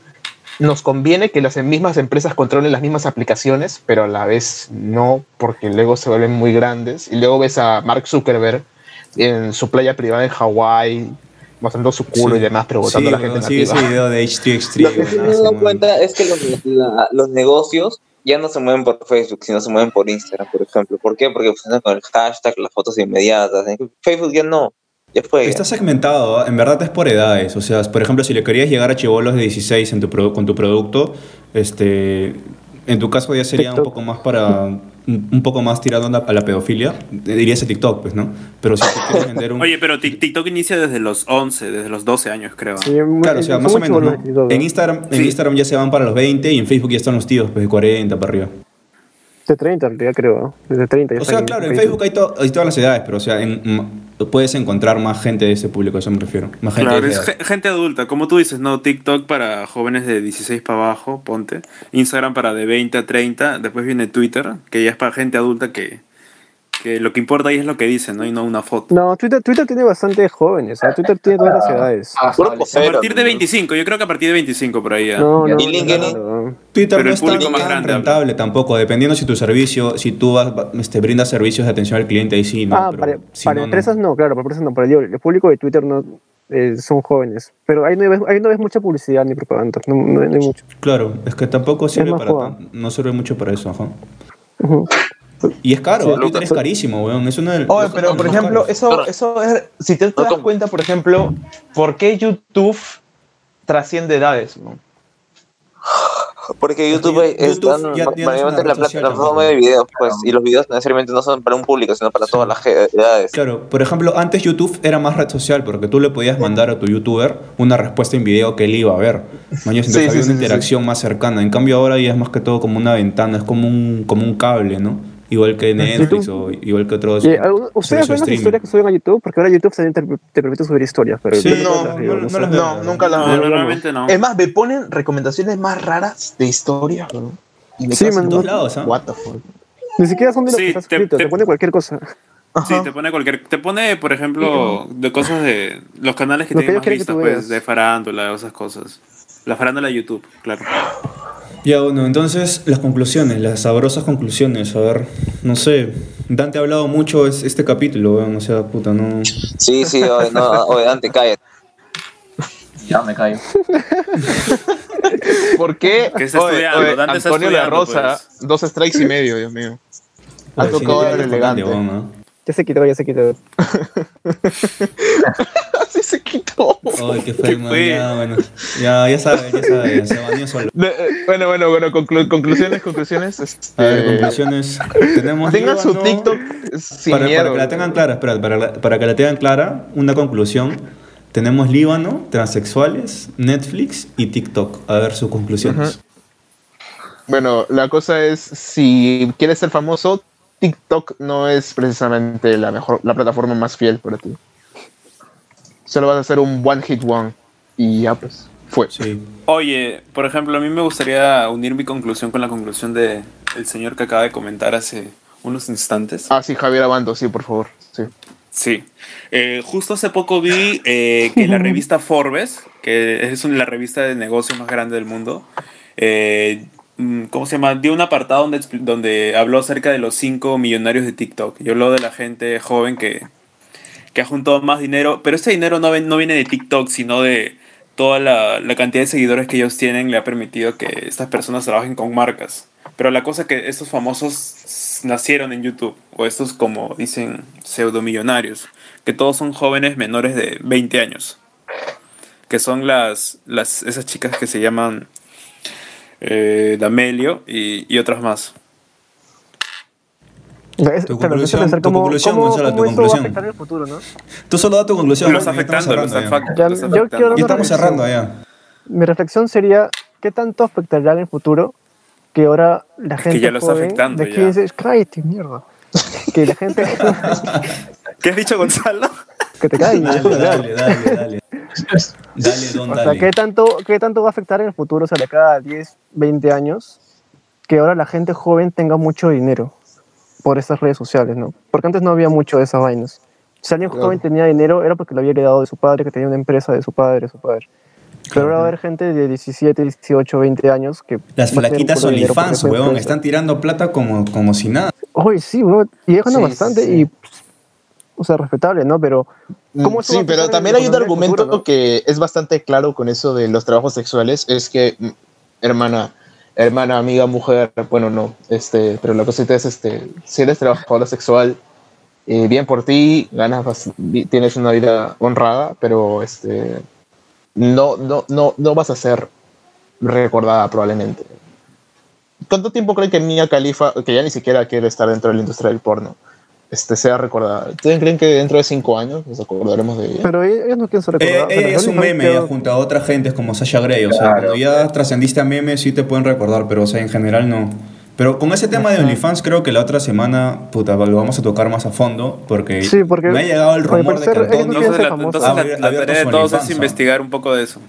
Speaker 4: nos conviene que las mismas empresas controlen las mismas aplicaciones, pero a la vez no, porque luego se vuelven muy grandes. Y luego ves a Mark Zuckerberg en su playa privada en Hawái, mostrando su culo
Speaker 2: Sí.
Speaker 4: y demás, pero
Speaker 2: Sí,
Speaker 4: votando a la gente
Speaker 2: weón, sí, ese
Speaker 4: nativa.
Speaker 2: video de
Speaker 5: Lo que
Speaker 2: H3X3.
Speaker 5: sí
Speaker 2: weón,
Speaker 5: me he
Speaker 2: hace
Speaker 5: dado
Speaker 2: un-
Speaker 5: cuenta es que los, la- los negocios ya no se mueven por Facebook, sino se mueven por Instagram, por ejemplo. ¿Por qué? Porque funcionan con el hashtag, las fotos inmediatas. En Facebook ya no. Ya fue.
Speaker 2: Está segmentado, ¿ah? en verdad es por edades. O sea, por ejemplo, si le querías llegar a chivolos de 16 en tu produ- con tu producto, este, en tu caso ya sería un
Speaker 6: TikTok.
Speaker 2: poco más para un un poco más tirando a la- a la pedofilia, dirías a TikTok, pues, ¿no? Pero si te quieres vender un
Speaker 9: Oye, pero Tik- TikTok inicia desde los 11, desde los 12 años, creo.
Speaker 6: Sí, muy-
Speaker 2: Claro, o sea,
Speaker 6: son
Speaker 2: más o
Speaker 6: muy
Speaker 2: menos. ¿no?
Speaker 6: chibolos de TikTok,
Speaker 2: En
Speaker 6: ¿no?
Speaker 2: Instagram, en
Speaker 9: Sí.
Speaker 2: Instagram ya se van para los 20 y en Facebook ya están los tíos, pues de 40 para arriba.
Speaker 6: De 30, en realidad creo. ¿no? Desde 30. ya
Speaker 2: O
Speaker 6: están
Speaker 2: sea, claro, en Facebook hay, to- hay todas las edades, pero o sea, en- m- puedes encontrar más gente de ese público, a eso me refiero. Más gente
Speaker 9: Claro,
Speaker 2: de
Speaker 9: es
Speaker 2: esa edad.
Speaker 9: ge- gente adulta, como tú dices, no, TikTok para jóvenes de 16 para abajo, ponte, Instagram para de 20 a 30, después viene Twitter, que ya es para gente adulta que, que lo que importa ahí es lo que dicen, ¿no? Y no una foto.
Speaker 6: No, Twitter, Twitter tiene bastante jóvenes. ¿ah? Twitter tiene todas las edades.
Speaker 7: pues,
Speaker 9: A partir de 25, yo creo que a partir de 25 por ahí ya.
Speaker 6: No,
Speaker 7: ya.
Speaker 6: no,
Speaker 5: Y LinkedIn.
Speaker 6: no, no.
Speaker 2: Twitter
Speaker 9: pero
Speaker 2: no
Speaker 9: el
Speaker 2: es tan,
Speaker 9: público más
Speaker 2: tan
Speaker 9: grande,
Speaker 2: rentable tampoco, dependiendo si tu servicio, si tú vas- va- este, brindas servicios de atención al cliente, ahí sí, no.
Speaker 6: ah,
Speaker 2: pero
Speaker 6: para,
Speaker 2: si
Speaker 6: para
Speaker 2: no, no.
Speaker 6: empresas no. claro, para empresas no. Para el, el público de Twitter no eh, son jóvenes. Pero ahí no, ves, ahí no ves mucha publicidad ni propaganda. No, no, no hay mucho.
Speaker 2: Claro, es que tampoco sirve
Speaker 6: más
Speaker 2: para
Speaker 6: joda.
Speaker 2: tan- no sirve mucho para eso, ajá.
Speaker 6: Ujú.
Speaker 2: Y es caro,
Speaker 6: Sí,
Speaker 2: ¿ah? Twitter es
Speaker 6: Lucas.
Speaker 2: carísimo, weón. Es uno de
Speaker 4: [laughs] Oye,
Speaker 2: es uno de
Speaker 4: pero
Speaker 2: los
Speaker 4: por
Speaker 2: más
Speaker 4: ejemplo,
Speaker 2: caros.
Speaker 4: eso, eso es, si te, te das cuenta, por ejemplo, ¿por qué YouTube trasciende edades? no?
Speaker 5: Porque YouTube,
Speaker 2: Porque
Speaker 5: es
Speaker 2: YouTube
Speaker 5: tan-
Speaker 2: ya- ya no es una
Speaker 5: mayormente
Speaker 2: red
Speaker 5: la
Speaker 2: social
Speaker 5: plataforma
Speaker 2: tampoco.
Speaker 5: de videos, pues, y los videos necesariamente no son para un público, sino para todas las edades.
Speaker 2: Claro, por ejemplo, antes YouTube era más red social porque tú le podías mandar a tu youtuber una respuesta en video que él iba a ver. Mañana entonces
Speaker 4: Sí, sí,
Speaker 2: había
Speaker 4: sí,
Speaker 2: una
Speaker 4: sí,
Speaker 2: interacción más cercana. En cambio ahora ya es más que todo como una ventana, es como un, como un cable, ¿no? Igual que Netflix o igual que otros.
Speaker 6: Y, ah,
Speaker 2: servicios de
Speaker 6: ¿Ustedes ven las
Speaker 2: streaming.
Speaker 6: historias que suben a YouTube? Porque ahora YouTube también te, te permite subir historias. Pero
Speaker 2: Sí,
Speaker 6: yo
Speaker 4: no,
Speaker 6: las digo,
Speaker 2: no, no
Speaker 6: sé.
Speaker 2: las-
Speaker 4: No, nunca la
Speaker 9: No, normalmente no.
Speaker 4: Es más, me ponen recomendaciones más raras de historias, ¿no? Y me
Speaker 6: Sí,
Speaker 4: quedo
Speaker 6: man,
Speaker 4: así,
Speaker 2: todos lados, ¿ah?
Speaker 4: What the fuck.
Speaker 6: Ni siquiera son de los
Speaker 9: Sí,
Speaker 6: que estás
Speaker 9: te-
Speaker 6: suscrito.
Speaker 9: te-
Speaker 6: Te, pone cualquier cosa. [laughs]
Speaker 9: Sí,
Speaker 4: Ajá.
Speaker 9: te pone cualquier. Te pone, por ejemplo, de cosas de. Los canales que
Speaker 6: Mm. Lo que
Speaker 9: tienen
Speaker 6: ellos
Speaker 9: más
Speaker 6: quieren que
Speaker 9: vistas,
Speaker 6: tú
Speaker 9: pues,
Speaker 6: veas.
Speaker 9: de farándula, esas cosas. La farándula de YouTube, claro.
Speaker 2: Ya, bueno, entonces las conclusiones, las sabrosas conclusiones. A ver, no sé. Dante ha hablado mucho es- este capítulo, weón. O sea, puta, no.
Speaker 5: Sí,
Speaker 2: [laughs]
Speaker 5: sí, oye, no, oye, Dante, cállate.
Speaker 7: Ya me callo.
Speaker 4: ¿Por qué?
Speaker 9: [laughs] Que está
Speaker 4: Oye,
Speaker 9: estudiando,
Speaker 4: oye,
Speaker 9: Dante está
Speaker 4: Antonio La
Speaker 9: estudiando, pues?
Speaker 4: Rosa, dos strikes y medio, Dios mío. Ha
Speaker 2: Recién
Speaker 4: tocado
Speaker 2: llegaste
Speaker 4: el
Speaker 2: con Dante,
Speaker 4: elegante.
Speaker 2: weón, ¿ah?
Speaker 6: Ya se quitó, ya se quitó.
Speaker 4: se, se quitó.
Speaker 2: Ay,
Speaker 4: [laughs]
Speaker 2: qué fue, man.
Speaker 3: fue?
Speaker 2: Ya, bueno. Ya, ya sabes, ya sabes. Se bañó solo.
Speaker 4: De- eh, bueno, bueno, bueno, conclu- conclusiones, conclusiones.
Speaker 2: A ver,
Speaker 4: este,
Speaker 2: conclusiones. Tenemos
Speaker 4: Tengan
Speaker 2: IVA,
Speaker 4: su
Speaker 2: ¿no?
Speaker 4: TikTok sin
Speaker 2: para,
Speaker 4: miedo.
Speaker 2: para que la tengan clara, espera, para, la- para que la tengan clara, una conclusión. Tenemos Líbano, transexuales, Netflix y TikTok. A ver sus conclusiones.
Speaker 4: Bueno, la cosa es, si quieres ser famoso, TikTok no es precisamente la mejor, la plataforma más fiel para ti. Solo vas a hacer un one hit one y ya pues fue.
Speaker 2: Sí.
Speaker 3: Oye, por ejemplo, a mí me gustaría unir mi conclusión con la conclusión de el señor que acaba de comentar hace unos instantes.
Speaker 4: Ah, sí, Javier Abando, sí, por favor. Sí.
Speaker 3: Sí. Eh, justo hace poco vi eh, que la revista Forbes, que es un- la revista de negocios más grande del mundo, eh, mm, ¿cómo se llama? Dio un apartado donde, expli- donde habló acerca de los cinco millonarios de TikTok. Y habló de la gente joven que, que ha juntado más dinero, pero ese dinero no, ven- no viene de TikTok, sino de toda la, la cantidad de seguidores que ellos tienen le ha permitido que estas personas trabajen con marcas. Pero la cosa es que estos famosos s- nacieron en YouTube, o estos como dicen pseudomillonarios, que todos son jóvenes menores de 20 años, que son las, las esas chicas que se llaman eh, Damelio y, y otras más.
Speaker 6: Es-
Speaker 2: Tu
Speaker 6: claro, te hace
Speaker 2: conclusión,
Speaker 6: pensar
Speaker 2: tu
Speaker 6: cómo-
Speaker 2: conclusión,
Speaker 6: cómo-
Speaker 2: Gonzalo, tu
Speaker 6: cómo eso va a
Speaker 2: conclusión.
Speaker 6: afectar en el futuro, ¿no?
Speaker 2: Tú solo da tu conclusión.
Speaker 3: Los
Speaker 2: ¿no? Ya estamos
Speaker 3: afectando, los
Speaker 2: cerrando ya.
Speaker 3: afectando.
Speaker 6: Ya,
Speaker 3: los
Speaker 6: yo
Speaker 3: afectando.
Speaker 6: quiero-
Speaker 2: Ya estamos cerrando ya.
Speaker 6: Mi reflexión sería, ¿qué tanto afectará en el futuro que ahora la gente
Speaker 3: ya lo está
Speaker 6: joven
Speaker 3: afectando,
Speaker 6: de
Speaker 3: ya.
Speaker 6: 15, cállate, mierda. [laughs] que la gente [laughs]
Speaker 3: ¿Qué has dicho, Gonzalo?
Speaker 6: que
Speaker 2: [laughs]
Speaker 6: te cae.
Speaker 2: Dale, dale, dale, dale. Dale, don,
Speaker 6: O sea,
Speaker 2: dale.
Speaker 6: ¿qué tanto, ¿qué tanto va a afectar en el futuro, o sea, de acá a 10, 20 años, que ahora la gente joven tenga mucho dinero por estas redes sociales, ¿no? Porque antes no había mucho de esas vainas. Si alguien
Speaker 4: Claro.
Speaker 6: joven tenía dinero era porque lo había heredado de su padre, que tenía una empresa de su padre, de su padre. Pero ahora va a haber gente de 17, 18, 20 años que...
Speaker 2: Las
Speaker 6: va a tener
Speaker 2: flaquitas
Speaker 6: puro dinero por
Speaker 2: OnlyFans,
Speaker 6: esa
Speaker 2: weón.
Speaker 6: empresa.
Speaker 2: Están tirando plata como, como si nada.
Speaker 6: Oye, sí, weón, y dejan
Speaker 4: Sí,
Speaker 6: bastante
Speaker 4: sí, sí.
Speaker 6: y... pss, O sea, respetable, ¿no? Pero... ¿Cómo
Speaker 4: Mm,
Speaker 6: eso va
Speaker 4: sí,
Speaker 6: a afectar
Speaker 4: pero
Speaker 6: en
Speaker 4: también
Speaker 6: el
Speaker 4: hay un
Speaker 6: futuro,
Speaker 4: argumento
Speaker 6: no?
Speaker 4: que es bastante claro con eso de los trabajos sexuales, es que mm, hermana, hermana, amiga, mujer, bueno, no, este, pero la cosita es este, si eres trabajadora sexual, eh, bien por ti, ganas, bas- vi- tienes una vida honrada, pero este, no, no, no, no vas a ser recordada probablemente. ¿Cuánto tiempo creen que Mia Khalifa, que ya ni siquiera quiere estar dentro de la industria del porno, este, sea recordada? ¿Ustedes creen que dentro de cinco años nos acordaremos de ella?
Speaker 6: Pero ellos no quieren ser
Speaker 2: Eh,
Speaker 6: recordados.
Speaker 2: ella
Speaker 6: Pero
Speaker 2: es un
Speaker 6: realmente
Speaker 2: meme ya
Speaker 6: quedó-
Speaker 2: junto a otra gente como Sasha Grey. O sea,
Speaker 7: Claro.
Speaker 2: cuando ya trascendiste a memes sí te pueden recordar, pero o sea, en general no. Pero con ese tema de OnlyFans creo que la otra semana, puta, lo vamos a tocar más a fondo porque,
Speaker 6: Sí, porque-
Speaker 2: me ha llegado el
Speaker 6: porque
Speaker 2: rumor de
Speaker 6: parece-
Speaker 2: que
Speaker 6: ellos no
Speaker 2: Antonio...
Speaker 6: quieren
Speaker 3: Entonces,
Speaker 6: ser
Speaker 3: la,
Speaker 6: famosos.
Speaker 3: entonces la-
Speaker 2: Abri-
Speaker 3: la
Speaker 2: abierto
Speaker 3: tarea de
Speaker 2: su
Speaker 3: todos
Speaker 2: OnlyFans,
Speaker 3: es
Speaker 2: ¿ah?
Speaker 3: investigar un poco de eso.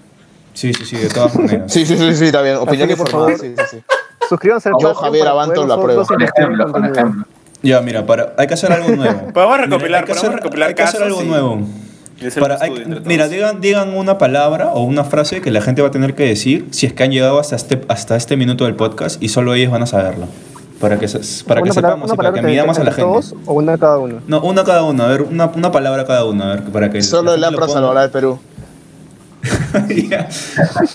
Speaker 2: Sí, sí, sí, de todas maneras.
Speaker 4: Sí, sí, sí, sí, está bien. Opinión
Speaker 6: Así que, por
Speaker 4: informada.
Speaker 6: favor.
Speaker 4: Sí, sí, sí.
Speaker 6: Suscríbanse al
Speaker 4: Yo,
Speaker 6: Patreon
Speaker 4: Javier
Speaker 6: para
Speaker 4: Abanto,
Speaker 6: poder
Speaker 4: la
Speaker 6: nosotros
Speaker 4: apruebo.
Speaker 7: Con
Speaker 6: investigar
Speaker 7: ejemplo, con
Speaker 6: contenido.
Speaker 7: ejemplo.
Speaker 2: Ya, mira, para, hay que hacer algo
Speaker 3: [laughs]
Speaker 2: nuevo.
Speaker 3: Podemos recopilar,
Speaker 2: hay que
Speaker 3: podemos
Speaker 2: hacer,
Speaker 3: recopilar
Speaker 2: hay que hacer
Speaker 3: casos
Speaker 2: algo
Speaker 3: y-
Speaker 2: nuevo.
Speaker 3: Y hacer un
Speaker 2: Para- hay-
Speaker 3: estudio entre todos.
Speaker 2: mira, digan, digan una palabra o una frase que la gente va a tener que decir si es que han llegado hasta este, hasta este minuto del podcast y solo ellos van a saberlo. Para que, se- para que
Speaker 6: Una palabra-
Speaker 2: sepamos
Speaker 6: una
Speaker 2: y para
Speaker 6: palabra
Speaker 2: que
Speaker 6: entre-
Speaker 2: midamos a la
Speaker 6: entre
Speaker 2: gente.
Speaker 6: todos o una cada uno.
Speaker 2: No, una cada uno, a ver, una, una palabra cada uno, a ver, para que...
Speaker 4: Solo el
Speaker 2: la gente
Speaker 4: APRA
Speaker 2: lo
Speaker 4: salvará al Perú.
Speaker 2: ponga. [laughs] Ya.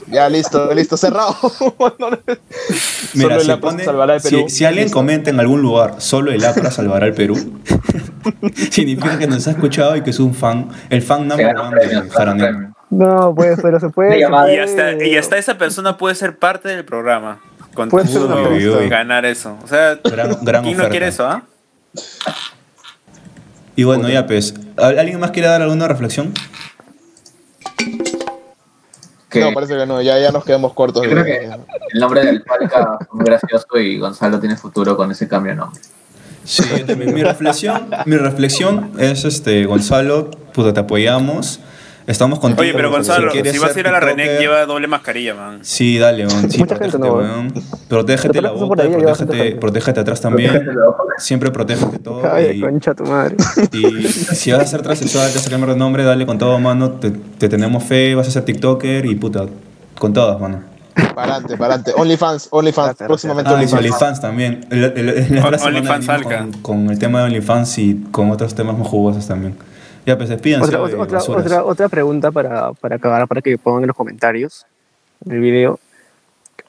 Speaker 4: Ya, listo, listo, cerrado. [laughs] No, no.
Speaker 2: Mira,
Speaker 4: Solo
Speaker 2: si,
Speaker 4: el APRA
Speaker 2: pone-
Speaker 4: salvará al
Speaker 2: si-
Speaker 4: Perú.
Speaker 2: si alguien comenta en algún lugar, solo el APRA salvará al Perú, [laughs] significa que nos ha escuchado y que es un fan, el fan
Speaker 7: Se
Speaker 2: number
Speaker 7: ganó un
Speaker 2: one
Speaker 7: premio,
Speaker 2: de
Speaker 7: se ganó un
Speaker 2: Jaranero.
Speaker 7: premio.
Speaker 6: No, pues, pero se puede.
Speaker 7: Una
Speaker 6: se
Speaker 7: llamada.
Speaker 6: puede-
Speaker 3: Y hasta, y hasta esa persona puede ser parte del programa. Con
Speaker 6: Puede ser
Speaker 3: todo
Speaker 6: una
Speaker 2: Uy, uy, uy.
Speaker 3: ganar eso. O sea,
Speaker 2: Gran- gran
Speaker 3: ¿quién
Speaker 2: oferta.
Speaker 3: no quiere eso, ah?
Speaker 2: Y bueno, ya pues, ¿al- ¿alguien más quiere dar alguna reflexión?
Speaker 7: Que
Speaker 4: No, parece que no, ya, ya nos quedamos cortos.
Speaker 7: Yo creo que- el nombre del Palca fue muy gracioso y Gonzalo tiene futuro con ese cambio de nombre.
Speaker 2: Sí, yo también. mi reflexión, mi reflexión es este, Gonzalo, puta, te apoyamos. Estamos contigo.
Speaker 3: Oye, pero Gonzalo, si,
Speaker 2: quieres
Speaker 3: vas a
Speaker 2: ser
Speaker 3: ir a la René,
Speaker 2: TikToker,
Speaker 3: lleva doble mascarilla, man.
Speaker 2: Sí, dale, weón. Sí,
Speaker 6: Mucha
Speaker 2: protégete,
Speaker 6: gente no va.
Speaker 2: weón. Protégete
Speaker 6: Pero
Speaker 2: la
Speaker 6: pasa por
Speaker 2: boca,
Speaker 6: ahí, ya va bastante
Speaker 2: protégete,
Speaker 6: gente.
Speaker 2: protégete atrás también. Siempre protégete todo.
Speaker 6: Ay,
Speaker 2: y,
Speaker 6: concha tu madre.
Speaker 2: y si vas a ser transexual, te vas a cambiar de nombre, dale con todo, mano. Te, te tenemos fe, vas a ser TikToker y puta, con todas, mano.
Speaker 4: Para adelante, para adelante. OnlyFans, OnlyFans,
Speaker 6: Gracias,
Speaker 4: próximamente
Speaker 2: Ah, y su
Speaker 4: OnlyFans.
Speaker 2: OnlyFans también. El- el- el- la
Speaker 3: O-
Speaker 2: otra semana
Speaker 3: OnlyFans
Speaker 2: venimos
Speaker 3: Alca.
Speaker 2: con, con el tema de OnlyFans y con otros temas más jugosos también. Ya, pues despídanse.
Speaker 6: Otra,
Speaker 2: oye,
Speaker 6: otra, otra,
Speaker 2: basuras.
Speaker 6: otra, otra pregunta para, para acabar, para que pongan en los comentarios del video.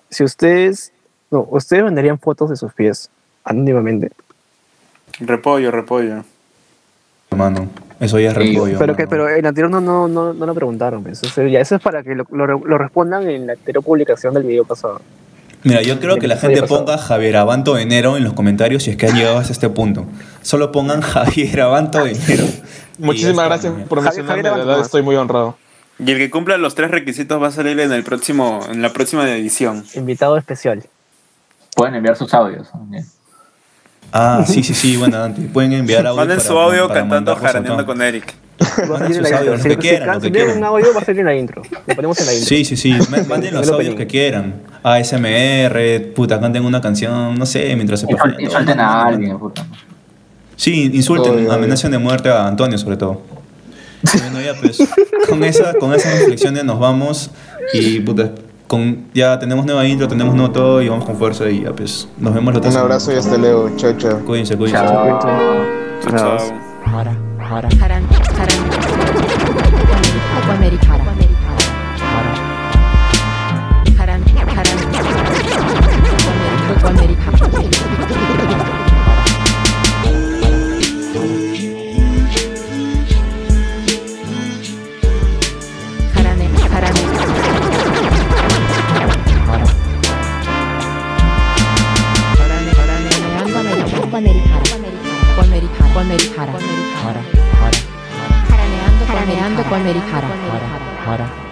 Speaker 6: Si ustedes. No, ustedes mandarían fotos de sus pies anónimamente.
Speaker 3: Repollo, repollo.
Speaker 2: Mano. Eso ya es
Speaker 7: Sí,
Speaker 2: repollo.
Speaker 6: Pero,
Speaker 2: mano.
Speaker 6: que, pero en la anterior no, no, no, no lo preguntaron. pues. Eso, sería- eso es para que lo, lo, lo respondan en la anterior publicación del video pasado.
Speaker 2: Mira, yo creo que la
Speaker 6: Oye,
Speaker 2: gente
Speaker 6: pasó.
Speaker 2: ponga Javier Abanto de Enero en los comentarios si es que han llegado hasta este punto. Solo pongan [laughs] Javier Abanto de
Speaker 6: [laughs]
Speaker 2: Enero.
Speaker 4: Muchísimas
Speaker 2: Y ya está,
Speaker 4: gracias
Speaker 2: mano.
Speaker 4: por mencionarme,
Speaker 6: Javier-
Speaker 4: de
Speaker 6: Javier
Speaker 4: verdad
Speaker 6: Abandonar.
Speaker 4: estoy muy honrado.
Speaker 9: Y el que cumpla los tres requisitos va a salir en el próximo, en la próxima edición.
Speaker 6: Invitado especial.
Speaker 7: Pueden enviar sus audios. también.
Speaker 2: Ah, sí, sí, sí, bueno, Dante. Pueden enviar audio.
Speaker 9: [laughs] Manden
Speaker 2: para-
Speaker 9: su audio
Speaker 2: para
Speaker 9: cantando
Speaker 2: mandarlos acá.
Speaker 9: jaraneando con Eric.
Speaker 6: Va a
Speaker 2: Manden
Speaker 6: salir en
Speaker 2: sus
Speaker 6: la
Speaker 2: audios,
Speaker 6: intro.
Speaker 2: lo
Speaker 6: Si
Speaker 2: que
Speaker 6: si
Speaker 2: quieran, lo que
Speaker 6: tienen un
Speaker 2: quieran.
Speaker 6: audio, va a salir en la intro. Lo ponemos
Speaker 2: [laughs]
Speaker 6: en la intro.
Speaker 2: Sí, sí,
Speaker 4: [laughs]
Speaker 2: sí. ma- Manden los audios
Speaker 6: El opening.
Speaker 2: que quieran. ASMR, puta, canten una canción, no sé, mientras se
Speaker 7: Insult-
Speaker 2: perfuman.
Speaker 7: Insulten a alguien, puta.
Speaker 2: Sí, insulten,
Speaker 4: Oye, oye.
Speaker 2: amenacen de muerte a Antonio sobre todo. Bueno, ya pues, con, esa, con esas reflexiones nos vamos y puta, con, ya tenemos nueva intro, tenemos nuevo todo y vamos con fuerza y ya pues, nos vemos la otra
Speaker 4: Un
Speaker 2: semana.
Speaker 4: abrazo y hasta luego. Chao, chao.
Speaker 2: Cuídense, cuídense.
Speaker 7: Chao.
Speaker 9: Chao, chao.
Speaker 10: Haran, Haran, Aquamericana, Haran, Haran, Aquamericana. Haran, Haran, Jaraneando con Americana.